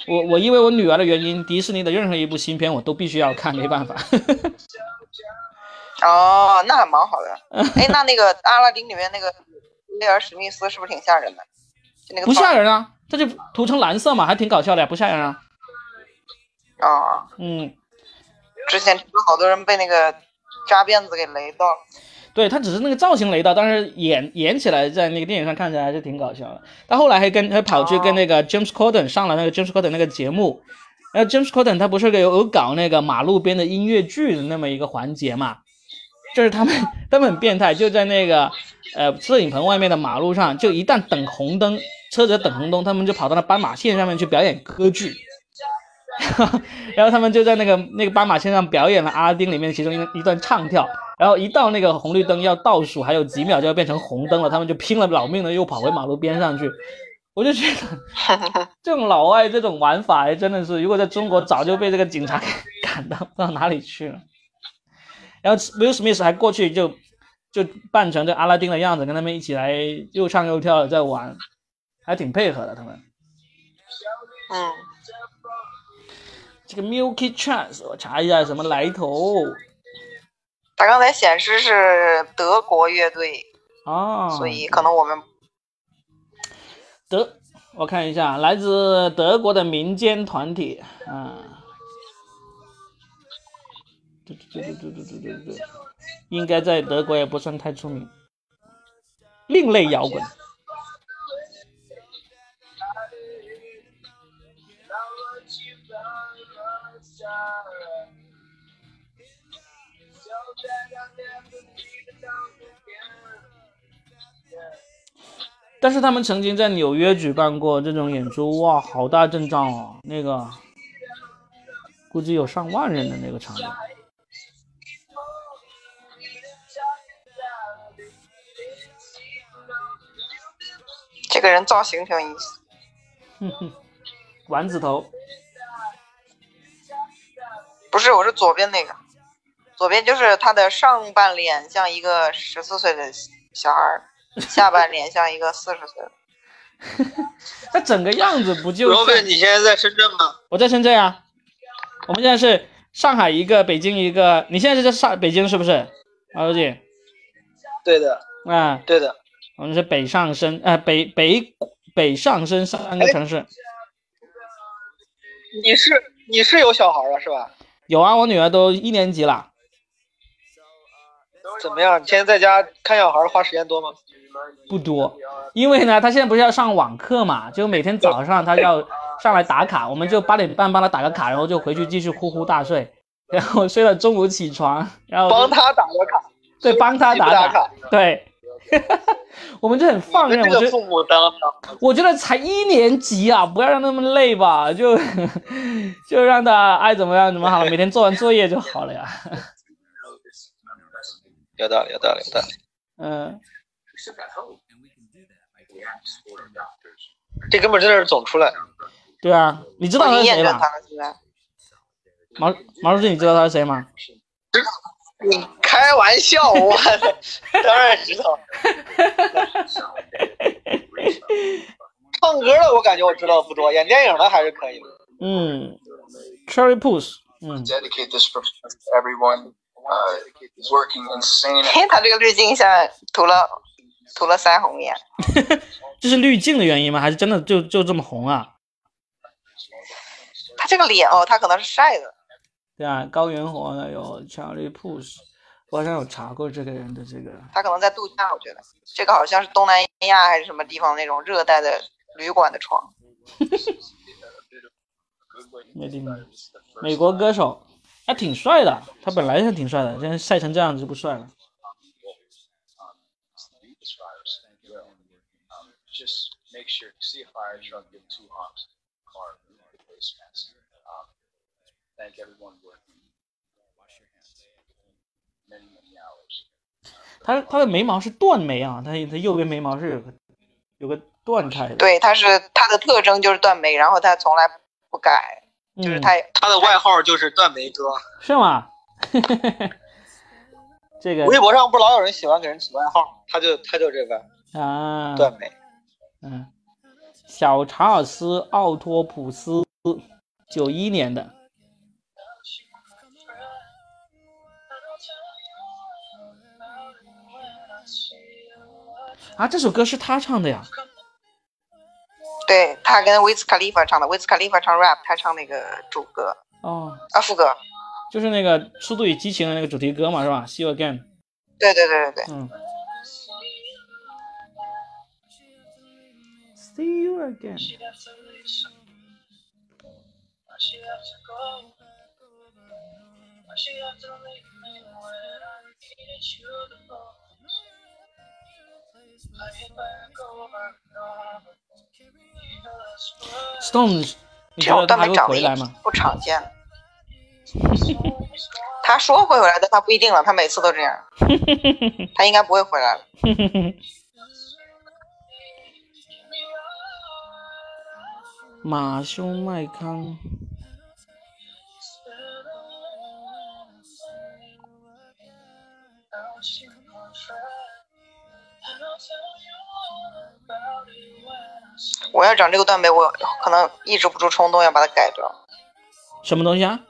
我我因为我女儿的原因，迪士尼的任何一部新片我都必须要看，没办法。
哦，那还蛮 好的。哎，那那个阿拉丁里面那个威尔史密斯是不是挺吓人的？就那个
不吓
人
人啊，这就涂成蓝色嘛，还挺搞笑的呀，不吓人啊。
啊、
嗯，
之前好多人被那个扎辫子给雷到了。
对他只是那个造型雷到，但是演演起来在那个电影上看起来还是挺搞笑的。他后来还跟还跑去跟那个 James Corden 上了那个 James Corden 那个节目，然后 James Corden 他不是个有有搞那个马路边的音乐剧的那么一个环节嘛，就是他们他们很变态，就在那个呃摄影棚外面的马路上，就一旦等红灯，车子等红灯，他们就跑到那斑马线上面去表演歌剧。 然后他们就在那个那个斑马线上表演了《阿拉丁》里面其中一一段唱跳，然后一到那个红绿灯要倒数还有几秒就要变成红灯了，他们就拼了老命的又跑回马路边上去。我就觉得 这种老外这种玩法，真的是如果在中国早就被这个警察给赶到不知道哪里去了。然后 Will Smith 还过去就就扮成这阿拉丁的样子，跟他们一起来又唱又跳的在玩，还挺配合的他们。
嗯，
这个 Milky Chance，我查一下什么来头
他刚才显示是德国乐队，
啊？
所以可能我们
德，我看一下，来自德国的民间团体啊。对对对对对对对对，应该在德国也不算太出名。另类摇滚，但是他们曾经在纽约举办过这种演出，哇，好大阵仗哦！那个估计有上万人的那个场地。
这个人造型挺有意思。
哼哼，丸子头，
不是，我是左边那个，左边就是他的上半脸像一个十四岁的小孩儿，下半脸像一个四十 岁的。
他整个样子不就像
Robin，你现在在深圳吗？
我在深圳啊，我们现在是上海一个，北京一个，你现在是在上北京是不是？马书记，
对的，
啊，
对的。
我们是北上深，呃，北北北上深三
哎
个城市。
你是你是有小孩了是吧？
有啊，我女儿都一年级了，
怎么样？你现在在家看小孩花时间多吗？
不多，因为呢，她现在不是要上网课嘛，就每天早上她要上来打卡，我们就八点半帮她打个卡，然后就回去继续呼呼大睡，然后睡到中午起床，然后就
帮他打个卡，
对帮她
你不
打
打
卡，
卡，
对， 我们就很放任，
你
我
跟
觉
这
得
个父母当
我觉得才一年级啊，不要让他们累吧，就 就让他爱怎么样怎么好，每天做完作业就好了呀。
有道理，有道理，有道理。
嗯，
这哥们儿真的是总出来，
对啊，你知道
我
他
已
是
经
谁
验证
吧
他？了，现在
毛毛主席，你知道他是谁吗？
你开玩笑， 我当然知道。唱歌的我感觉我知道不多，演电影的还是可以的。
嗯，Cherry Puss，嗯，
Dedicate this for everyone uh, working insane
因为他这个滤镜像涂了涂了腮红一样。
这是滤镜的原因吗？还是真的就就这么红啊？
他这个脸哦，他可能是晒的。
对啊，高原红呢有 Cherry Puss，我好像有查过这个人的这个，
他可能在度假，我觉得这个好像是东南亚还是什么地方那种热带的旅馆的床。
没听过美国歌手，他挺帅的，他本来就挺帅的，现在晒成这样就不帅
Um,
了。
Um, Just make sure you see a fire truck, give two honks, car, replace fence. Um, thank everyone working. Wash your hands. Many, many hours.
他他的眉毛是断眉啊，他他右边眉毛是有个有个断开的，
对，他是他的特征就是断眉，然后他从来不改，就是
嗯
他、
他的外号就是断眉哥，
是吗？ 这个
微博上不老有人喜欢给人起外号，他就他就这个
啊，
断眉。
嗯，小查尔斯·奥托普斯，九一年的，啊，这首歌是他唱的呀，
对他跟 Wiz Khalifa 唱的，Wiz Khalifa 唱 rap，他唱那个主歌
哦，
啊副歌。
就是那个《速度与激情》的那个主题歌嘛，是吧？See you again，
对对对对对，
嗯。See you again。Stones，你
这
觉得
种
他
断
还会
眉长得
回
也
来吗？
不常见。他说会回来，但他不一定了。他每次都这 样，他应该不会回来了。
马修麦康，
我要长这个断眉，我可能抑制不住冲动要把它改掉。
什么东西啊？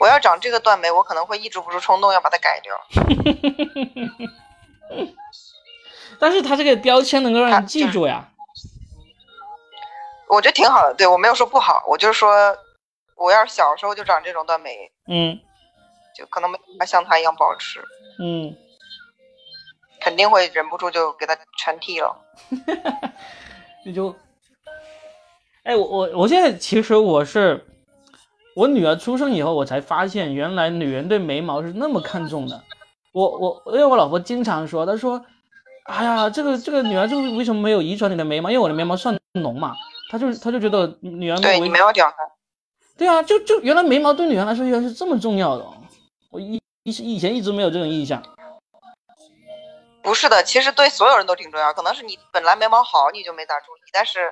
我要长这个断眉，我可能会抑制不住冲动要把它改掉。
但是他这个标签能够让
他
人记住呀。
我觉得挺好的，对我没有说不好，我就是说，我要是小时候就长这种断眉，
嗯
就可能没法像他一样保持，
嗯，
肯定会忍不住就给他全剃了。
你就，哎，我我我现在其实我是，我女儿出生以后，我才发现原来女人对眉毛是那么看重的。我我因为我老婆经常说，她说，哎呀，这个这个女儿就是为什么没有遗传你的眉毛？因为我的眉毛算浓嘛，她就她就觉得女儿没
对
有
你
遗
没有屌他，
对啊，就就原来眉毛对女人来说原来是这么重要的哦，我一一以前一直没有这种印象。
不是的，其实对所有人都挺重要。可能是你本来眉毛好，你就没咋注意，但是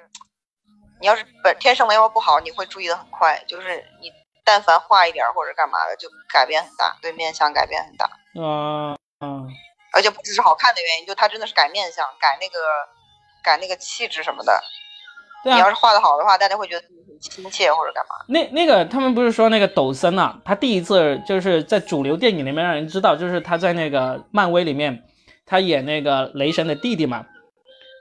你要是本天生眉毛不好，你会注意的很快。就是你但凡画一点儿或者干嘛的，就改变很大，对面相改变很大。
啊啊
而且不只是好看的原因，就它真的是改面相、改那个、改那个气质什么的。
对
你要
啊，
是画的好的话，大家会觉得你很亲切或者干嘛。
那那个他们不是说那个抖森啊，他第一次就是在主流电影里面让人知道，就是他在那个漫威里面，他演那个雷神的弟弟嘛，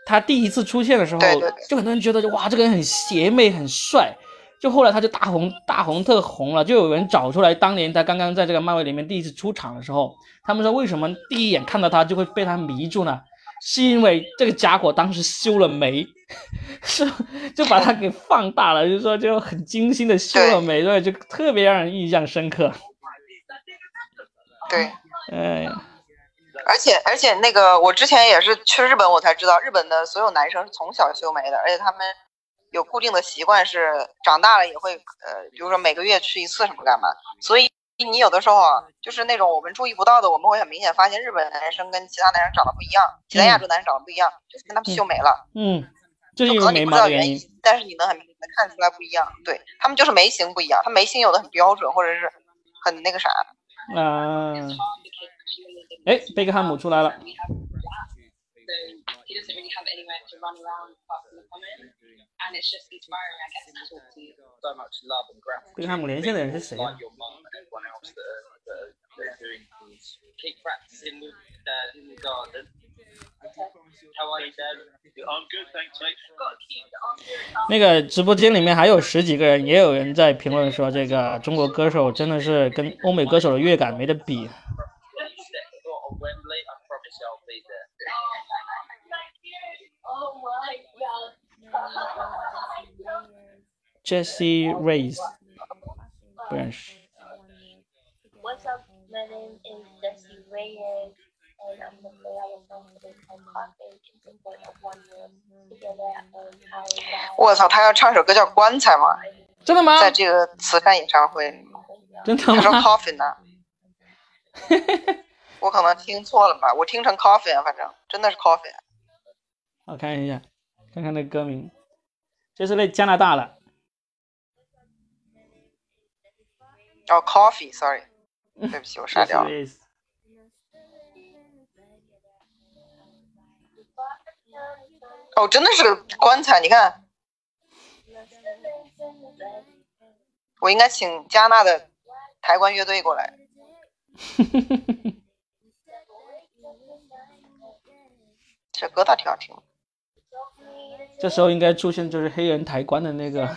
他第一次出现的时候，
对对对
就很多人觉得哇，这个人很邪魅，很帅。就后来他就大红大红特红了，就有人找出来当年他刚刚在这个漫威里面第一次出场的时候，他们说为什么第一眼看到他就会被他迷住呢？是因为这个家伙当时修了眉， 是就把他给放大了，就是说就很精心的修了眉，对，就特别让人印象深刻。
对，
哎呀，
而且而且那个，我之前也是去日本，我才知道日本的所有男生是从小修眉的，而且他们有固定的习惯是长大了也会呃，比如说每个月去一次什么干嘛。所以你有的时候啊，就是那种我们注意不到的，我们会很明显发现日本男生跟其他男生长得不一样，其他亚洲男生长得不一样，就是跟他们修眉了，
嗯，就是
就
因
可
为
能
眉
你不知
毛
道
的原
原
因。
因，但是你能很明显地看出来不一样。对他们就是眉形不一样，他眉形有的很标准，或者是很那个啥。
啊，哎，贝克汉姆出来了。
So he doesn't really have anywhere to run around apart from the comment. And it's just inspiring, I guess, to talk to you.
so much love and gratitude.
贝克汉姆连线的人是谁啊
Like？your mum and everyone else that are, that are, that are doing things. Keep practicing with dad in the garden. How are you, dad? I'm good, thanks, mate.
那个直播间里面还有十几个人，也有人在评论说，这个中国歌手真的是跟欧美歌手的乐感没得比。
On Wembley, I promise you I'll be there.
Jesse Reyes，不认识。
What's up? My name is Jesse Reyes, and I'm the player of the Coffee in support of one year together on Halloween.
我操，他要唱首歌叫《棺材》吗？
真的吗？
在这个慈善演唱会，
真的
他说
吗？
coffin 呢、我可能听错了吧，我听成 coffin，反正真的是啊 coffin。
我看一下，看看那歌名，这是那加拿大的。
哦，coffee，sorry，对不起，我傻掉
Jesse
了。
Reyes。
哦，真的是个棺材，你看，我应该请加纳的抬棺乐队过来。这歌倒挺好听的，
这时候应该出现就是黑人抬棺的那个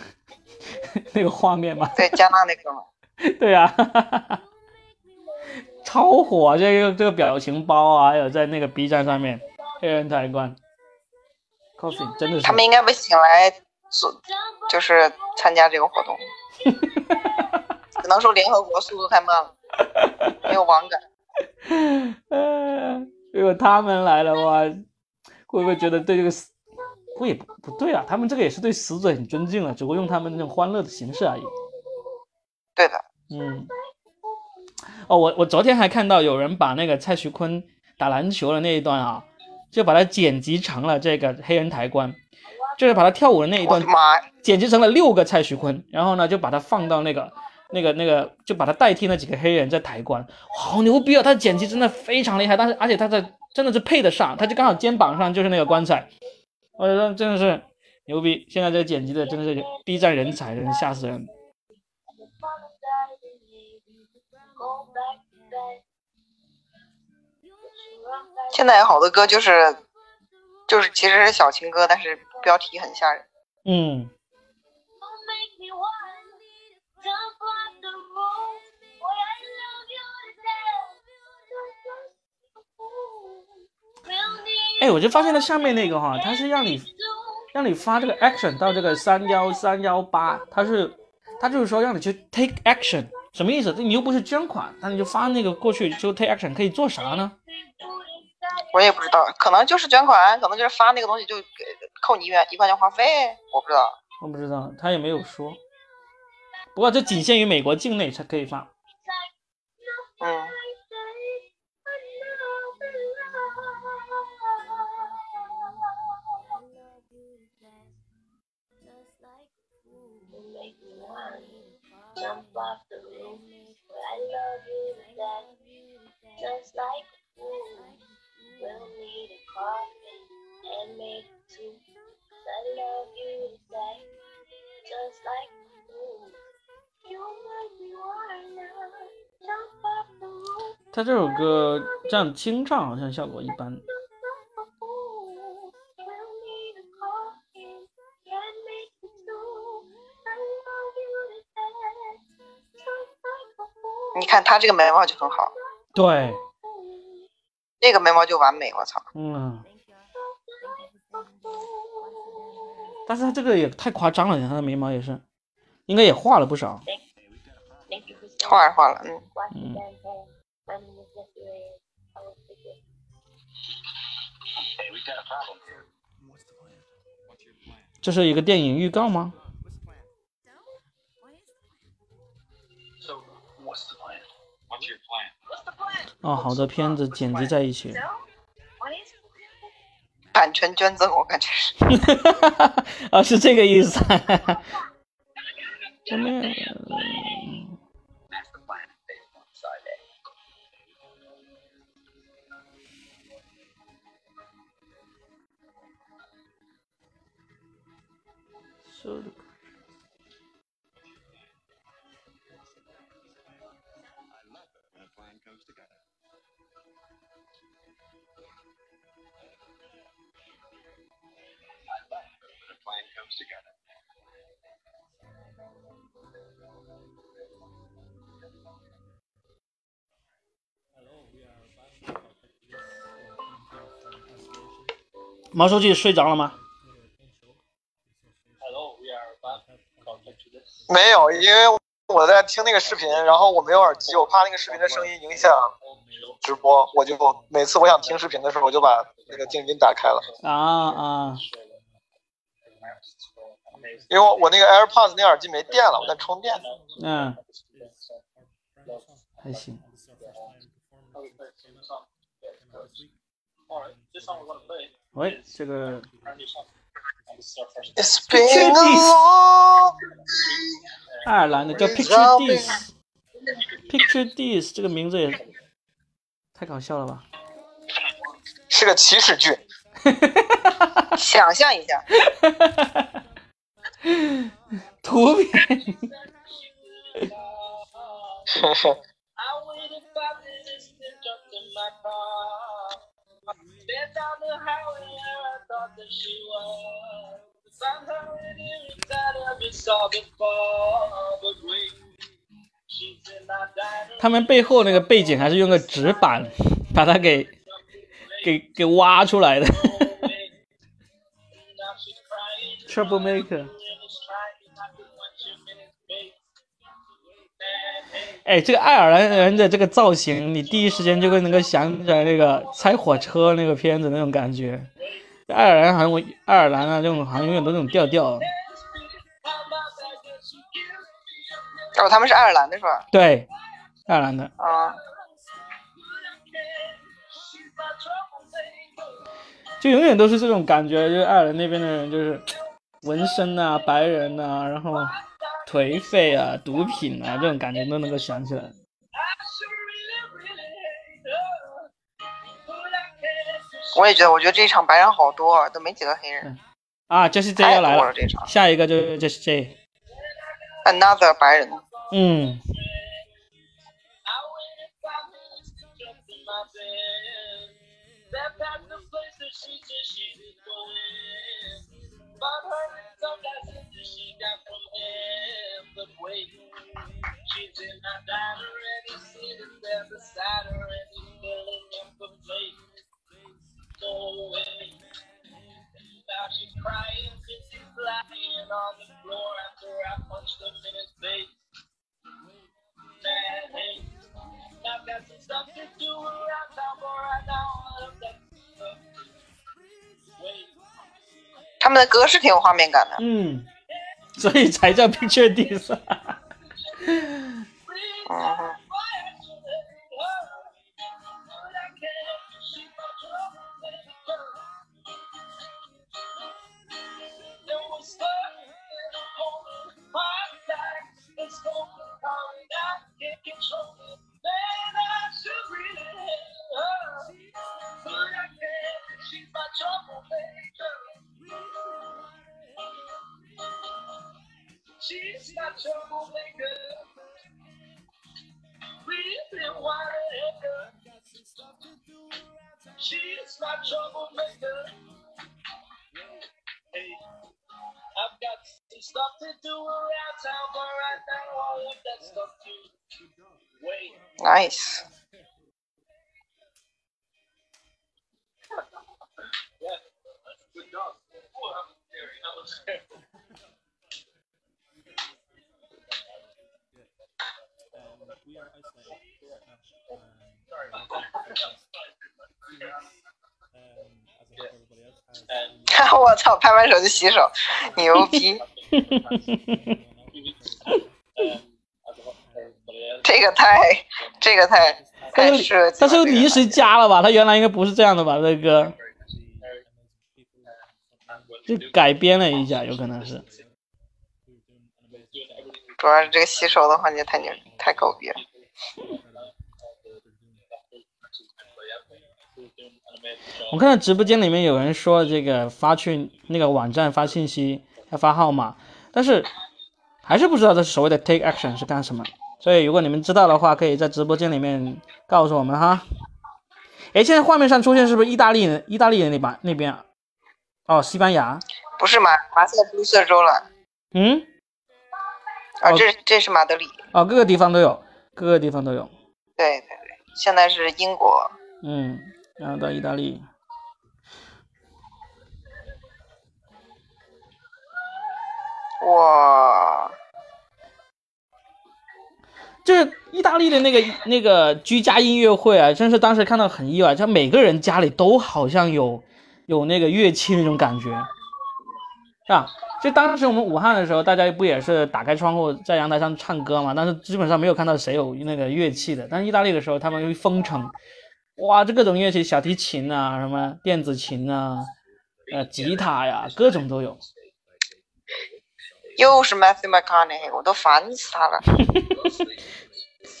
那个画面吧？
对，加纳那哥们儿，
对啊， 超火！啊这个这个表情包啊，还有在那个 B 站上面，黑人抬棺，coffee 真的是
他们应该被请来做，就是参加这个 活动。只能说联合国速度太慢了，没有网感。
呃，如果他们来的话，会不会觉得对这个死，不过也不不对啊？他们这个也是对死者很尊敬啊了，只不过用他们那种欢乐的形式而已。
对的，
嗯，哦，我我昨天还看到有人把那个蔡徐坤打篮球的那一段啊，就把它剪辑成了这个黑人抬棺，就是把他跳舞的 那一
我
段
的妈呀！
剪辑成了六个蔡徐坤，然后呢就把它放到那个那个那个，就把它代替那几个黑人在抬棺，好牛逼啊！他剪辑真的非常厉害，但是而且他的真的是配得上，他就刚好肩膀上就是那个棺材，我觉得真的是牛逼！现在这剪辑的真的是 B 站人才，真是吓死人。
现在有好多歌就是就是其实是小情歌，但是标题很吓人。
嗯，哎，我就发现了下面那个哈，它是让你让你发这个 action 到这个三幺三幺八，它是它就是说让你去 take action，什么意思？你又不是捐款，那你就发那个过去就 take action 可以做啥呢？
我也不知道，可能就是捐款，可能就是发那个东西就给扣你一元一块钱话费，我不知道。
我不知道，他也没有说。不过这仅限于美国境内才可以发。
嗯，
他这首歌占清唱好像效果一般，
你看他这个眉毛就很好，
对，
那个眉毛就完美，我操！
嗯。但是他这个也太夸张了点，他的眉毛也是，应该也画了不少。
画着画了，嗯，
嗯，这是一个电影预告吗？
So, what's the plan? What's your plan?
啊、好多片子剪辑在一起，
版权捐赠，我感觉是。
啊，是这个意思。我们呃
That's the plan. They want Friday.
毛书记睡着了吗？
Hello, we are about to contact to this.
没有，因为我在听那个视频，然后我没有耳机，我怕那个视频的声音影响直播，我就每次我想听视频的时候，我就把那个静音打开了，
啊啊，
因为我我那个 AirPods 那耳机没电了，我在充电。
嗯，还行。喂，这个
It's
been a
been a long
爱尔兰的叫 Picture This，Picture This 这个名字也太搞笑了 吧？
是个起始句，
想象一下，
图片，他们背后那个背景还是用个纸板把它给给给挖出来的。Trouble Maker。哎，这个爱尔兰人的这个造型，你第一时间就会能够想起来那个拆火车那个片子那种感觉。爱尔兰好像我爱尔兰啊，这种好像永远都那种调调。
哦，他们是爱尔兰的是吧？
对，爱尔兰的。
啊、
就永远都是这种感觉，就是爱尔兰那边的人就是纹身啊、白人啊，然后颓废啊、毒品啊这种感觉都能够想起来。
我也觉得，我觉得这一场白人好多啊，都没几个黑人，
啊，这是 J
太
要来
多了
了，
这一场。
下一个就是这是 J，
Another 白人，
嗯，
他们的歌是挺有画面感的。
嗯，所以才叫 Picture This，
嗯哼，
She's my troublemaker. Hey, I've got some stuff to do around town, but right now all of that stuff to wait.
Nice.
Yeah, good dog. Ooh, that was scary. That was scary.
我操！拍拍手就洗手，牛逼！这个太，这个太
他
太
是
设计
他
了。
是
这
临
个
时加了吧？他原来应该不是这样的吧？这个就改编了一下，有可能是。
主要是这个洗手的环节太牛，太狗逼了。
我看到直播间里面有人说这个发去那个网站发信息要发号码，但是还是不知道这所谓的 take action 是干什么。所以如果你们知道的话，可以在直播间里面告诉我们哈。诶，现在画面上出现是不是意大利人？意大利人那边那边啊？哦，西班牙？
不是马马萨诸塞州了，
嗯，
啊，
哦
这这是马德里。
哦，各个地方都有，各个地方都有。
对对对，现在是英国。
嗯，然后到意大利。
哇，
就是意大利的那个那个居家音乐会啊，真是当时看到很意外，就每个人家里都好像有有那个乐器那种感觉，是吧？就当时我们武汉的时候，大家不也是打开窗户在阳台上唱歌嘛？但是基本上没有看到谁有那个乐器的。但是意大利的时候，他们会封城，哇，这各种乐器，小提琴啊，什么电子琴啊，呃，吉他呀，各种都有。
又是 Matthew McConaughey，我都烦死他了。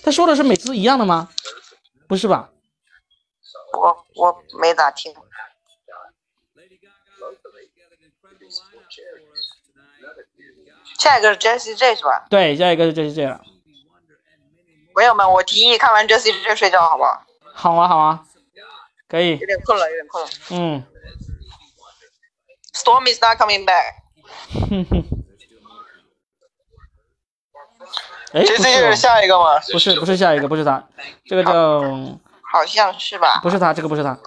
他说的是每次都一样的吗？不是吧？
我我没咋听。下一个是 Jesse J 是吧？
对，下一个就是这样。
朋友们，我提议看完 Jesse J 睡觉好不好？
好啊，好啊，可以
有，点困了，有点困了。
嗯，
Storm is not coming back。
哼哼。哎，不
这
是
次是
哦，
下一个吗？
不是，不是下一个，不是他，这个叫
好像是吧？
不是他，这个不是他，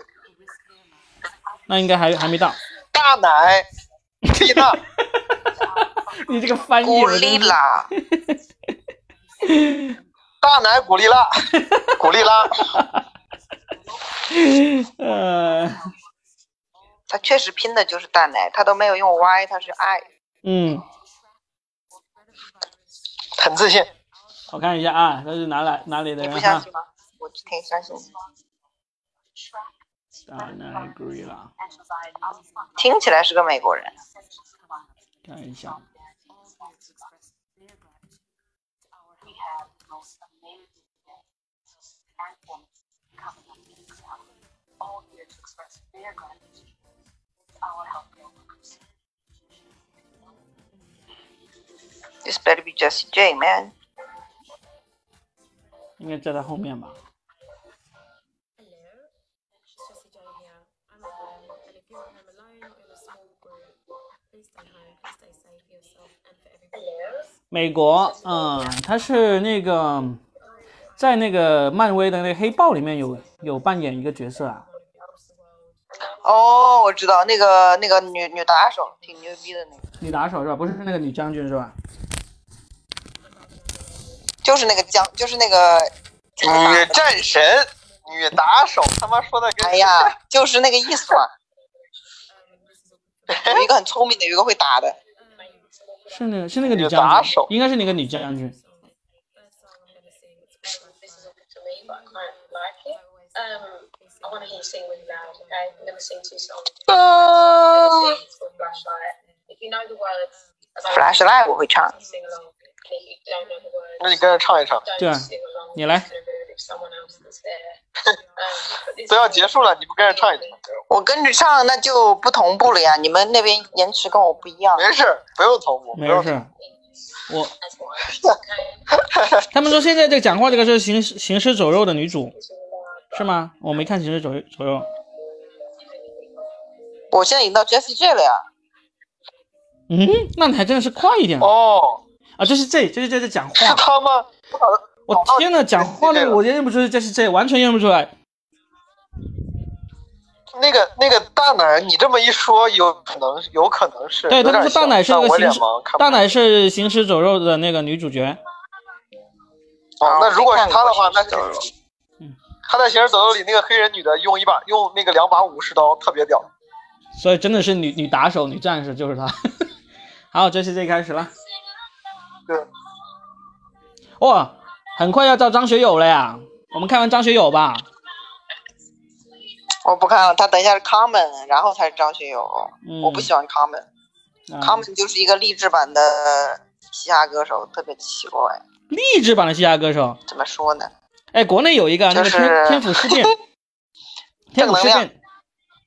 那应该还还没到。
大奶，蒂娜，
你这个翻译
古
我
力
真是，
拉，
大奶古力拉， 古力拉，
呃，
他确实拼的就是大奶，他都没有用 Y，他是 I。
嗯，
很自信。
我看一下啊，他是哪来哪里的
你
人
不相
哈？
信吗？我挺相信的，
啊，那 agree 了，
听起来是个美国人。
看一下，
This better be Jesse J, man.
应该在他后面吧？美国，嗯，他是那个在那个漫威的那个黑豹里面有有扮演一个角色啊，
哦，我知道那个那个女女打手挺牛逼的那个，
女打手是吧？不是那个女将军是吧？
就是那个将，就是那个
女战神，女打手，他妈说的跟
哎呀，就是那个意思嘛。有一个很聪明的，有一个会打的。
是那个是那个女
女
将
打
军
手，
应该是那个女将军。
Um, 嗯
Flashlight 我会唱，
那你跟着唱一唱，
对啊，你来，
Um,
都要结束了，你不跟着唱一唱？
我跟着唱那就不同步了呀。你们那边延迟跟我不一样。
没事，不用同步，不
没
用
事。我，他们说现在这个讲话这个是行尸行尸走肉的女主，是吗？我没看行尸走肉走肉，
我现在已经到 Jessie J 了呀。
嗯，那你还真的是快一点啊！
哦，
啊，这是 J，这是 J 在讲
是哦
话。
他吗？
我天呐，讲话
这
的
个
我认不出来，这是 J，完全认不出来。
那个那个大奶，你这么一说，有可能有可能是
对，
有
他
点
们说大
像
奶是一
但
个
我
行
脸
尸
盲，看，不
大
出来
奶是行尸走肉的那个女主角。
哦，那如果是他的话，那
是
就是他在《行尸走肉》里那个黑人女的用一把用那个两把武士刀，特别屌。
所以真的是女女打手、女战士就是她。 好，这期这开始了。
对。
哇、很快要到张学友了呀！我们看完张学友吧。
我不看了，他等一下是 Common，然后才是张学友。
嗯，
我不喜欢 Common，Common、
啊
Common 就是一个励志版的嘻哈歌手，特别奇怪。
励志版的嘻哈歌手。
怎么说呢？
哎，国内有一个那个
就
天、
是
天府 事变，天府事
正能
变，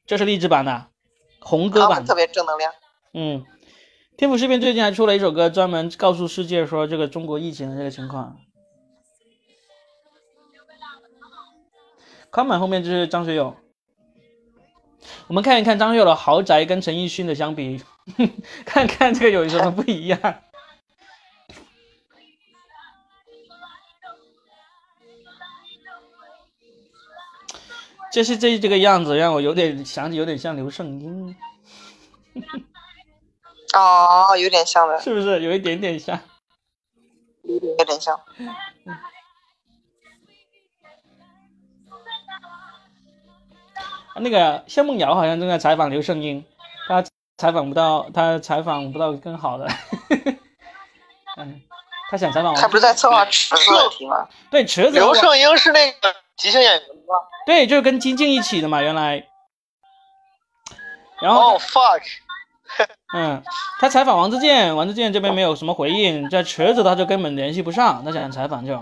这是励志版的，红歌
Common
版
特。别正能量。
嗯，天府事变最近还出了一首歌，专门告诉世界说这个中国疫情的这个情况。康满后面就是张学友，我们看一看张学友的豪宅跟陈奕迅的相比， 看看这个有什么不一样。这是这这个样子，让我有点想起有点像刘胜英，
哦，有点像的，
是不是有一点点像？
有点像。
哦那个谢梦瑶好像正在采访刘胜英，她采访不到，她采访不到更好的。 嗯，她想采访
他
王
不是在策划池子问题 吗？
对池子，
刘胜英是那个即兴演员吗？
对，就是跟金靖一起的嘛，原来。然后
哦、fuck，
嗯，他采访王自健，王自健这边没有什么回应，这池子他就根本联系不上，他想采访就，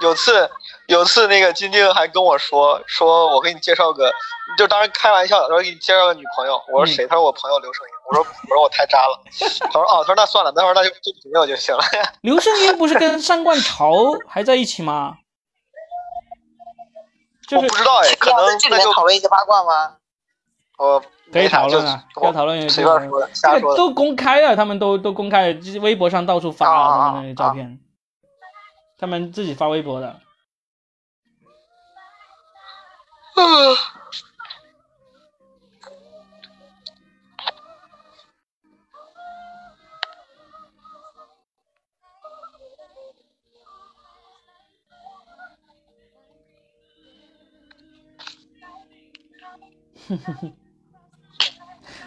有次有次那个金靖还跟我说，说我给你介绍个，就当时开玩笑的，他说给你介绍个女朋友，我说
嗯
谁？他说我朋友刘胜英，我说我说我太渣了，他说哦，他说那算了，待会儿那就做朋友就行了。
刘胜英不是跟上官潮还在一起吗？就
我
是
不知道哎，可
要在
能
这里
那
面
就
讨论一些八卦吗？
我
可以
没啥
讨论
就
啊，
我
要讨论也
随
就
便说的，瞎
这
说
个
的。
都公开了，他们都都公开了，就是微博上到处发
啊
了
啊
他们的照片，他们自己发微博的。
嗯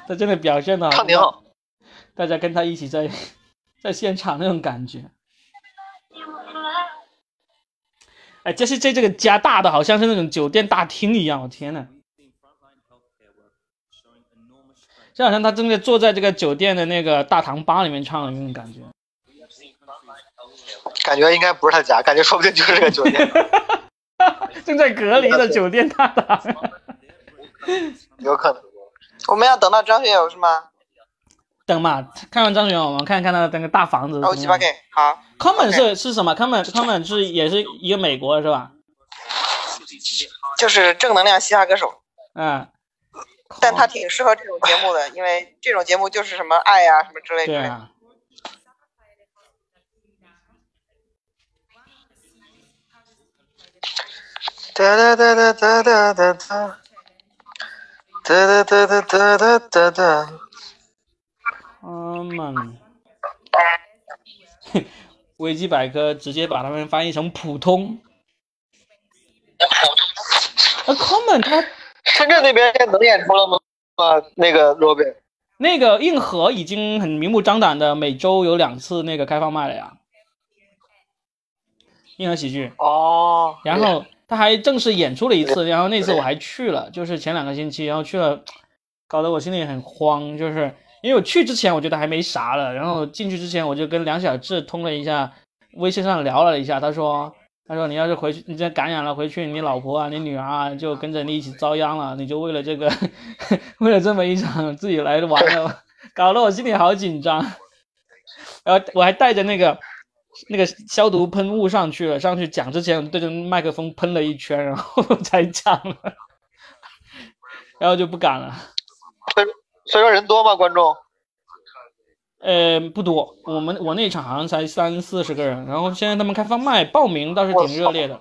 他真的表现的
唱挺好，
大家跟他一起在在现场那种感觉。哎，这是这这个家大的，好像是那种酒店大厅一样，我天呐，就好像他正在坐在这个酒店的那个大堂吧里面唱的那种感觉。
感觉应该不是他家，感 觉说不定就是这个酒店，
正在隔离的酒店大堂。
有可能。
我们要等到张学友是吗？
等嘛，看完张学友，我们看看他的那个大房子是
哦，
怎
七
么
八
样。
K，好，
Common 是是什么？Common Common 是也是一个美国是吧？
就是正能量嘻哈歌手，
嗯，
但他挺适合这种节目 的，因为这种节目就是什么爱呀、什么之类之
对
类的。
啊。
哒哒哒哒哒哒哒哒，哒哒哒哒哒哒哒。
Common，维基百科直接把他们翻译成普通。那 Common 他
深圳那边能演出了吗？啊，那个罗贝，
那个硬核已经很明目张胆的每周有两次那个开放麦了呀，硬核喜剧。
哦，
然后他还正式演出了一次，然后那次我还去了，就是前两个星期，然后去了，搞得我心里很慌，就是因为我去之前我觉得还没啥了，然后进去之前我就跟梁小志通了一下，微信上聊了一下，他说。他说：“你要是回去，你这感染了，回去你老婆啊、你女儿啊，就跟着你一起遭殃了。你就为了这个， 为了这么一场自己来玩了，搞得我心里好紧张。然后我还带着那个那个消毒喷雾上去了，上去 讲之前我对着麦克风喷了一圈，然后才讲了。然后就不敢了。
所以说人多吗？观众？
呃，不多，我们我那场好像才三四十个人，然后现在他们开放麦，报名倒是挺热烈的，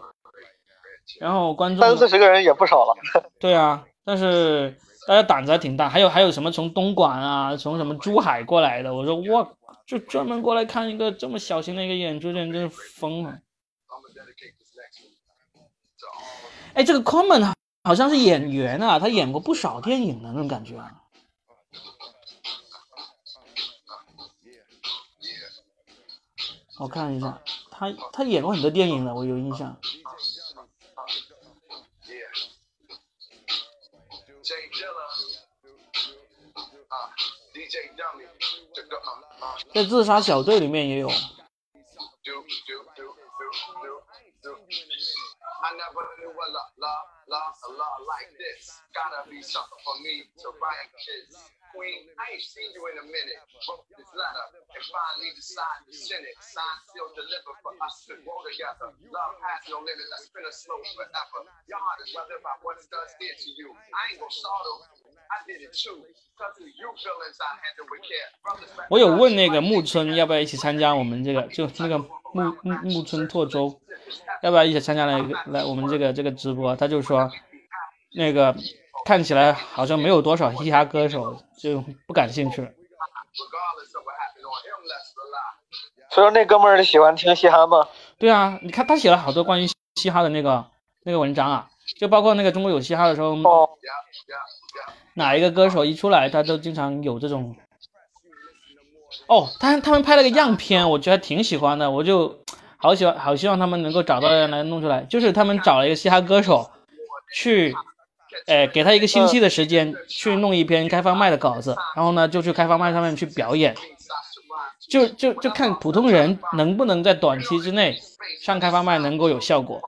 然后观众
三四十个人也不少了。
对啊，但是大家胆子还挺大，还有还有什么从东莞啊，从什么珠海过来的，我说哇，就专门过来看一个这么小型的一个演出，这人真是疯了。哎，这个 Common 好像是演员啊，他演过不少电影的那种感觉啊。我看一下，他他演过很多电影的，我有印象。在自杀小队里面也有。我有问那个木村要不要一起参加我们这个，就那个木木木村拓周，要不要一起参加来来我们这个这个直播？他就说，那个看起来好像没有多少嘻哈歌手，就不感兴趣了。
所以说那哥们儿喜欢听嘻哈吗？
对啊，你看他写了好多关于嘻哈的那个那个文章啊，就包括那个中国有嘻哈的时候，
哦，
哪一个歌手一出来，他都经常有这种。哦，他他们拍了个样片，我觉得挺喜欢的，我就好喜欢，好希望他们能够找到人来弄出来。就是他们找了一个嘻哈歌手，去，呃，给他一个星期的时间去弄一篇开放麦的稿子，然后呢就去开放麦上面去表演，就就就看普通人能不能在短期之内上开放麦能够有效果。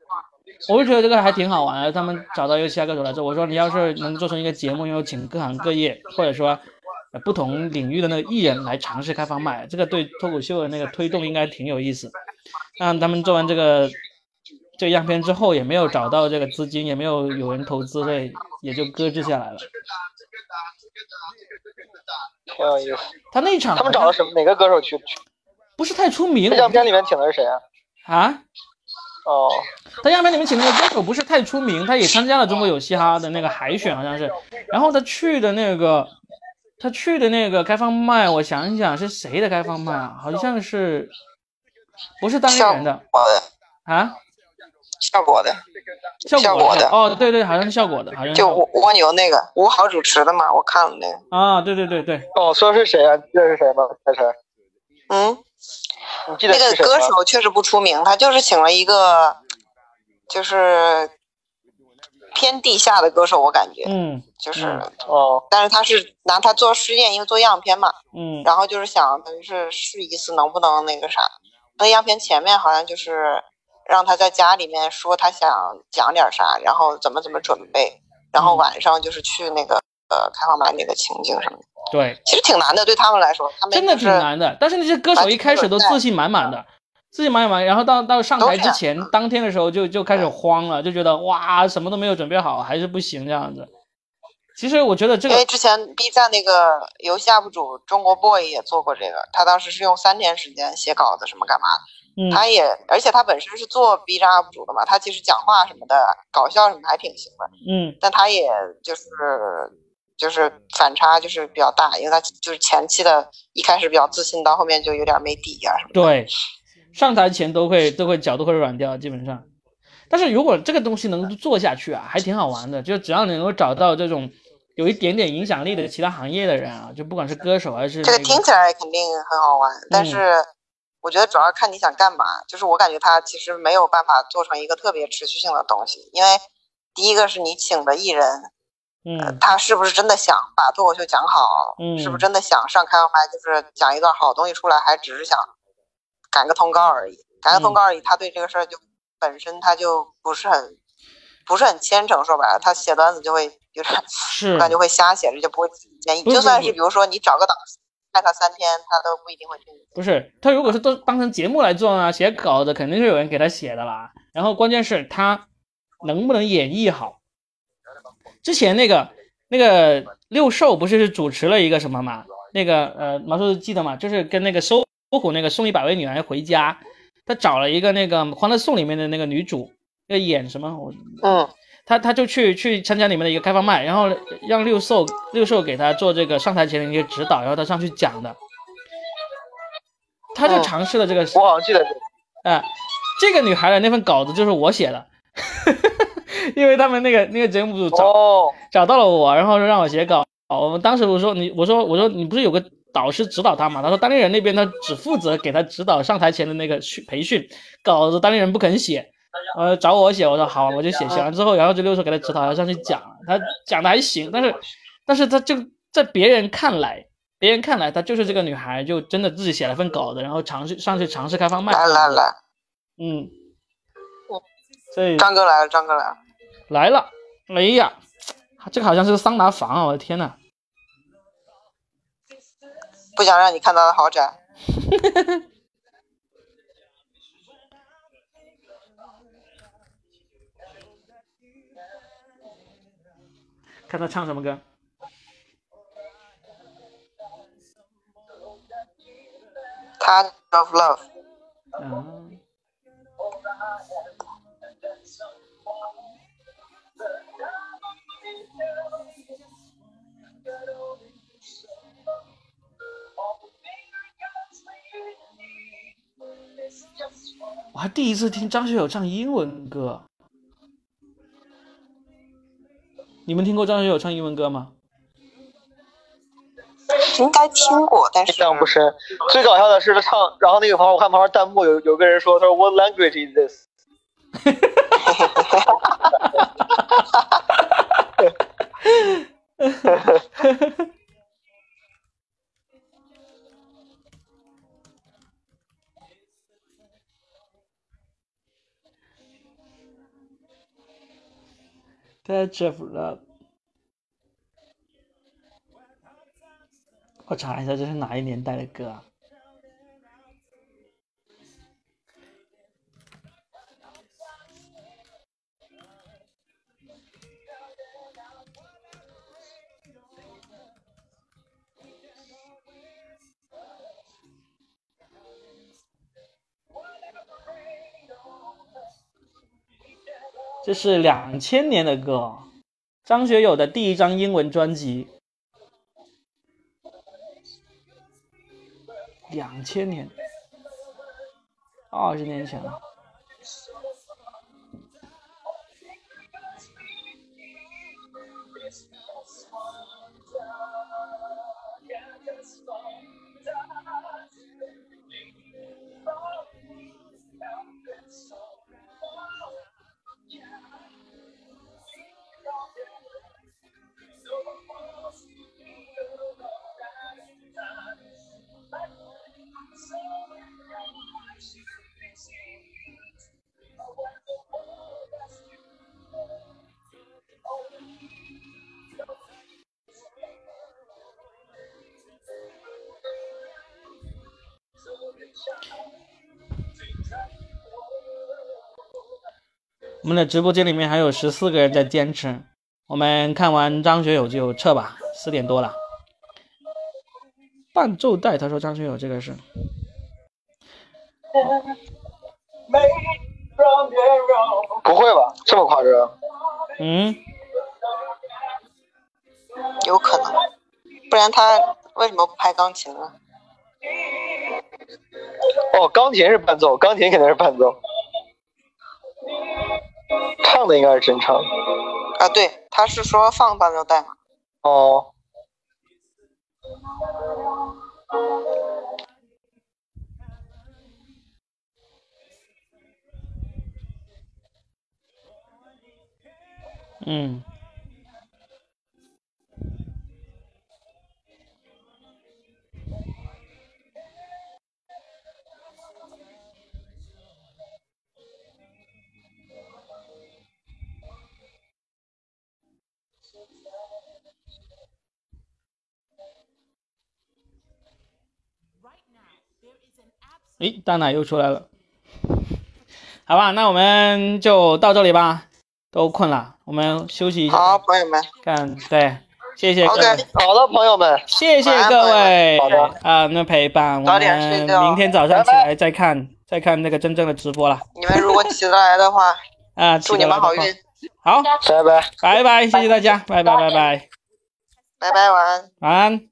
我就觉得这个还挺好玩的。他们找到一个嘻哈歌手来做，我说你要是能做成一个节目，然后请各行各业或者说呃不同领域的那个艺人来尝试开放麦，这个对脱口秀的那个推动应该挺有意思。让他们做完这个这个样片之后，也没有找到这个资金，也没有有人投资，所以也就搁置下来了。
挺有意思。
他那场
他们哎找的什么？哪个歌手去？去
不是太出名
这，样片里面请的是谁啊？
啊，
哦，
他样片里面请的那个歌手不是太出名，他也参加了中国有嘻哈的那个海选，好像是。然后他去的那个，他去的那个开放麦，我想一想是谁的开放麦啊？好像是，不是单立人的
我的，
啊？
效果的，
效
效
果
果的
哦，对对，好像是效果的，好像是
就
效
嗯
果
蜗蜗牛那个吴豪主持的嘛，我看了那个，
啊，对对对对，
哦，说是谁啊？记得是谁吗？开晨，
嗯。
你记得
那
是
个
谁
歌
吗？
手确实不出名，他就是请了一个，就是偏地下的歌手，我感觉
嗯
就是，
嗯
哦，
但是他是拿他做试验，因为做样片嘛，
嗯
然后就是想等于是试一次能不能那个啥。那样片前面好像就是让他在家里面说他想讲点啥，然后怎么怎么准备，然
嗯
后晚上就是去那个呃开放麦那个情景什么的，
对。
其实挺难的，对他们来说，他们
真的
就
挺
是
难的。但是那些歌手一开始都自信满
嗯
满的，自信满满，然后到到上台之前，当天的时候就就开始
嗯
慌了，就觉得哇，什么都没有准备好，还是不行这样子。其实我觉得这
因为
个
之前 B 站那个游戏 UP 主中国 boy 也做过这个，他当时是用三天时间写稿子什么干嘛的，
嗯
他也而且他本身是做 B 站 UP 主的嘛，他其实讲话什么的搞笑什么的还挺行的，
嗯
但他也就是就是反差就是比较大，因为他就是前期的一开始比较自信，到后面就有点没底啊什么的。
对，上台前都会都会脚都会软掉，基本上。但是如果这个东西能做下去啊，还挺好玩的。就只要你能够找到这种有一点点影响力的其他行业的人啊，就不管是歌手还是、
这
那个、
个
嗯
听起来肯定很好玩，但是我觉得主要看你想干嘛。就是我感觉它其实没有办法做成一个特别持续性的东西，因为第一个是你请的艺人，呃
嗯
他是不是真的想把脱口秀讲好，
嗯
是不是真的想上开放麦，就是讲一段好东西出来，还只是想赶个通告而已。赶个
嗯
通告而已，他对这个事儿就本身他就不是很不是很虔诚，说白了，他写段子就会有点
是
我感觉会瞎写，这就不会建议。
嗯不是
就算
不
是
是
比如说你找个导师带他三天，他都不一定会听你。
不是，他如果是都当成节目来做呢，写稿子肯定是有人给他写的啦。然后关键是他能不能演绎好。之前那个那个六兽不是主持了一个什么嘛？那个呃，毛叔记得吗？就是跟那个搜搜狐那个送一百位女孩回家，他找了一个那个《欢乐颂》里面的那个女主，要演什么？我
嗯，
他他就去去参加里面的一个开放麦，然后让六兽六兽给他做这个上台前的一个指导，然后他上去讲的，他就
嗯
尝试了这个，
我好像记得这个。
啊、这个女孩的那份稿子就是我写的， 因为他们那个那个节目组找
哦，
找到了我，然后让我写稿。我们当时我说你，我说我说你不是有个导师指导他吗？他说单立人那边他只负责给他指导上台前的那个训培训，稿子单立人不肯写，呃找我写，我说好，我就写。写完之后，然后就六叔给他指导，然后上去讲，他讲的还行，但是但是他就在别人看来，别人看来他就是这个女孩，就真的自己写了份稿子，然后尝试上去尝试开放麦。
来来来，
嗯
嗯，
所以
张哥来了，张哥来了。
来了，哎呀，这个好像是个桑拿房啊！我的天呐。
不想让你看到的豪宅。
看他唱什么歌。
Touch of Love，
啊，我还第一次听张学友唱英文歌。你们听过张学友唱英文歌吗？
应该听过，但
印
是
象不深。最搞笑的是他唱，然后那个旁边我看旁边弹幕有有个人说，他说 What language is this？
在 Jeff Love。我查一下这是哪一年代的歌啊？这是两千年的歌哦，张学友的第一张英文专辑。两千年，二十年前了。我们的直播间里面还有十四个人在坚持。我们看完张学友就撤吧，四点多了。伴奏带，他说张学友这个是。
不会吧？这么夸张？
嗯，
有可能，不然他为什么不拍钢琴呢？
哦，钢琴是伴奏，钢琴肯定是伴奏。唱的应该是真唱。
啊，对，他是说放伴奏带嘛。
哦，
嗯，诶，大奶又出来了。好吧，那我们就到这里吧，都困了，我们休息一下。
好，朋友们，
看，对，谢谢各
OK，
位，
好了，朋友们，
谢谢
晚安
各位
朋友们好
啊，那陪伴我
早点睡
们
觉
明天早上起
拜拜
来再看再看那个真正的直播了
你们如果起得来 的话，
啊，
祝你们好运，
好，
拜拜，
拜拜，谢谢大家，拜拜拜拜，
拜拜，晚安。
晚安。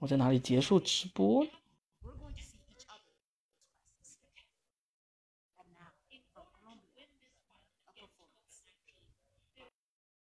我在哪里结束直播呢？